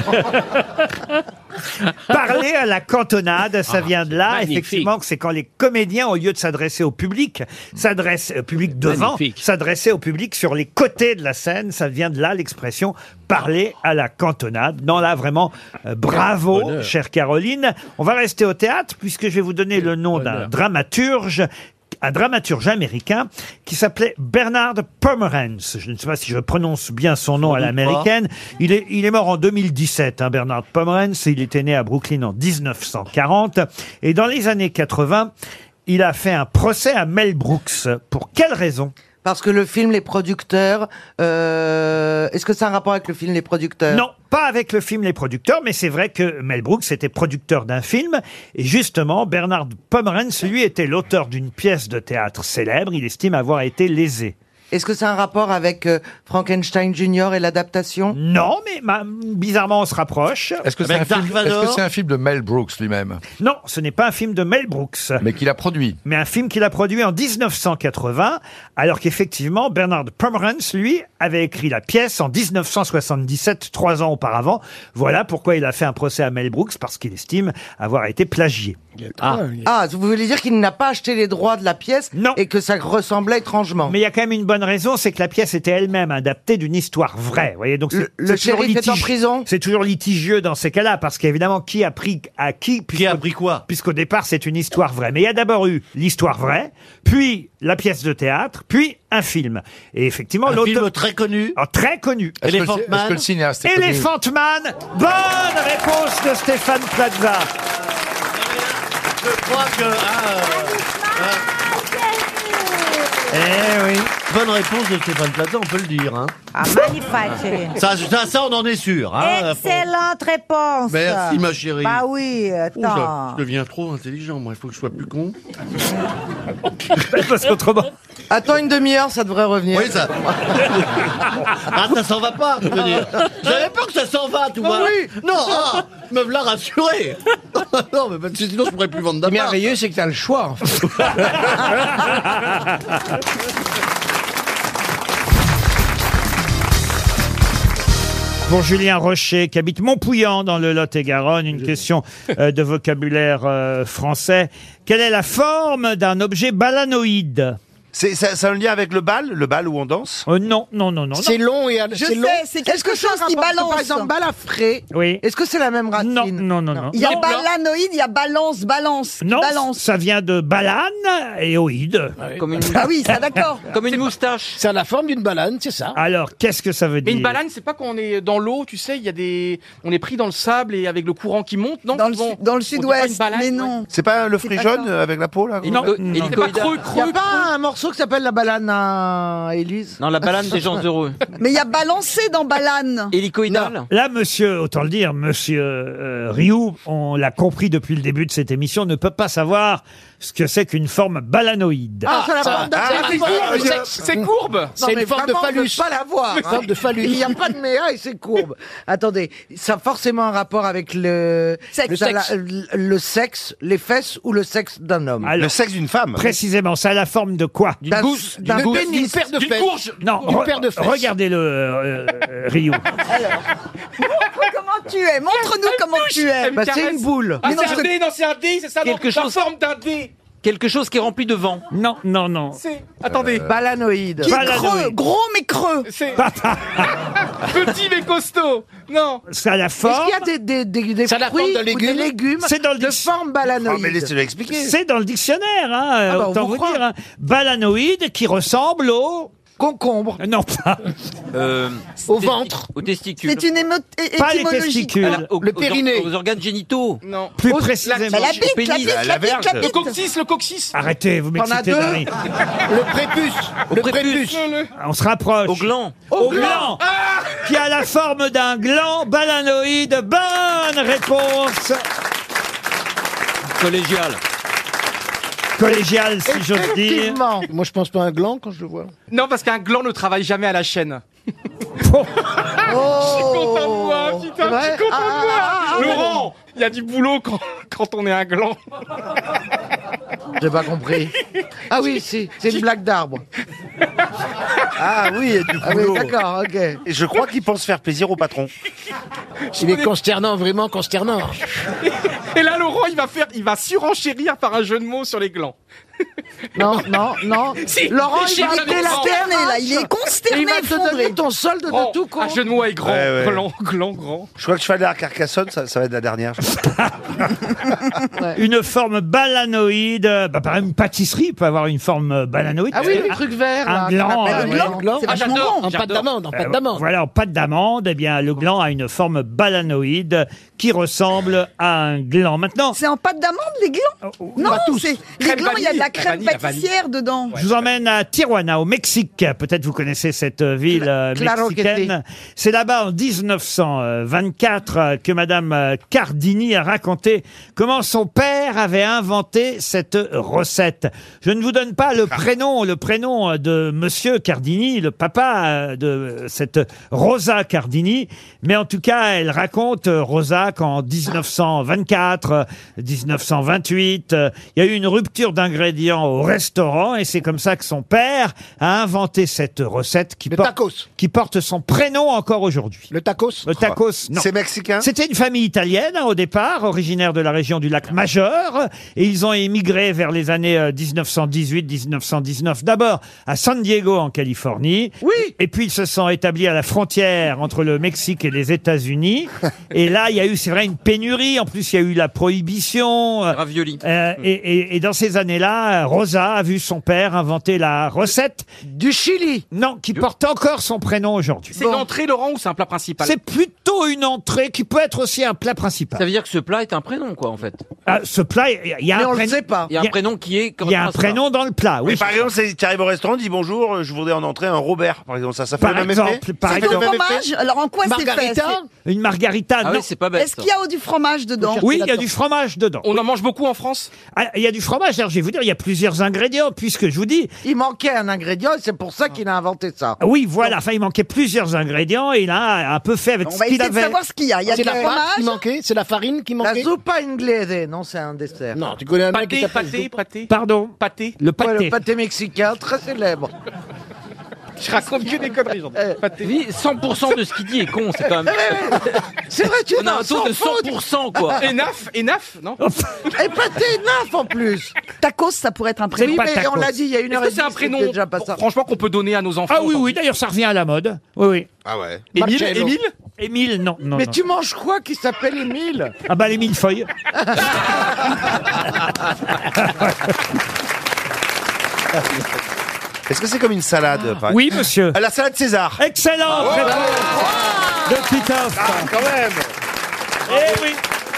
S1: Parler à la cantonade, ça
S10: Ah,
S1: vient de là,
S10: magnifique.
S1: effectivement, que c'est quand les comédiens, au lieu de s'adresser au public, s'adressent au public devant,
S26: Magnifique.
S1: s'adresser au public sur les côtés de la scène, ça vient de là l'expression parler à la cantonade. Non, là, vraiment, euh, bravo,
S26: Bonheur.
S1: chère Caroline. On va rester au théâtre, puisque je vais vous donner le nom d'un dramaturge un dramaturge américain qui s'appelait Bernard Pomerance. Je ne sais pas si je prononce bien son nom à
S26: doute
S1: l'américaine. Il est, il est mort en 2017, hein, Bernard Pomerance. Il était né à Brooklyn en 1940. Et dans les années 80, il a fait un procès à Mel Brooks. Pour quelle raison
S10: Parce que le film Les Producteurs. euh, Est-ce que c'est un rapport avec le film Les Producteurs
S1: Non, pas avec le film Les Producteurs, mais c'est vrai que Mel Brooks était producteur d'un film. Et justement, Bernard Pomerance, lui, était l'auteur d'une pièce de théâtre célèbre. Il estime avoir été lésé.
S10: Est-ce que c'est un rapport avec euh, Frankenstein Junior et l'adaptation
S1: Non, mais ma- bizarrement, on se rapproche.
S24: Est-ce que c'est un, film- est-ce que c'est un film de Mel Brooks lui-même
S1: Non, ce n'est pas un film de Mel Brooks.
S24: Mais qu'il a produit.
S1: Mais un film qu'il a produit en 1980, alors qu'effectivement, Bernard Pomerance, lui, avait écrit la pièce en 1977, trois ans auparavant. Voilà pourquoi il a fait un procès à Mel Brooks, parce qu'il estime avoir été plagié.
S10: Ah, vous voulez dire qu'il n'a pas acheté les droits de la pièce et que ça ressemblait étrangement
S1: Mais il y a quand même une bonne raison, c'est que la pièce était elle-même adaptée d'une histoire vraie. Vous voyez, donc c'est-
S10: Le- le
S1: c'est toujours
S10: shérif est en
S1: litige-
S10: prison
S1: C'est toujours litigieux dans ces cas-là, parce qu'évidemment, qui a pris à qui Qui a pris quoi Puisqu'au départ, c'est une histoire vraie. Mais il y a d'abord eu l'histoire vraie, puis la pièce de théâtre, puis un film. Et effectivement, l'auteur très connu. très connu.
S24: Est-ce que le- Elephant est-ce Man que le cinéaste est connu
S1: Elephant Man. Bonne réponse de Stéphane Plaza.
S18: Je crois que. ah, euh, Eh oui. Bonne réponse de Stéphane Plaza, on peut le dire. Hein.
S5: Ah, magnifique.
S18: Ça, ça, ça, on en est sûr. Hein.
S5: Excellente réponse.
S18: Merci, ma chérie.
S5: Bah oui,
S26: Ouh, je,
S5: attends.
S26: je deviens trop intelligent, moi, il faut que je sois plus con.
S1: Parce qu'autrement.
S10: Attends une demi-heure, ça devrait revenir.
S18: Oui, ça. Ah, ça s'en va pas, je veux dire. J'avais peur que ça s'en va, tu
S10: Ah
S18: vois.
S10: oui.
S18: Non, ah, me voilà rassuré. non, mais parce que sinon, je pourrais plus vendre d'appart.
S19: merveilleux, c'est que t'as le choix.
S1: Pour Julien Rocher, qui habite Montpouillan dans le Lot-et-Garonne, une question euh, de vocabulaire euh, français. Quelle est la forme d'un objet balanoïde c'est, ça, a un lien avec le bal Le bal où on danse Non, non, non, non. non.
S10: et
S1: Je sais, c'est quelque chose qui balance.
S10: Par exemple, balafré.
S1: Oui.
S10: Est-ce que c'est la même racine Non,
S1: non, non, non.
S3: Il y a balanoïde, il y a balance, balance.
S1: Non,
S3: balance.
S1: ça vient de balane et oïde.
S3: Comme une- Ah oui, ça, d'accord.
S1: Comme une moustache. Ça a la forme d'une balane, c'est ça. Alors, qu'est-ce que ça veut
S2: Mais
S1: dire
S2: une balane, c'est pas quand on est dans l'eau, tu sais, il y a des, on est pris dans le sable et avec le courant qui monte, non Dans le, dans le
S10: sud-ouest, mais non.
S24: C'est pas le fruit
S10: C'est pas
S24: jaune
S10: ça.
S24: euh, avec la peau, là
S2: Non, il était pas creux,
S10: Il n'y
S2: creux.
S10: a pas un morceau qui s'appelle La Balane à Élise
S2: Non, La Balane
S10: des gens heureux.
S3: Mais il y a balancé dans balane.
S1: Hélicoïdal Là, monsieur, autant le dire, monsieur euh, Rioux, on l'a compris depuis le début de cette émission, ne peut pas savoir ce que c'est qu'une forme balanoïde.
S10: Ah, ça, la forme d'un-
S2: c'est
S10: la forme
S2: courbe,
S10: d'un-
S2: c'est- c'est courbe.
S10: Non,
S2: C'est une
S10: mais
S2: forme de
S10: vraiment, on
S2: phallus.
S10: peut pas la voir. hein.
S2: Une forme de phallus.
S10: Il n'y a pas de méa et c'est courbe. Attendez, ça a forcément un rapport avec le
S1: Sexe.
S10: le, tala-
S1: Sexe.
S10: le sexe, les fesses ou le sexe d'un homme.
S1: Alors, Précisément, ça a la forme de quoi
S10: D'un- gousse, d'un d'une gousse, pénis. d'une paire de D'une fesses. courge.
S1: Non,
S10: D'une
S1: Ah, re-
S10: paire de fesses.
S1: regardez-le, euh, euh, Rioux.
S3: Montre comment tu es, montre-nous comment tu es.
S10: Bah, c'est une boule.
S2: Ah,
S10: Mais non,
S2: c'est un
S10: je-
S2: dé, non, c'est un dé, c'est ça,
S10: Quelque
S2: non, la
S10: chose-
S2: forme d'un dé.
S1: Quelque chose qui est rempli de vent. Non, non, non.
S2: C'est- Attendez.
S10: Euh, Balanoïde.
S2: Qui est creux, gros mais creux. C'est petit mais costaud. Non.
S1: Ça a la
S10: Est-ce
S1: forme.
S10: qu'il y a des, des, des, des
S1: Ça a la
S10: fruits
S1: forme Ah, de
S10: ou
S1: légumes
S10: des légumes
S1: C'est dans le
S10: de
S1: dic-
S10: forme balanoïde
S1: C'est dans le dictionnaire, hein,
S10: Ah bah, on
S1: autant
S10: vous
S1: vous, dire. hein. Balanoïde qui ressemble au... Euh,
S10: Concombre.
S1: Non, pas. Euh,
S10: Au ventre.
S20: Aux testicules.
S3: C'est une émote
S1: Pas les testicules.
S2: Ah,
S20: À la- au-
S1: Le
S20: aux or-
S1: périnée.
S20: Aux organes génitaux.
S2: Non.
S1: Plus précisément.
S2: La bite,
S20: Au pénis.
S2: la bite, la
S20: verge.
S2: bite, la bite. Le coccyx, le coccyx.
S1: Arrêtez, vous
S2: T'en as
S1: m'excitez,
S2: deux
S1: Marie.
S2: Le
S1: prépuce.
S20: Le prépuce.
S1: On se rapproche. Au gland. Au gland. Qui a la forme d'un gland balanoïde. Bonne réponse
S20: Collégial.
S1: collégiale, si j'ose dire.
S2: Moi, je pense pas à un gland quand je le vois. Non, parce qu'un gland ne travaille jamais à la chaîne.
S10: Je
S2: suis content de
S20: Oh.
S12: Oh.
S2: moi, Ah, putain,
S10: C'est vrai
S2: je suis content de moi.
S10: Ah, ah, ah,
S2: Laurent, il y a du boulot quand, quand on est un gland.
S10: J'ai pas compris. Ah oui, si, c'est une blague d'arbre.
S20: Ah oui,
S10: du Ah oui, boulot. d'accord, ok.
S20: Et je crois qu'il pense faire plaisir au patron.
S2: Il est
S20: consternant, vraiment consternant.
S2: Et là, Laurent, il va faire, il va surenchérir par un jeu de mots sur les glands.
S10: Non, non, non.
S2: Si,
S10: Laurent,
S2: les
S10: il va
S2: chiffres
S10: appeler la
S2: sont-
S10: terre,
S3: là, il est consterné,
S10: Il va te donner
S3: effondré.
S10: ton solde de tout compte.
S2: Un jeu de mots est grand,
S18: Ouais, ouais.
S2: gland, gland, grand.
S18: Je crois que je fais la Carcassonne, ça, ça va être la dernière. je crois.
S3: Euh,
S1: Une forme balanoïde. Bah, par exemple, une pâtisserie peut avoir une forme euh, balanoïde.
S10: Ah oui, le
S1: Un-
S10: truc vert.
S1: Un gland. euh, oui. Euh, Voilà, en pâte d'amande, eh bien, le gland a une forme balanoïde qui ressemble à un gland. Maintenant,
S3: C'est en pâte d'amande, les glands Oh,
S2: Bah,
S3: Non,
S1: pas tous.
S3: c'est les
S1: Crème
S3: glands, il y a de la
S1: vanille,
S3: crème
S1: vanille, la vanille.
S3: pâtissière dedans.
S1: Je vous emmène à Tijuana, au Mexique. Peut-être vous connaissez cette euh, ville euh,
S3: claro que
S1: mexicaine. C'est là-bas, en 1924, euh, que Madame euh, Cardini a raconté comment son père avait inventé cette recette. Je ne vous donne pas le prénom, le prénom euh, de Monsieur Cardini, le papa euh, de euh, cette Rosa Cardini, mais en tout cas, elle raconte, euh, Rosa, qu'en 1924, euh, 1928, euh, il y a eu une rupture d'ingrédients au restaurant et c'est comme ça que son père a inventé cette recette qui, porte- qui porte son prénom encore aujourd'hui. Le tacos Le tacos, non. C'est mexicain C'était une famille italienne hein, au départ, originaire de la région du lac Majeur et ils ont émigré vers les années euh, 1918-1919 d'abord à San Diego en Californie. Oui Et puis ils se sont établis à la frontière entre le Mexique et les États-Unis et là, il y a eu, c'est vrai, une pénurie. En plus, il y a eu la prohibition. euh,
S20: Ravioli.
S1: euh, et, et- et dans ces années-là, euh, Rosa a vu son père inventer la recette du Chili. Non, qui porte encore son prénom aujourd'hui.
S2: C'est une entrée, Laurent, ou c'est un plat principal
S1: C'est plutôt une entrée qui peut être aussi un plat principal.
S20: Ça veut dire que ce plat est un prénom, quoi, en fait.
S1: Ah, ce plat, il y a
S20: Mais
S1: un
S20: on le
S1: prénom-
S20: sait pas. Il y a un prénom qui est-
S1: Il y a un prénom dans le plat, oui.
S20: Mais par exemple, c'est- tu arrives au restaurant, dis bonjour, euh, je voudrais en entrée un Robert, par exemple. Ça, ça fait
S1: Par
S20: le même
S1: exemple,
S20: effet
S1: par
S20: Ça fait le
S1: exemple.
S20: même effet
S3: Fromage Alors en quoi c'est fait
S20: Margarita
S3: C'est-
S1: Une margarita,
S20: Ah
S1: non.
S20: oui, c'est pas bête,
S3: Est-ce qu'il y a du fromage dedans
S1: Oui, il y a du fromage dedans. On en mange beaucoup en France Ah, Il y a du fromage, alors je vais vous dire, il y a plusieurs ingrédients, puisque je vous dis... Ah
S10: Il manquait un ingrédient et c'est pour ça qu'il a inventé ça.
S1: Oui, voilà, enfin, il manquait plusieurs ingrédients, et il a un peu fait avec ce qu'il avait.
S10: C'est la pâte qui
S20: manquait C'est la farine qui
S10: La zuppa inglese, non, c'est un dessert.
S20: Non, tu connais un
S10: mec
S20: qui s'appelle
S10: pâté,
S2: pâté.
S1: Pardon
S2: Pâté.
S1: Le
S10: pâté.
S2: pâté.
S10: le pâté mexicain, très célèbre. Eh.
S2: Je raconte que des conneries, j'en ai. Pâté.
S26: 100% de ce qu'il dit est con, c'est quand même.
S10: eh. C'est vrai, tu
S26: On a un taux de 100%, quoi.
S2: Enaf, Enaf, non
S10: Et pâté, neuf en plus.
S3: Tacos, ça pourrait être un
S2: C'est
S3: prénom.
S2: pas
S3: mais
S2: tacos.
S3: on l'a dit il y a une
S2: Est-ce
S3: heure.
S2: que
S3: et
S2: c'est un
S3: demie,
S2: prénom
S3: c'était déjà pas
S2: pour-
S3: ça.
S2: franchement qu'on peut donner à nos enfants
S1: Ah oui, oui, d'ailleurs, ça revient à la mode. Oui, oui.
S20: Ah ouais.
S1: Émile,
S2: Marcello.
S1: Émile Émile, non, non.
S10: Mais
S1: non.
S10: tu manges quoi qui s'appelle Émile
S1: Ah bah, les mille feuilles.
S20: Est-ce que c'est comme une salade par-
S1: Ah. Oui, monsieur.
S20: La salade César. Ah,
S1: Excellent De Titoff.
S20: quand même
S1: Eh oui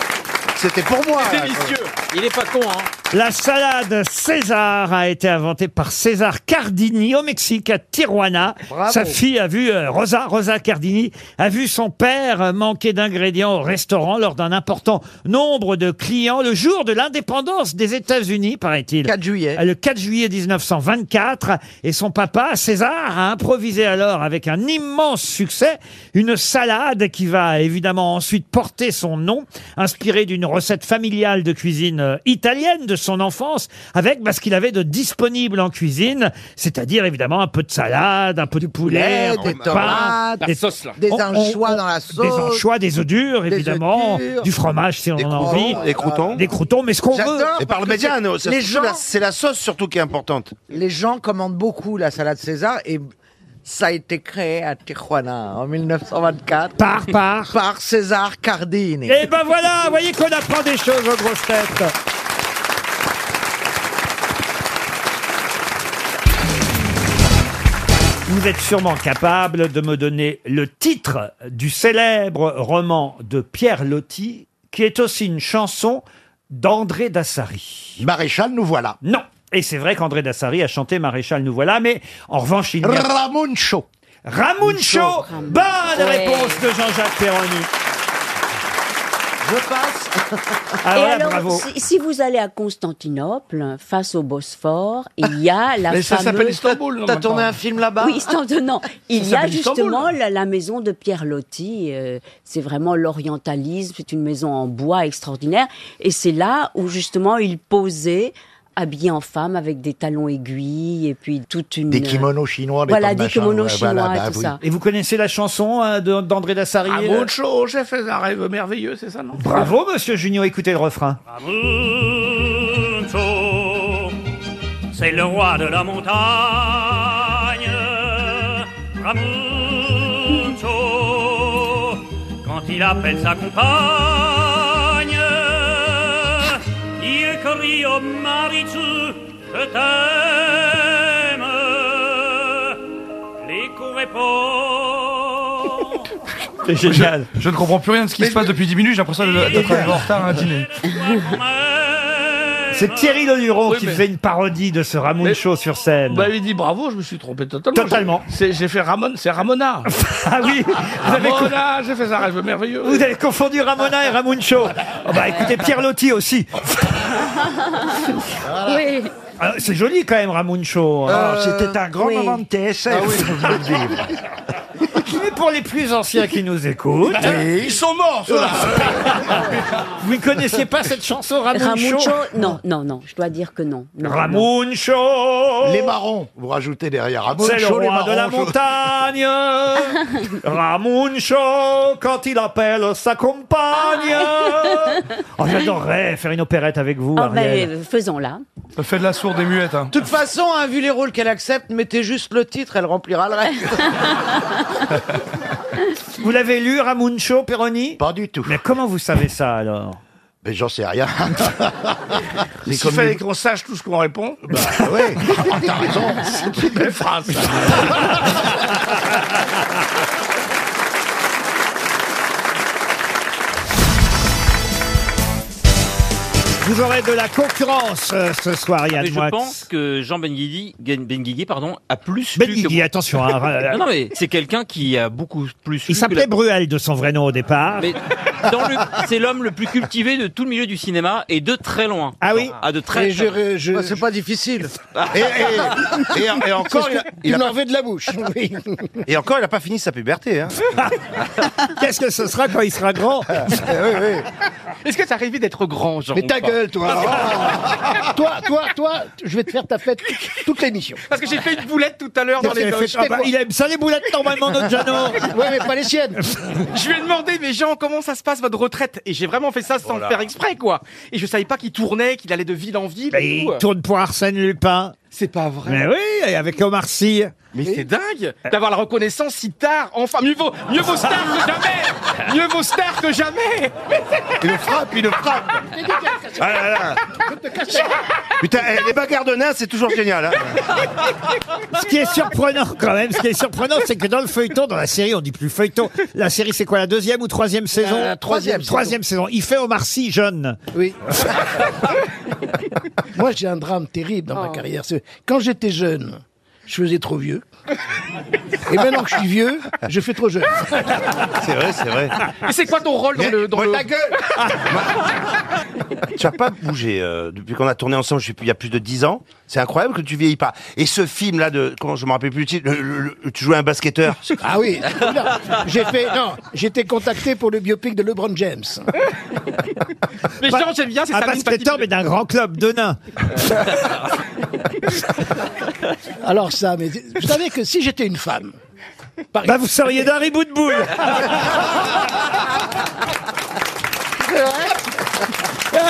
S20: C'était pour moi
S26: C'est
S20: là, quand
S26: délicieux. Il est pas con, hein.
S1: La salade César a été inventée par César Cardini au Mexique, à Tijuana.
S10: Bravo.
S1: Sa fille a vu, euh, Rosa, Rosa Cardini, a vu son père euh, manquer d'ingrédients au restaurant lors d'un important nombre de clients le jour de l'indépendance des États-Unis, paraît-il. 4
S10: juillet.
S1: Le 4 juillet 1924. Et son papa, César, a improvisé alors avec un immense succès une salade qui va évidemment ensuite porter son nom, inspirée d'une recette familiale de cuisine euh, italienne de son enfance, avec bah, ce qu'il avait de disponible en cuisine, c'est-à-dire évidemment un peu de salade, un peu de poulet,
S10: poulet,
S1: un peu
S10: des
S1: de pain,
S10: tomates,
S1: des-
S10: des
S1: on- on-
S10: anchois dans la sauce.
S1: des anchois, des œufs durs,
S10: des œufs
S1: évidemment,
S10: durs.
S1: du fromage si on en a
S20: croutons,
S1: envie,
S20: Oh. des croutons.
S1: des croutons, mais ce qu'on veut.
S20: Et par le médiano, ça-
S10: les
S20: c'est
S10: gens-
S20: la- c'est la sauce surtout qui est importante.
S10: Les gens commandent beaucoup la salade César et ça a été créé à Tijuana en 1924.
S1: Par, par
S10: Par César Cardini.
S1: Et ben voilà, vous voyez qu'on apprend des choses aux grosses têtes. Vous êtes sûrement capable de me donner le titre du célèbre roman de Pierre Loti, qui est aussi une chanson d'André Dassari.
S20: Maréchal, nous voilà.
S1: Non. Et c'est vrai qu'André Dassari a chanté Maréchal, nous voilà, mais en revanche, il n'y a-
S20: Ramoncho.
S1: Ramuncho. Bonne réponse de Jean-Jacques Perroni.
S10: Je passe.
S1: Ah
S15: Et
S1: voilà,
S15: alors,
S1: bravo.
S15: Si, si vous allez à Constantinople, face au Bosphore, il y a la
S10: Mais ça
S15: fameuse-
S10: s'appelle Istanbul, en T'as même tourné temps. un film là-bas
S15: Oui, Istanbul, non. Il y a
S10: s'appelle Istanbul.
S15: justement la, la maison de Pierre Loti. euh, c'est vraiment l'orientalisme. C'est une maison en bois extraordinaire. Et c'est là où justement il posait habillé en femme avec des talons aiguilles et puis toute une... euh,
S20: Des kimonos chinois, des tas
S15: Voilà,
S20: de
S15: des
S20: machins,
S15: kimonos
S20: ouais,
S15: chinois
S20: voilà, bah
S15: et tout
S20: oui. Ah
S15: ça.
S1: Et vous connaissez la chanson hein, de- d'André Dassari euh
S2: Ramoncho, j'ai fait un rêve merveilleux, c'est ça, non
S1: Bravo, monsieur Junior, écoutez le refrain.
S7: Ramuncho, c'est le roi de la montagne. Ramuncho, quand il appelle sa compagne, il crie au maritu, je t'aime. Les coups répondent.
S1: C'est génial.
S24: Je, ne comprends plus rien de ce qui se passe depuis 10 minutes, j'ai l'impression d'être en retard à un dîner.
S1: C'est Thierry Leluron
S2: Oui,
S1: qui
S2: mais-
S1: faisait une parodie de ce Ramuncho sur scène.
S2: Bah, il dit bravo, je me suis trompé totalement.
S1: Totalement.
S2: C'est- J'ai fait Ramon, c'est Ramona.
S1: ah oui vous avez
S2: Ramona, j'ai fait ça, rêve merveilleux.
S1: Vous avez confondu Ramona et Ramuncho. Oh, bah écoutez, Pierre Lotti aussi.
S15: euh, Oui.
S1: Ah, C'est joli quand même, hein. Ramuncho.
S10: Ah, c'était un grand moment de
S1: TSF. Mais pour les plus anciens qui nous écoutent,
S24: Ah,
S1: euh,
S20: Ils sont morts, ceux-là.
S1: vous ne connaissiez pas cette chanson, Ramuncho
S15: Ramuncho, non, non, non, je dois dire que non. non, non.
S1: Ramuncho
S20: Les marrons. Vous rajoutez derrière Ramoncho,
S1: C'est le
S20: les
S1: roi
S20: marrons.
S1: de la montagne. Ramuncho, quand il appelle sa compagne. Oh, j'adorerais faire une opérette avec vous,
S15: Ah,
S10: bah,
S1: Ariel.
S15: ben, faisons-la.
S24: Fais de la sourde et muette. Hein.
S10: De toute façon, hein, vu les rôles qu'elle accepte, mettez juste le titre, elle remplira le reste.
S1: Vous l'avez lu, Ramuncho, Peroni
S20: Pas du tout.
S1: Mais comment vous savez ça, alors
S20: Mais j'en sais rien.
S2: Mais s'il fallait qu'on sache tout ce qu'on répond, bah,
S20: ouais. Ah, t'as raison.
S2: c'est une belle phrase.
S1: Je Vous aurez de la concurrence euh, ce soir, Yann
S12: Mais je
S1: Moix.
S12: pense que Jean Benguigui, Gen- Benguigui, pardon, a plus
S1: Ben
S12: lu que
S1: Guigui,
S12: moi.
S1: attention, hein, euh,
S12: non, non, mais c'est quelqu'un qui a beaucoup plus.
S1: Il
S12: lu que
S1: s'appelait
S12: la-
S1: Bruel de son vrai nom au départ.
S12: Mais dans le- c'est l'homme le plus cultivé de tout le milieu du cinéma et de très loin.
S1: Ah oui.
S12: Ah de très.
S19: Euh,
S10: Ah,
S12: Ah,
S10: C'est pas difficile.
S20: Et, et- et- et encore, il, a- il a pas-
S10: de la bouche.
S20: et encore, il n'a pas fini sa puberté. Hein.
S1: Qu'est-ce que ce sera quand il sera grand
S2: Est-ce que t'as rêvé d'être grand, Ah. Jean
S19: Mais
S2: ou
S19: ta
S2: pas
S19: gueule, toi Oh. Toi, toi, toi, je vais te faire ta fête toute l'émission.
S2: Parce que j'ai fait une boulette tout à l'heure dans les loges.
S1: Ah bah, il aime ça les boulettes normalement notre Jeannot.
S19: Ouais, mais pas les siennes.
S2: Je lui ai demandé, mais Jean, comment ça se passe votre retraite Et j'ai vraiment fait ça sans
S1: Voilà.
S2: le faire exprès, quoi. Et je savais pas qu'il tournait, qu'il allait de ville en ville.
S1: Et
S2: et
S1: Bah, il
S12: euh.
S2: tout.
S1: tourne pour Arsène Lupin.
S2: C'est pas vrai.
S1: Mais oui, et avec Omar Sy.
S2: Mais c'est dingue d'avoir la reconnaissance si tard. Enfin, mieux vaut, mieux vaut star que jamais. Mieux vaut star que jamais.
S20: Il le frappe, il le frappe. Ah là là.
S19: Je te cache la gueule.
S20: Putain, eh, les bagarres de nains, c'est toujours génial. hein.
S1: Ce qui est surprenant quand même, ce qui est surprenant, c'est que dans le feuilleton, dans la série, on dit plus feuilleton. La série, c'est quoi la deuxième ou troisième saison
S19: La troisième
S1: troisième saison. Il fait Omar Sy jeune.
S19: Oui. Moi, j'ai un drame terrible dans ma
S2: Oh.
S19: carrière. C'est- Quand j'étais jeune, je faisais trop vieux. Et maintenant que je suis vieux, je fais trop jeune.
S20: C'est vrai, c'est vrai.
S2: Et c'est quoi ton rôle dans le. Dans le... ta gueule
S20: Tu n'as pas bougé euh, depuis qu'on a tourné ensemble, je sais plus, il y a plus de 10 ans. C'est incroyable que tu vieillis pas. Et ce film-là de. Comment je me rappelle plus le titre le- le- le- Tu jouais un basketteur.
S19: Ah oui, non, j'ai fait non, j'étais contacté pour le biopic de LeBron James.
S1: Bah,
S2: Mais Jean, j'aime bien, c'est
S1: Un
S2: ça.
S1: basketteur, mais d'un grand club de nains.
S19: Alors ça, mais vous savez que si j'étais une femme, par-
S1: Bah, vous seriez d'un ribou de boule.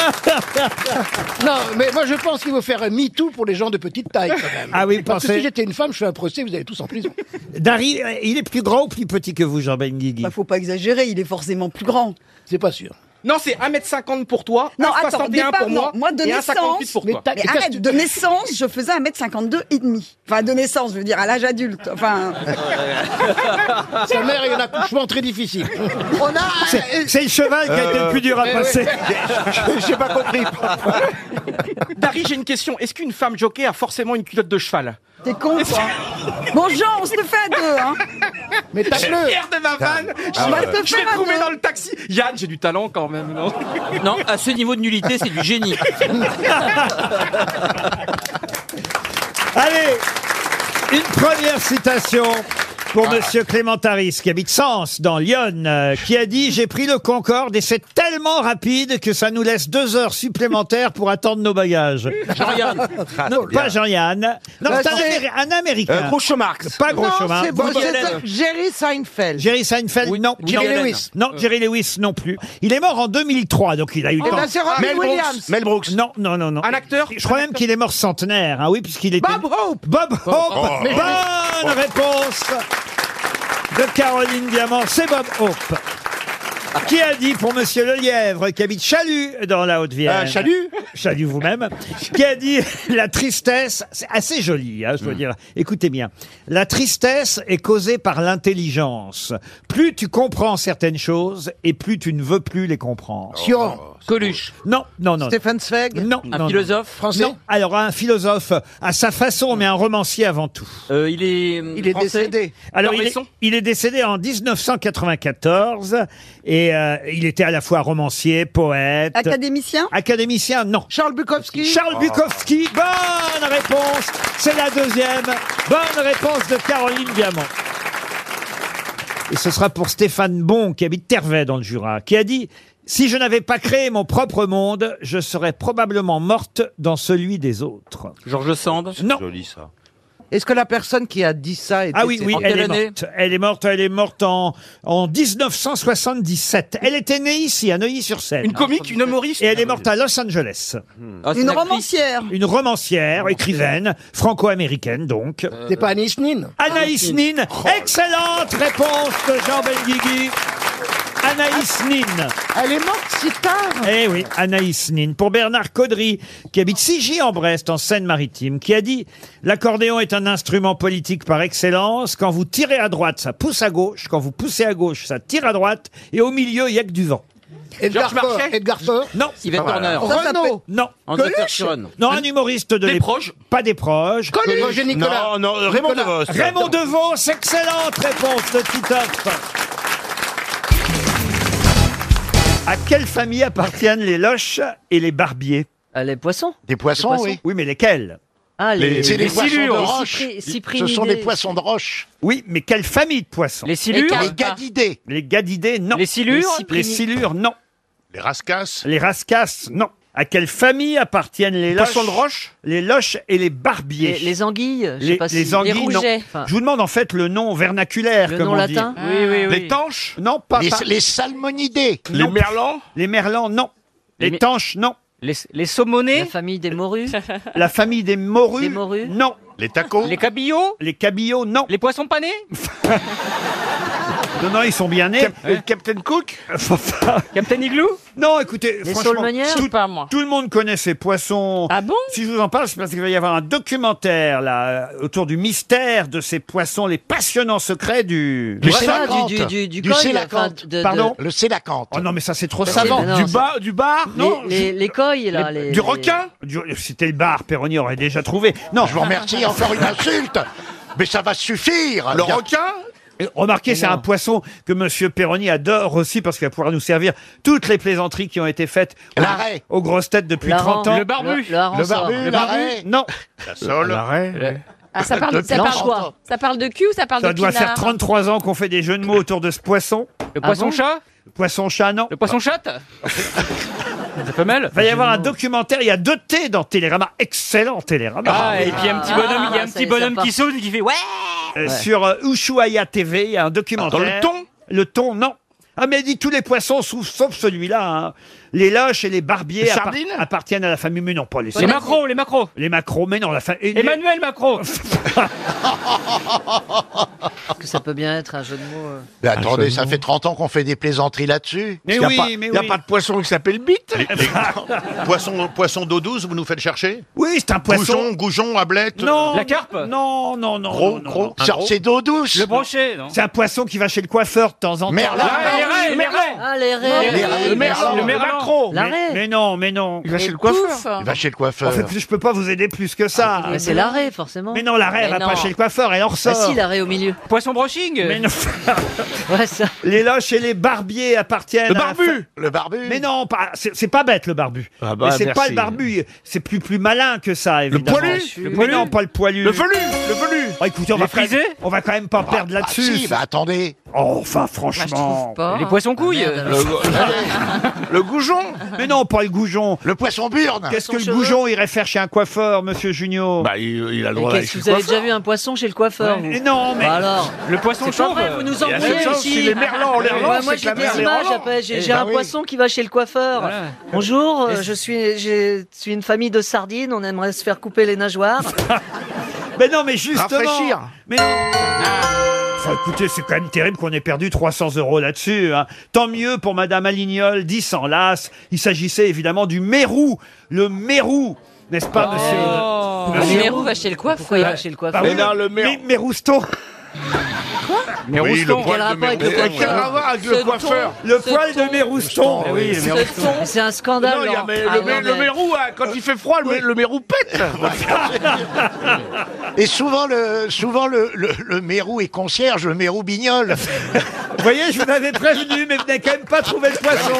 S19: non, mais moi je pense qu'il faut faire un MeToo pour les gens de petite taille quand même.
S1: Ah oui, vous
S19: Parce que
S1: pensez
S19: si j'étais une femme, je fais un procès, vous allez tous en prison.
S1: Dari, euh, il est plus grand ou plus petit que vous, Jean Benguigui
S3: Bah, Faut pas exagérer, il est forcément plus grand.
S19: C'est pas sûr.
S2: Non, c'est 1m50 pour toi,
S3: Non,
S2: 1m61
S3: attends, au départ,
S2: pour moi,
S3: non. moi de
S2: Ah, et
S3: naissance,
S2: 1,58 pour toi.
S3: Mais arrête, de naissance, je faisais 1m52 et demi. Enfin, de naissance, je veux dire, à l'âge adulte. Enfin,
S19: Sa mère a eu un accouchement très difficile.
S3: on a...
S1: C'est c'est le cheval qui a été le plus dur à
S2: Euh,
S1: passer.
S2: ouais.
S20: J'ai pas compris.
S2: Dari, j'ai une question. Est-ce qu'une femme jockey a forcément une culotte de cheval
S3: T'es con, quoi. Bon, Jean, on se le fait à deux, hein.
S19: Mais
S2: Je suis fier de ma vanne.
S3: Ah,
S2: je
S3: ouais.
S2: vais- je vais te trouver dans le taxi. Yann, j'ai du talent quand même. Non,
S12: Non, à ce niveau de nullité, c'est du génie.
S25: Ah,
S1: Allez, une première citation pour Monsieur Clémentaris, qui habite Sens, dans Lyon, euh, qui a dit « J'ai pris le Concorde et c'est tellement rapide que ça nous laisse deux heures supplémentaires pour attendre nos bagages. » Ah,
S12: Jean-Yann.
S1: Non,
S20: bien.
S1: pas Jean-Yann. Non,
S10: Bah,
S1: c'est un,
S10: c'est-
S1: Améri- un Américain.
S20: Euh, Groucho Marx.
S1: Pas Groucho Marx.
S10: c'est bon,
S1: Bonne
S10: c'est
S1: réponse.
S10: ça, Jerry Seinfeld.
S1: Jerry Seinfeld, non.
S10: Woody Jerry Allen. Lewis.
S20: Euh.
S1: Non, Jerry Lewis non plus. Il est mort en 2003, donc il a eu le
S10: Eh
S1: temps.
S10: ben, c'est Robin Mel Brooks. Williams.
S20: Mel Brooks.
S1: Non, non, non, non.
S2: Un acteur
S1: Je crois même qu'il est mort centenaire, hein, oui, puisqu'il était...
S10: Bob Hope.
S1: Bob Hope.
S20: Oh.
S1: Bonne réponse de Caroline Diamant. C'est Bob Hope. Qui a dit pour Monsieur Lelièvre, qui habite Chalut dans la Haute-Vienne
S20: Euh, Chalut
S1: Chalut vous-même, qui a dit la tristesse, c'est assez joli, hein, je dois dire. Écoutez bien, la tristesse est causée par l'intelligence. Plus tu comprends certaines choses et plus tu ne veux plus les comprendre.
S19: Sioran.
S12: Oh, Coluche.
S1: Non, non, non.
S10: Stéphane Zweig.
S1: Non,
S12: Un
S1: non,
S12: philosophe
S1: non.
S12: français
S1: Non. Alors un philosophe à sa façon, mais un romancier avant tout.
S12: Euh, il est.
S10: Il est
S12: français
S10: décédé.
S1: Mm. Alors, il est,
S12: Dormesson
S1: il est décédé en 1994 et euh, il était à la fois romancier, poète,
S3: Académicien
S1: académicien, non. Euh,
S10: Charles Bukowski.
S1: Charles Bukowski, bonne réponse. C'est la deuxième. Bonne réponse de Caroline Diamant. Et ce sera pour Stéphane Bon, qui habite Tervet dans le Jura, qui a dit Si je n'avais pas créé mon propre monde, je serais probablement morte dans celui des autres.
S12: Georges Sand.
S1: Non.
S20: Joli ça.
S10: Est-ce que la personne qui a dit ça est
S1: Ah oui, oui,
S12: En
S1: elle
S12: quelle
S1: est
S12: année
S1: morte. Elle est morte, elle est morte en, en 1977. Elle était née ici, à Neuilly-sur-Seine.
S2: Une comique, une humoriste.
S1: Et elle est morte à Los Angeles.
S12: Ah, c'est
S3: Une
S12: actrice.
S3: romancière.
S1: Une romancière, écrivaine, franco-américaine donc.
S19: T'es pas Anis Nin
S1: Anaïs Nin. Excellente réponse de Jean Benguigui. Anaïs Nin.
S10: Elle est morte si tard.
S1: Eh oui, Anaïs Nin. Pour Bernard Caudry, qui habite Sigy en Brest, en Seine-Maritime, qui a dit « L'accordéon est un instrument politique par excellence. Quand vous tirez à droite, ça pousse à gauche. Quand vous poussez à gauche, ça tire à droite. Et au milieu, il n'y a que du vent.
S19: Edgar Faure, Edgar Faure.
S1: Non.
S19: Yvette Horner.
S1: Renaud. Non.
S19: André
S1: Coluche
S19: Terturon.
S1: Non, un humoriste de
S19: Des
S1: l'époque. Pas des proches.
S19: Coluche. Roger Nicolas. Non, non, Raymond
S1: Nicolas.
S19: DeVos.
S1: Raymond DeVos, excellente réponse de Titoff. À quelle famille appartiennent les loches et les barbiers Les poissons. Des
S23: Euh, poissons, oui.
S1: Oui, mais lesquels
S23: Ah, les- Les- C'est les les poissons silures. de roche.
S1: Les
S23: Ce sont des poissons de roche.
S1: Oui, mais quelle famille de poissons Les
S23: silures Les carpas. Les
S1: gadidés. Les gadidés, non. Les
S23: silures Les
S1: Les
S23: cyprinides.
S1: silures, non. Les rascasses Les rascasses, non. À quelle famille appartiennent les loches
S23: poissons de roche
S1: Les loches et les barbiers.
S25: Les- les anguilles, je sais
S1: Les,
S25: pas si-
S1: les
S25: les
S1: anguilles, non.
S25: rougets.
S14: Ah,
S25: Enfin-
S1: Je vous demande en fait le nom vernaculaire,
S25: Le
S1: comme
S25: nom
S1: on
S25: latin
S1: dit.
S25: Oui, oui, oui.
S1: Les tanches Non, pas
S23: Les-
S1: pas-
S23: les salmonidés
S1: Non.
S23: Les merlans
S1: Les merlans, non. Les, tanches, non. Les, saumonés
S25: La famille des morues.
S1: La famille des morues,
S25: Des morues.
S1: Non. Les tacos
S25: Les cabillots
S1: Les cabillots, non. Les poissons panés Non, non, ils sont bien nés. euh, Captain Cook Captain Igloo Non, écoutez,
S25: Les
S1: franchement,
S25: saulmenières
S1: tout,
S25: ou pas, moi
S1: tout le monde connaît ces poissons. Ah bon Si je vous en parle, c'est parce qu'il va y avoir un documentaire là euh, autour du mystère de ces poissons, les passionnants secrets du...
S23: Du
S1: Vraiment,
S23: Célacanthe.
S25: du
S1: coin,
S23: Célacanthe.
S1: enfin, de- de- Pardon
S23: Le Célacanthe.
S1: Oh non, mais ça, c'est trop
S23: Oui,
S1: savant.
S23: mais non, Du ça- bar- du bar, non,
S25: Les,
S23: je-
S25: les coilles, là.
S1: Les-
S25: les-
S1: du
S25: les-
S1: requin Du- C'était le bar, Perroni aurait déjà trouvé. Non.
S23: Je vous remercie, encore une insulte. Mais ça va suffire.
S1: Le requin Et Remarquez, c'est un poisson que Monsieur Perroni adore aussi parce qu'il va pouvoir nous servir toutes les plaisanteries qui ont été faites aux-
S23: L'arrêt.
S1: aux grosses têtes depuis
S23: L'arrêt.
S1: 30 ans.
S23: Le barbu. Le- le hareng Le sort. barbu, l'arrêt.
S1: Non.
S23: La sole. L'arrêt,
S14: Ah, ça, parle, ça, parle, ça parle de cul ou ça parle
S1: Ça
S14: de
S1: doit
S14: pinard
S1: faire 33 ans qu'on fait des jeux de mots autour de ce poisson.
S14: Le Ah poisson-chat
S1: Le Poisson-chat, non. Le poisson-chatte La femelle Va y avoir un documentaire, il y a deux T dans Télérama, excellent
S25: bah,
S1: Télérama.
S12: Ah, et puis il y a un petit bonhomme, il y a un petit bonhomme qui saute et qui fait ouais. Ah,
S1: Euh, sur euh, Ushuaïa TV, il y a un documentaire.
S12: Dans le thon
S1: Le thon, non. Ah, mais elle dit tous les poissons, sauf, sauf celui-là. hein. Les loches et les barbiers
S12: Les
S1: appar-
S12: sardines
S1: appartiennent à la famille, mais non pas les
S12: Les maquereaux, les maquereaux.
S1: Les maquereaux, mais non, la famille.
S12: Emmanuel Macron.
S25: Que ça peut bien être un jeu de mots. euh.
S23: Mais attendez, ça fait 30 ans qu'on fait des plaisanteries là-dessus.
S25: Mais
S23: Il y a
S25: oui,
S23: pas-
S25: mais
S23: Il n'y a
S25: oui.
S23: pas de poisson qui s'appelle bite.
S18: poisson poisson d'eau douce, vous nous faites chercher
S1: Oui, c'est un
S18: Goujon,
S1: poisson.
S18: goujon, ablette.
S23: euh,
S18: euh,
S1: Non.
S18: La carpe
S1: Non, non, non.
S18: Gros,
S1: non, non,
S18: gros.
S1: non.
S18: C'est- c'est
S1: d'eau douce.
S12: Le brochet, non
S1: C'est un poisson qui va chez le coiffeur de temps en temps.
S23: Merlan.
S12: Ah, les raies, les raies.
S25: Ah, les
S12: raies. Les raies,
S1: Le
S12: le merlan.
S1: merlan.
S12: Le merlan.
S1: Mais-
S25: L'arrêt.
S1: Mais non, mais non.
S23: Il va Et chez le coiffeur. pouf. Il va chez le coiffeur.
S1: En fait, je peux pas vous aider plus que ça.
S25: Ah, Mais c'est l'arrêt, forcément.
S1: Mais non, l'arrêt, elle
S25: Mais
S1: va pas
S25: non.
S1: chez le coiffeur, elle en
S25: Ah
S1: ressort.
S25: si, l'arrêt au milieu.
S12: Poisson brushing.
S1: Mais non. Les loches et les barbiers appartiennent.
S23: Le
S1: à la
S23: barbu.
S1: fa- Mais non, pas- c'est c'est pas bête le barbu.
S23: Ah bah,
S1: Mais c'est pas
S23: merci.
S1: le barbu, c'est plus plus malin que ça évidemment.
S23: poilu.
S1: Mais
S23: Le poilu.
S1: non, pas le poilu.
S23: Le velu, le velu.
S1: Oh, écoutez, on
S23: Les
S1: va quand même-
S23: frisés
S1: on va quand même pas perdre là-dessus.
S23: Ah, si, bah attendez.
S1: Oh, enfin
S25: Ah,
S1: franchement.
S12: Les poissons couilles.
S1: Le goujon Mais non, pas le goujon.
S23: Le poisson burne.
S1: Qu'est-ce que le goujon irait faire chez un coiffeur, monsieur Junio
S18: Bah, il, il a le
S25: Mais
S18: droit d'aller
S25: qu'est-ce que
S18: chez
S25: vous
S18: le
S25: avez déjà
S18: coiffeur.
S25: vu un poisson chez le coiffeur vous
S1: Mais non, mais-
S25: Bah alors.
S12: Le poisson
S25: C'est pas
S12: chauve.
S25: vrai, vous nous
S12: Il y a la
S25: embrouillez
S12: seule chose,
S25: ici.
S12: c'est les merlans. Les
S25: Ouais,
S12: merlans,
S25: Moi,
S12: c'est
S25: j'ai
S12: que la mer,
S25: des
S12: les
S25: images
S12: merlans.
S25: après. J'ai
S12: Eh
S25: j'ai
S12: ben
S25: un
S12: oui.
S25: poisson qui va chez le coiffeur.
S12: Voilà.
S25: Bonjour, euh, je suis, je suis une famille de sardines. On aimerait se faire couper les nageoires.
S1: Mais non, mais justement.
S25: Rafraîchir.
S1: Mais non. Enfin, écoutez, c'est quand même terrible qu'on ait perdu 300 euros là-dessus. hein. Tant mieux pour Madame Alignol, 10 sans las. Il s'agissait évidemment du mérou. Le mérou, n'est-ce pas,
S14: Oh.
S1: monsieur
S14: Le mérou va chez le coiffeur.
S25: Pourquoi il va chez le coiffeur
S1: Bah oui, mais- mais- mais Rouston.
S12: Mais
S18: Oui,
S12: Rouston.
S18: le poil de
S25: avec
S18: Mérouston,
S25: le
S18: oui.
S25: coiffeur Ce ton-
S1: Le
S25: ce
S1: poil
S25: ton-
S1: de Mérouston.
S12: Eh oui, le Mérouston.
S25: Mais C'est un scandale.
S12: Non, il y a
S25: Laurent.
S12: mais-
S25: Ah
S12: le-
S25: non,
S12: le
S25: mais-
S12: mérou, ah, quand il fait froid, le, le mérou pète.
S23: Et souvent, le, souvent le, le, le mérou est concierge, le mérou bignol.
S1: Vous voyez, je vous avais prévenu, mais vous n'avez quand même pas trouvé le poisson.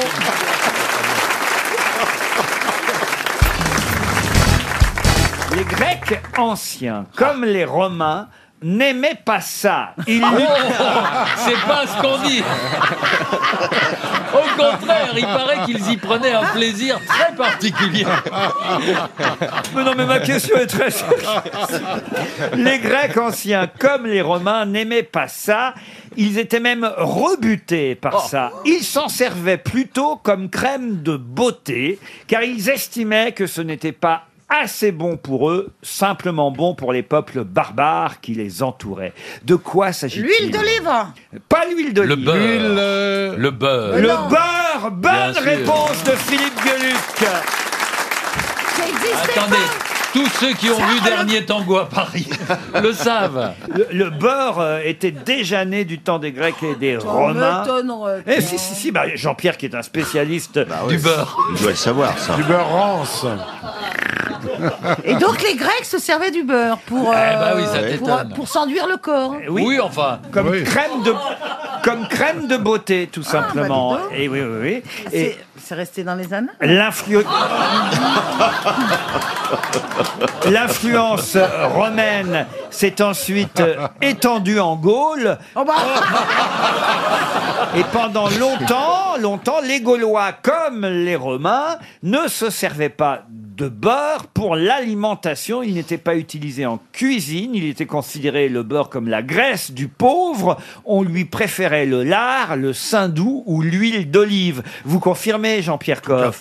S1: Les Grecs anciens, comme les Romains, n'aimaient pas ça. Ils
S6: C'est pas ce qu'on dit. Au contraire, il paraît qu'ils y prenaient un plaisir très particulier.
S1: Mais non, mais ma question est très sérieuse. Les Grecs anciens, comme les Romains, n'aimaient pas ça. Ils étaient même rebutés par ça. Ils s'en servaient plutôt comme crème de beauté, car ils estimaient que ce n'était pas assez bon pour eux, simplement bon pour les peuples barbares qui les entouraient. De quoi s'agit-il
S5: L'huile d'olive.
S1: Pas l'huile
S6: Le
S1: d'olive.
S6: beurre. L'huile, Le beurre.
S1: Le beurre.
S6: Bien
S1: Bonne
S6: sûr.
S1: réponse de Philippe Gueluc.
S5: Ça existait
S6: Attendez, Tous ceux qui ont vu Dernier Tango à Paris le savent.
S1: Le, le beurre euh, était déjà né du temps des Grecs et
S5: Oh,
S1: des Romains. Eh, si, si, si, bah, Jean-Pierre qui est un spécialiste
S20: ouais. Du beurre. Il doit le savoir, ça.
S23: Du beurre rance.
S5: Et donc les Grecs se servaient du beurre
S18: Eh
S5: pour,
S18: ben
S6: bah oui, ça
S5: euh, pour,
S6: t'étonne.
S5: pour s'enduire le corps.
S6: Oui, enfin.
S1: Comme crème de comme crème de beauté tout simplement.
S5: Ah, bah, dis donc.
S1: et oui oui oui. Et
S5: C'est- C'est resté dans les Ah. annales
S1: l'influ- l'influence romaine s'est ensuite euh, étendue en Gaule.
S5: Oh, bah.
S1: Et pendant longtemps, longtemps, les Gaulois comme les Romains ne se servaient pas de beurre pour l'alimentation. Il n'était pas utilisé en cuisine. Il était considéré le beurre comme la graisse du pauvre. On lui préférait le lard, le saindoux ou l'huile d'olive. Vous confirmez, Jean-Pierre Coff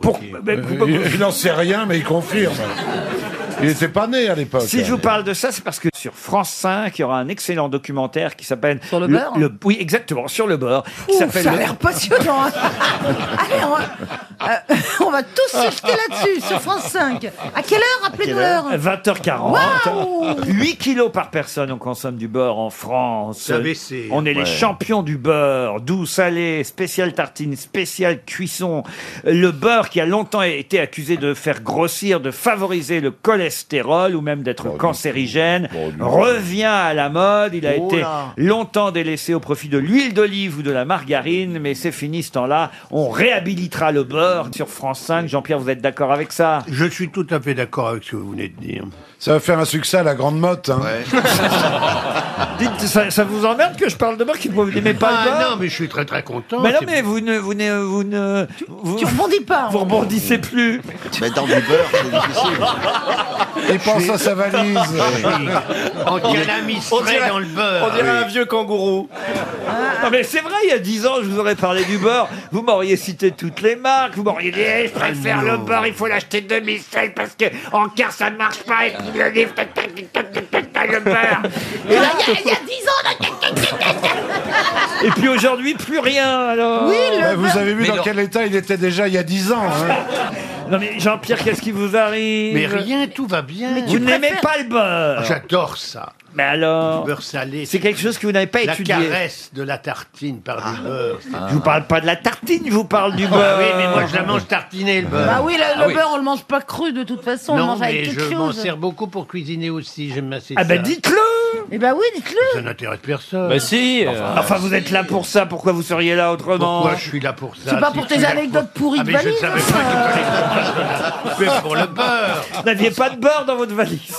S1: Pour- mais-
S23: Euh, Il n'en sait rien, mais il confirme. Il n'était pas né à l'époque.
S1: Si je vous parle de ça, c'est parce que sur France 5, il y aura un excellent documentaire qui s'appelle Sur
S5: le beurre
S1: Oui, exactement, sur le beurre. qui
S5: Ouh,
S1: s'appelle
S5: ça a
S1: le-
S5: l'air passionnant. hein. Allez, on va, euh, on va tous se jeter là-dessus, sur France 5. À quelle heure Rappelez-nous l'heure.
S1: 20h40.
S5: Waouh
S1: 8 kilos par personne, on consomme du beurre en France.
S18: Ça baissé.
S1: On est les
S18: Ouais.
S1: champions du beurre, doux, salé, spécial tartine, spécial cuisson. Le beurre qui a longtemps été accusé de faire grossir, de favoriser le cholestérol ou même d'être cancérigène, revient à la mode. Il a
S18: Oh
S1: été
S18: là.
S1: longtemps délaissé au profit de l'huile d'olive ou de la margarine, mais c'est fini ce temps-là. On réhabilitera le beurre sur France 5. Jean-Pierre, vous êtes d'accord avec ça
S18: Je suis tout à fait d'accord avec ce que vous venez de dire.
S23: Ça va faire un succès à la grande motte. hein.
S1: Dites, ça, ça vous emmerde que je parle de beurre qui vous n'aimez pas
S18: ah
S1: le beurre
S18: non, mais je suis très très content.
S1: Mais non,
S18: C'est-
S1: mais vous ne, vous ne, vous ne, vous,
S5: Tu rebondis pas. hein.
S1: vous rebondissez plus.
S22: Mais dans du beurre, c'est difficile.
S23: Il pense à sa valise.
S18: On dirait
S1: On
S18: un mistral
S1: dirait-
S18: dans le beurre. Ah.
S1: on dirait un
S18: vieux kangourou.
S1: Non, mais c'est vrai, il y a 10 ans, je vous aurais parlé du beurre. Vous m'auriez cité toutes les marques. Vous m'auriez dit, Eh, je préfère
S18: Ah non.
S1: le beurre, il faut l'acheter 2007 parce que en quart, ça ne marche pas. Et puis, le livre, tac, tac, tac, tac, tac, tac, tac, le beurre.
S5: Il y a il y a 10 ans, là.
S1: Et puis aujourd'hui, plus rien, alors.
S23: Bah, vous avez vu dans quel état il était déjà il y a 10 ans. hein.
S1: Non, mais Jean-Pierre, qu'est-ce qui vous arrive
S18: Mais rien, tout va bien.
S1: Vous n'aimez pas le beurre.
S18: Ah, J'adore ça.
S1: Mais alors
S18: Le beurre salé.
S1: C'est quelque chose que vous n'avez pas
S18: la
S1: étudié. Ah.
S18: caresse de la tartine par le beurre.
S1: Je vous parle pas de la tartine, je vous parle du
S18: Ah
S1: beurre.
S18: oui, mais moi je la mange tartinée le beurre.
S5: Bah oui, le, le
S18: Ah
S5: beurre, on le mange pas cru de toute façon, on le
S18: Non,
S5: mange
S18: mais
S5: avec
S18: je
S5: quelque
S18: m'en
S5: chose.
S18: sers beaucoup pour cuisiner aussi, j'aime assez
S1: Ah
S18: ça.
S1: ben dites-le
S5: Eh bah oui, dites-le.
S18: Ça n'intéresse personne.
S12: Bah si, euh,
S18: Enfin,
S1: Enfin, vous êtes là pour ça, pourquoi vous seriez là autrement
S18: Pourquoi je suis là pour ça
S5: C'est pas
S18: si
S5: pour
S18: je suis
S5: tes
S18: là
S5: anecdotes pourries
S18: Ah,
S5: de
S18: mais je ne
S5: valise,
S18: savais
S5: hein, ça.
S18: pour- Mais pour le beurre
S1: Vous n'aviez pas de beurre dans votre valise.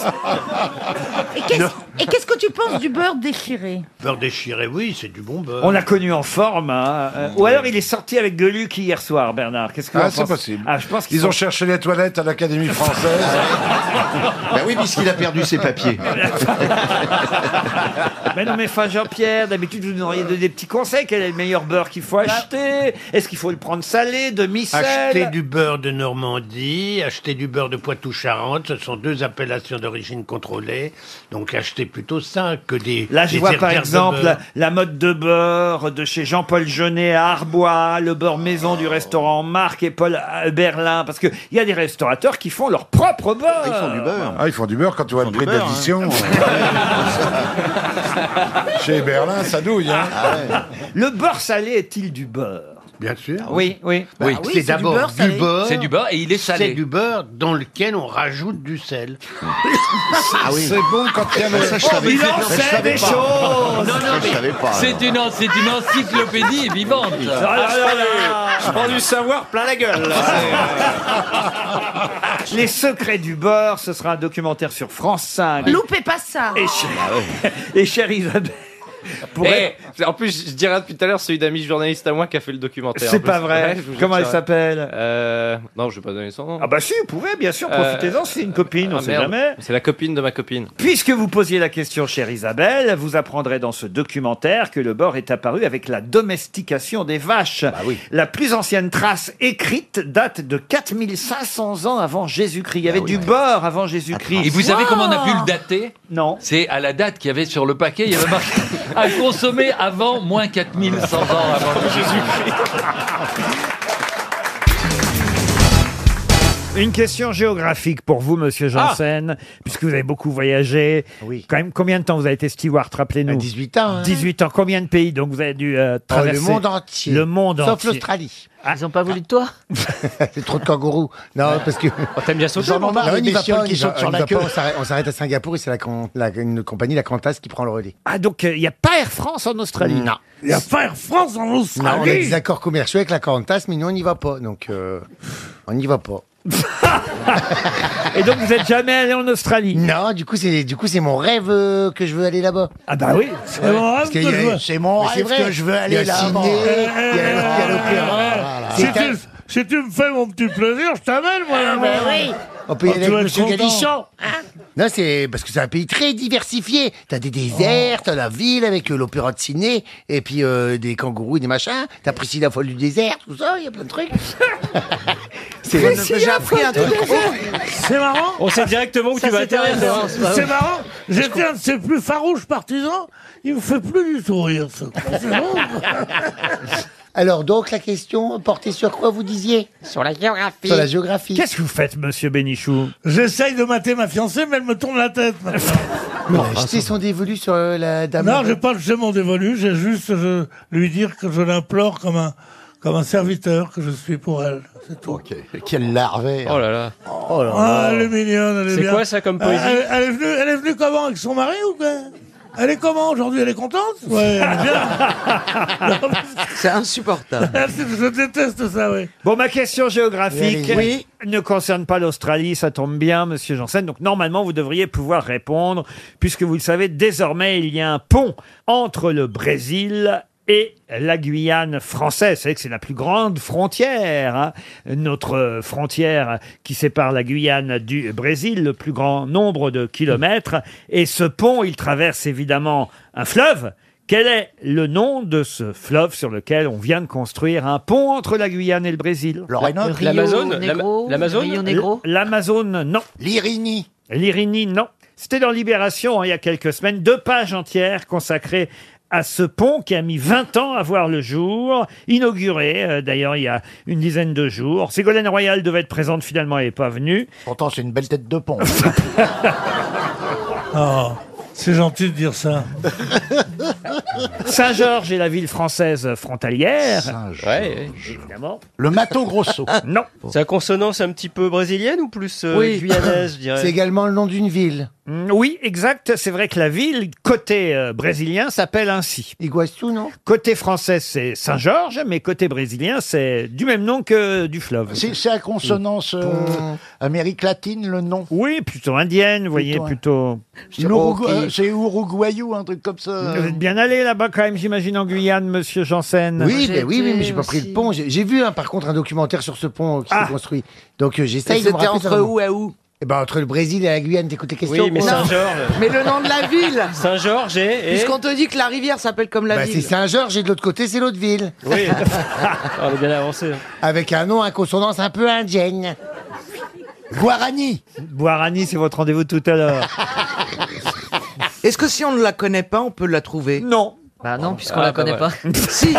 S5: Et qu'est-ce- Et qu'est-ce que tu penses du beurre déchiré
S18: Beurre déchiré, oui, c'est du bon beurre.
S1: On l'a connu en forme. hein. Euh, Ou alors il est sorti avec Geluc hier soir, Bernard. Qu'est-ce que vous en
S23: Ah, c'est
S1: pensez
S23: possible.
S1: Ah, je pense qu'ils
S23: Ils ont cherché les toilettes à l'Académie française.
S22: Ben oui, puisqu'il a perdu ses papiers.
S1: Mais non, mais enfin, Jean-Pierre, d'habitude, vous nous auriez donné des petits conseils. Quel est le meilleur beurre qu'il
S18: Bah,
S1: faut acheter Est-ce qu'il faut le prendre salé, demi-sel
S18: Acheter du beurre de Normandie, acheter du beurre de Poitou-Charentes, ce sont deux appellations d'origine contrôlée. Donc achetez plutôt ça que des.
S1: Là, je
S18: des
S1: vois par
S18: terres de
S1: exemple la,
S18: beurre.
S1: la mode de beurre de chez Jean-Paul Jeunet à Arbois, le beurre maison
S18: Oh.
S1: du restaurant Marc et Paul à Berlin, parce qu'il y a des restaurateurs qui font leur propre beurre. Ils font du beurre.
S23: Ah, ils font du beurre quand tu vois le prix d'addition.
S1: hein.
S23: Chez Berlin, ça douille. hein.
S1: Ah Le beurre salé est-il du beurre
S18: Bien sûr.
S1: Ah Oui, oui.
S6: Bah
S18: oui, c'est d'abord du beurre.
S6: C'est du beurre et il est salé.
S18: C'est du beurre dans lequel on rajoute du sel.
S23: Ah oui. C'est bon quand il y a
S12: Ah,
S23: le.
S2: Oh,
S22: Ça, je savais-
S1: il en
S22: ça, je
S1: sait
S22: savais
S1: des
S22: pas.
S1: choses.
S18: Non, non,
S22: Ça, je savais pas.
S6: C'est
S22: alors.
S6: une, en- c'est une encyclopédie vivante.
S1: Ah là là là.
S12: Je prends du savoir plein la gueule. là.
S1: Les secrets du beurre, ce sera un documentaire sur France 5.
S5: Loupez pas ça.
S1: Et, ch- et chère Isabelle. pour-
S12: Ah Eh, En plus, je dirais depuis tout à l'heure celui d'amis journaliste à moi qui a fait le documentaire.
S1: C'est
S12: En plus.
S1: pas vrai.
S12: Ouais, je vous jure
S1: Comment
S12: que
S1: elle
S12: c'est vrai.
S1: s'appelle
S12: Euh, non, je vais pas donner son nom.
S1: Ah bah si, vous pouvez, bien sûr,
S12: Euh,
S1: profitez-en, c'est une copine, on
S12: Ah,
S1: sait
S12: merde.
S1: jamais.
S12: C'est la copine de ma copine.
S1: Puisque vous posiez la question, chère Isabelle, vous apprendrez dans ce documentaire que le beurre est apparu avec la domestication des vaches.
S6: Bah
S1: La plus ancienne trace écrite date de 4500 ans avant Jésus-Christ. Il y avait du beurre avant Jésus-Christ.
S6: Bah Et vous savez comment on a pu le dater
S1: Non.
S6: C'est à la date qu'il y avait sur le paquet, il y avait marqué à consommer avant moins 4100 ans avant Jésus-Christ.
S1: Une question géographique pour vous, monsieur
S6: Ah
S1: Janssen, puisque vous avez beaucoup voyagé. Oui. Quand même, combien de temps vous avez été steward,
S6: Euh,
S1: rappelez-nous 18 ans.
S6: hein.
S1: 18 ans. Combien de pays Donc vous avez dû
S6: Oh,
S1: euh, traverser
S11: Oh, monde entier.
S1: Le monde
S11: Sauf
S1: entier.
S11: l'Australie.
S1: Ils n'ont pas voulu de toi
S11: C'est trop de kangourous. Non, parce que. On t'aime bien
S1: sauter,
S11: J'en ai
S1: Laurent
S11: marre
S1: Non,
S11: des
S1: il va
S11: bestioles
S1: pas,
S11: qui
S1: il va-
S11: sautent sur
S1: il
S11: la
S1: va
S11: queue.
S1: pas.
S11: On s'arrête- On s'arrête à Singapour et c'est la, con- la- une compagnie, la Qantas, qui prend le relais.
S1: Ah, donc il n'y a pas Air France en Australie
S11: Non.
S4: Il n'y Hmm. a pas Air France en
S11: Non, on a
S4: Australie
S11: des accords commerciaux avec la Qantas, mais nous, on n'y va pas. Donc, euh, on n'y va pas.
S1: Et donc, vous n'êtes jamais allé en Australie
S11: Non, du coup, c'est du coup c'est mon rêve euh, que je veux aller là-bas.
S1: Ah bah oui.
S11: Parce
S1: C'est mon rêve
S11: qu'il y
S1: que
S11: a-
S1: je veux.
S11: C'est mon
S1: Mais c'est
S11: rêve
S1: vrai.
S11: que je veux
S1: Il y
S11: aller
S1: a
S11: là-bas.
S1: ciné,
S11: Il y a- il y a l'opéra.
S4: Si
S11: C'est un-
S4: tu, si tu me fais mon petit plaisir, je t'amène, moi.
S11: Ah, bah
S4: là-bas.
S11: oui. On peut y
S4: Ah,
S11: aller
S4: tu vas
S11: avec
S4: être
S11: Monsieur
S4: content.
S11: Galichon. Non, c'est parce que c'est un pays très diversifié. T'as des déserts,
S1: Oh.
S11: t'as la ville avec euh, l'opéra de ciné, et puis euh, des kangourous, et des machins. T'apprécies la folle du désert, tout ça, il y a plein de trucs. C'est-
S4: Mais
S11: J'ai
S4: si, la
S11: appris
S4: folle
S11: un
S4: du
S11: truc.
S4: désert. C'est marrant.
S2: On sait directement où
S4: Ça,
S2: tu vas
S4: c'était
S2: atterrir.
S4: référence,
S11: bah
S25: bah
S2: toi.
S4: C'est marrant. J'étais un de ses plus farouches partisans. Il me fait plus du sourire. ce con. C'est drôle.
S11: Alors donc la question portait sur quoi vous disiez Sur la géographie. Sur la géographie.
S1: Qu'est-ce que vous faites, monsieur Bénichou
S4: J'essaye de mater ma fiancée, mais elle me tourne la tête.
S11: Non, jeter son dévolu sur euh, la dame.
S4: Non, j'ai pas jeté mon dévolu. J'ai juste euh, lui dire que je l'implore comme un comme un serviteur que je suis pour elle. C'est tout.
S11: Quel larvaire.
S2: hein.
S4: Oh
S11: là là.
S4: Oh elle est mignonne, elle est
S2: C'est
S4: bien.
S2: quoi ça comme poésie
S4: elle, elle est venue, elle est venue comment Avec son mari ou quoi Elle est comment aujourd'hui Elle est contente Ouais, elle est bien.
S1: Ah, C'est insupportable.
S4: je déteste ça, oui.
S1: Bon, ma question géographique
S4: Oui, allez-y.
S1: ne concerne pas l'Australie, ça tombe bien, monsieur Janssen. Donc, normalement, vous devriez pouvoir répondre, puisque vous le savez, désormais, il y a un pont entre le Brésil et la Guyane française. Vous savez que c'est la plus grande frontière, hein. notre euh, frontière qui sépare la Guyane du Brésil, le plus grand nombre de kilomètres. Et ce pont, il traverse évidemment un fleuve. Quel est le nom de ce fleuve sur lequel on vient de construire un pont entre la Guyane et le Brésil
S2: Roanoke Le Rio L'Amazone Negro, L'Ama- l'Amazone le Rio Negro
S1: L- L'Amazone, non. L'Irini L'Irini, non. C'était dans Libération, hein, il y a quelques semaines, deux pages entières consacrées à ce pont qui a mis 20 ans à voir le jour, inauguré euh, d'ailleurs il y a une dizaine de jours. Ségolène Royal devait être présente, finalement elle n'est pas venue. Pourtant c'est une belle tête de pont.
S4: Oh, c'est gentil de dire ça.
S1: Saint-Georges est la ville française frontalière. Ah,
S2: Ouais, ouais.
S1: Évidemment.
S2: Le Mato Grosso.
S1: Oh, non.
S2: Sa consonance un petit peu brésilienne ou plus euh, guyanaise, je dirais
S11: C'est également le nom d'une ville.
S1: Mm, Oui, exact. C'est vrai que la ville, côté euh, brésilien, s'appelle ainsi.
S11: Iguaçu, non
S1: Côté français, c'est Saint-Georges, mais côté brésilien, c'est du même nom que du fleuve.
S11: C'est à consonance euh,
S1: Amérique latine, le nom Oui, plutôt indienne, vous voyez, plutôt...
S11: L'Urugu- euh,
S1: C'est Uruguayou, un truc comme ça. Vous êtes bien allé là-bas quand même, j'imagine, en Guyane, monsieur Janssen.
S11: Oui, mais oui, oui, mais j'ai pas pris le pont. J'ai j'ai vu, hein, par contre, un documentaire sur ce pont euh, qui s'est construit. Donc euh, j'essaye de me
S10: C'était
S11: rappeler
S10: entre
S11: ça.
S10: où à où
S11: Eh ben, entre le Brésil et la Guyane, t'écoutes les questions
S2: Oui, mais
S11: quoi.
S2: Saint-Georges.
S10: Mais le nom de la ville
S2: Saint-Georges et. et-
S10: Puisqu'on te dit que la rivière s'appelle comme la
S11: Bah, c'est
S10: ville.
S11: Saint-Georges et de l'autre côté, c'est l'autre ville.
S2: Oui. Ah, on est bien avancé.
S11: Avec un nom à consonance un peu indienne.
S1: Guarani Guarani, c'est votre rendez-vous tout à l'heure.
S10: Est-ce que si on ne la connaît pas, on peut la trouver
S1: Non.
S10: Bah non, puisqu'on
S27: Ah,
S10: la
S27: bah
S10: connaît
S27: voilà.
S10: pas. si,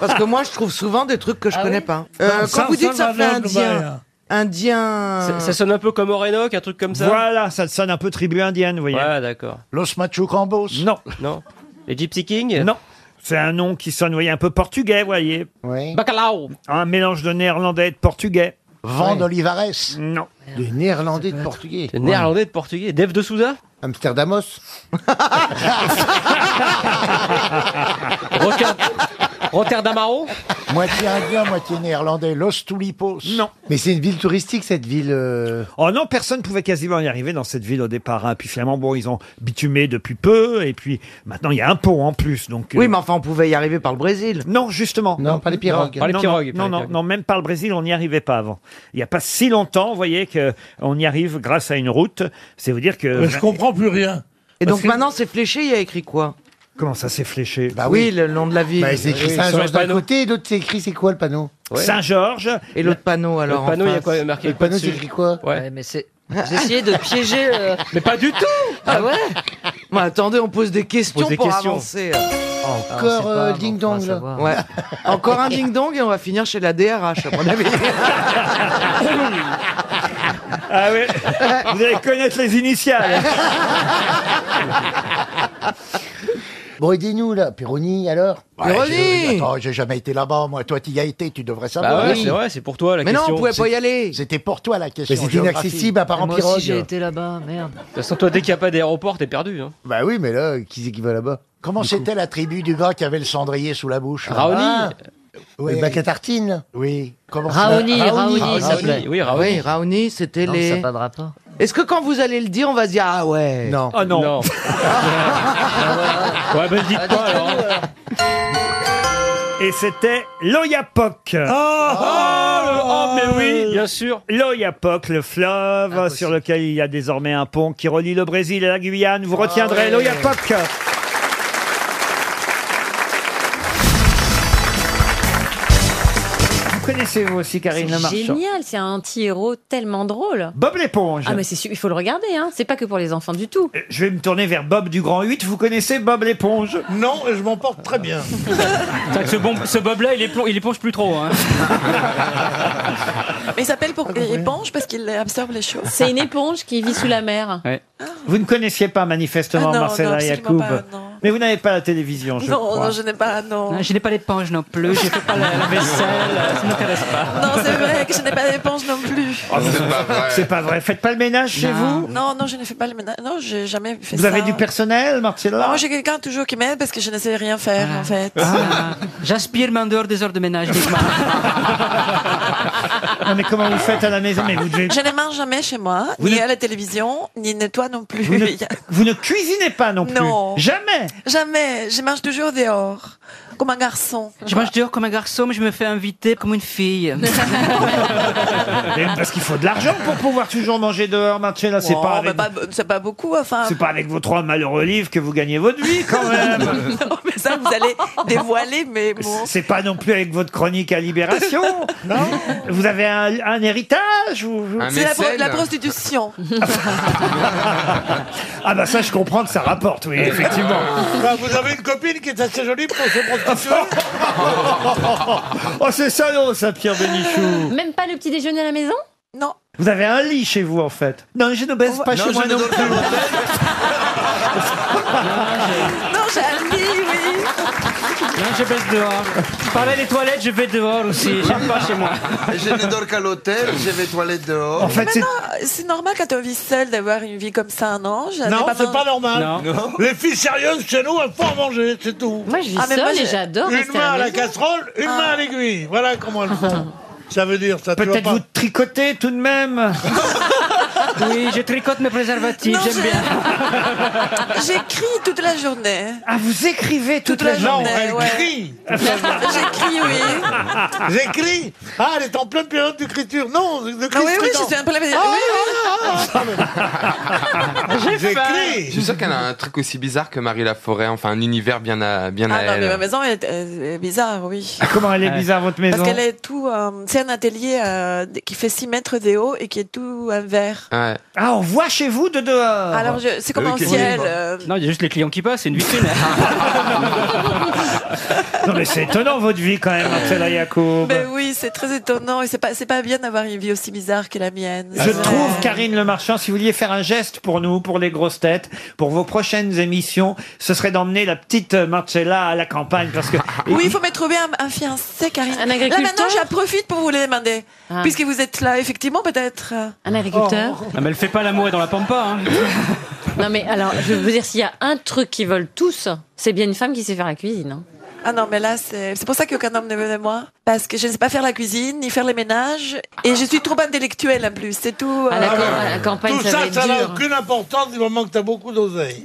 S10: parce que moi je trouve souvent des trucs que je connais pas. Euh,
S2: Non,
S10: quand
S2: ça-
S10: vous dites
S2: ça,
S10: ça fait
S2: madame,
S10: indien,
S2: bah,
S10: indien.
S2: Ça, ça sonne un peu comme Orénoque, un truc comme ça
S1: Voilà, ça sonne un peu tribu indienne, vous voyez.
S2: Ouais, d'accord.
S1: Los Machucambos Non.
S2: Non. Les Gypsy Kings
S1: Non. C'est un nom qui sonne, vous voyez, un peu portugais, vous voyez.
S2: Bacalao
S1: Un mélange de néerlandais et de portugais.
S11: Van
S1: Ouais.
S11: d'Olivares.
S1: Non.
S11: De néerlandais, de portugais.
S2: Les Néerlandais de Portugais. Dev de Souza
S11: Amsterdamos.
S2: Rotterdamaro
S11: Moitié indien, moitié néerlandais. Los Tulipos. Non. Mais c'est une ville touristique, cette ville. euh.
S1: Oh non, personne pouvait quasiment y arriver dans cette ville au départ. hein. Puis finalement, bon, ils ont bitumé depuis peu. Et puis maintenant, il y a un pont en plus. Donc, euh.
S10: Oui, mais enfin on pouvait y arriver par le Brésil.
S1: Non, justement.
S11: Non, pas les pirogues.
S1: Non, non, Non, non, non, même par le Brésil, on n'y arrivait pas avant. Il n'y a pas si longtemps, vous voyez, qu'on y arrive grâce à une route. C'est vous dire que.
S4: Mais je comprends plus rien.
S10: Et
S1: Parce
S10: donc
S1: que-
S10: maintenant c'est fléché, il y a écrit quoi
S1: Comment ça s'est fléché
S10: Bah oui, le nom de la ville.
S11: Bah, c'est écrit
S10: Oui, sur
S11: Saint-Georges
S10: le
S11: d'un
S10: panneau.
S11: côté, et l'autre, c'est écrit, c'est quoi le panneau
S1: Saint-Georges.
S10: Et l'autre panneau alors.
S11: panneau,
S10: en
S11: il y a
S10: face.
S11: quoi, marqué Le quoi panneau, c'est dessus écrit quoi
S10: Ouais. mais c'est. J'ai essayé de piéger. euh,
S2: Mais pas du tout
S10: Ah ouais Mais attendez, on pose des questions
S11: Pose des
S10: pour
S11: questions.
S10: avancer.
S11: Encore euh, ding-dong, là.
S10: Ouais. Encore un ding-dong et on va finir chez la DRH, à mon avis.
S1: Ah oui, vous allez connaître les initiales.
S16: Bon, aidez-nous là, Péroni alors
S2: Ouais, Péroni
S16: j'ai- Attends, j'ai jamais été là-bas, moi. Toi, tu y as été, tu devrais savoir.
S2: Bah ouais, c'est vrai, c'est pour toi la
S16: Mais non,
S2: question.
S16: on pouvait pas y
S2: C'est-
S16: aller. C'était pour toi la question.
S2: Mais c'est inaccessible à part en Ah, Moi aussi, pirogue. j'ai été
S16: là-bas, merde.
S2: De toute façon, toi, dès qu'il n'y a pas d'aéroport, t'es perdu. Hein.
S16: Bah oui, mais là, qui c'est qui va là-bas Comment c'était la tribu du gars qui avait le cendrier sous la bouche là
S2: Raoni
S16: Ah,
S2: Oui.
S16: Le bac à tartine Oui. Comment ça-
S17: Raoni, Raoni, il s'appelait.
S16: Raoni, oui, Raoni.
S17: Oui, Raoni, c'était
S16: Non,
S17: les.
S16: ça n'a pas de
S17: rapport. Est-ce que quand vous allez le dire, on va se dire ah ouais
S16: Non.
S17: Ah
S2: non.
S1: Ouais, ben dites pas alors. Et c'était Loyapok. Oh, mais oui, bien sûr. Loyapok, le fleuve sur lequel il y a désormais un pont qui relie le Brésil et la Guyane. Vous retiendrez
S17: ouais.
S1: Loyapok. Vous connaissez vous aussi Karine Le
S13: C'est
S1: Marchand
S13: génial, c'est un anti-héros tellement drôle.
S1: Bob l'éponge.
S13: Ah mais c'est su- il faut le regarder, hein. c'est pas que pour les enfants du tout.
S1: Je vais me tourner vers Bob du Grand 8. Vous connaissez Bob l'éponge
S4: Non, et je m'en porte très bien.
S12: C'est vrai que ce, bon- ce Bob-là, il, éplon- il éponge plus trop. Hein.
S13: Mais il s'appelle
S11: Ah,
S13: pour éponge parce qu'il absorbe les choses. C'est une éponge qui vit sous la mer.
S1: Vous ne connaissiez pas manifestement
S13: Ah non, non,
S1: Marcella
S13: absolument
S1: Yacoub.
S13: pas,
S1: Mais vous n'avez pas la télévision, je crois.
S13: n'ai pas, non.
S1: Je n'ai pas l'éponge non plus, je ne fais pas la, vaisselle, ça ne m'intéresse pas.
S13: Non, c'est vrai que je n'ai pas d'éponge non plus.
S2: Ah,
S1: c'est pas vrai. C'est pas vrai. Faites pas le ménage chez vous
S13: Non, non, je ne fais pas le ménage. Non, j'ai jamais fait
S1: Vous
S13: ça.
S1: avez du personnel,
S13: Ah,
S1: Marcella
S13: Moi, j'ai quelqu'un toujours qui m'aide parce que je ne sais rien faire, en fait.
S1: Ah.
S17: J'aspire main dehors des heures de ménage.
S1: Non, mais comment vous faites à la maison Mais vous devez-
S13: Je ne mange jamais chez moi,
S1: Vous
S13: ni
S1: ne-
S13: à la télévision, ni nettoie non plus.
S1: Vous ne, vous ne cuisinez pas non plus.
S13: Non.
S1: Jamais.
S13: Jamais. Je mange toujours dehors, comme un garçon.
S17: Je mange dehors comme un garçon, mais je me fais inviter comme une fille.
S1: Mais Parce qu'il faut de l'argent pour pouvoir toujours manger dehors, Marcella. C'est
S13: Oh,
S1: pas,
S13: mais
S1: avec...
S13: pas- c'est pas beaucoup, enfin.
S1: c'est pas avec vos trois malheureux livres que vous gagnez votre vie quand même.
S13: Non, mais ça, vous allez dévoiler, mais bon.
S1: C'est pas non plus avec votre chronique à Libération. non. Vous avez un, un héritage ou...
S13: C'est la, pro- la prostitution.
S1: Ah bah ça, je comprends que ça rapporte, oui, effectivement.
S4: Bah, vous avez une copine qui est assez jolie pour se prostituer
S1: oh, c'est salaud, ça, Pierre Bénichou.
S13: Même pas le petit déjeuner à la maison Non.
S1: Vous avez un lit chez vous, en fait. Non, je ne baisse
S13: Oh,
S1: pas chez moi non plus.
S13: Non, j'ai un lit, oui.
S12: Non, je baisse dehors. Pareil, les toilettes, je vais dehors aussi. J'aime pas chez moi.
S22: Je ne dors qu'à l'hôtel, j'ai mes toilettes dehors.
S13: Mais non, c'est normal quand on vit seul d'avoir une vie comme ça, non J'avais
S4: Non, c'est
S13: besoin-
S4: pas normal.
S22: Non.
S4: Les filles sérieuses chez nous, elles font à manger, c'est tout.
S13: Moi, je vis Ah, mais seule moi, et j'ai- j'adore
S4: Une
S13: rester à
S4: main à
S13: la
S4: la
S13: maison. Ah.
S4: casserole, une main à l'aiguille. Voilà comment elles font. Ça veut dire, ça tu vois
S1: Peut-être
S4: pas.
S1: vous tricotez tout de même.
S17: oui, je tricote mes préservatifs,
S13: Non,
S17: j'aime
S13: je-
S17: bien.
S13: J'écris toute la journée.
S1: Ah, vous écrivez toute,
S13: Toute la
S4: Non,
S13: journée,
S4: elle
S13: ouais.
S4: crie.
S13: J'écris, oui.
S4: J'écris. Ah, elle est en pleine période d'écriture. Non, de ah,
S13: Ah oui, oui, je suis un peu la Oui, oui.
S4: J'ai
S11: Je suis sûr qu'elle a un truc aussi bizarre que Marie Laforêt, enfin un univers bien à, bien à
S13: Ah non, mais ma
S11: elle.
S13: maison est, euh, est- est bizarre, oui.
S1: Comment elle est bizarre, votre maison
S13: Parce qu'elle est tout. euh, c'est un atelier euh, qui fait 6 mètres de haut et qui est tout en verre.
S11: Ouais.
S1: Ah, on voit chez vous de dehors.
S13: Alors, je- c'est comme un ciel. euh,
S12: Non, il y a juste les clients qui passent, c'est une vitrine. hein.
S1: Non, mais c'est étonnant, votre vie, quand même, Marcella Yacoub.
S13: Mais ben oui, c'est très étonnant et c'est pas, c'est pas bien d'avoir une vie aussi bizarre que la mienne.
S1: Je
S13: C'est vrai.
S1: trouve, Karine Le Marchand, si vous vouliez faire un geste pour nous, pour les grosses têtes, pour vos prochaines émissions, ce serait d'emmener la petite Marcella à la campagne parce que.
S13: Oui, il faut me trouver un, un fiancé, Karine.
S1: Un agriculteur
S13: Là, maintenant, j'en profite pour vous les demander.
S12: Ah.
S13: Puisque vous êtes là, effectivement, peut-être.
S17: Un
S12: Non, mais elle fait pas l'amour dans la pampa. Hein.
S13: Non, mais alors,
S12: je vais vous dire,
S13: s'il y a un truc qu'ils veulent tous, c'est bien une femme qui sait faire la cuisine. Ah non, mais là, c'est c'est pour ça qu'aucun homme ne veut de moi. Parce que je ne sais pas faire la cuisine, ni faire les ménages. Et je suis trop intellectuelle, en plus. C'est tout. euh,
S4: Ah ouais. Tout ça, ça n'a aucune importance du moment que t'as beaucoup d'oseille.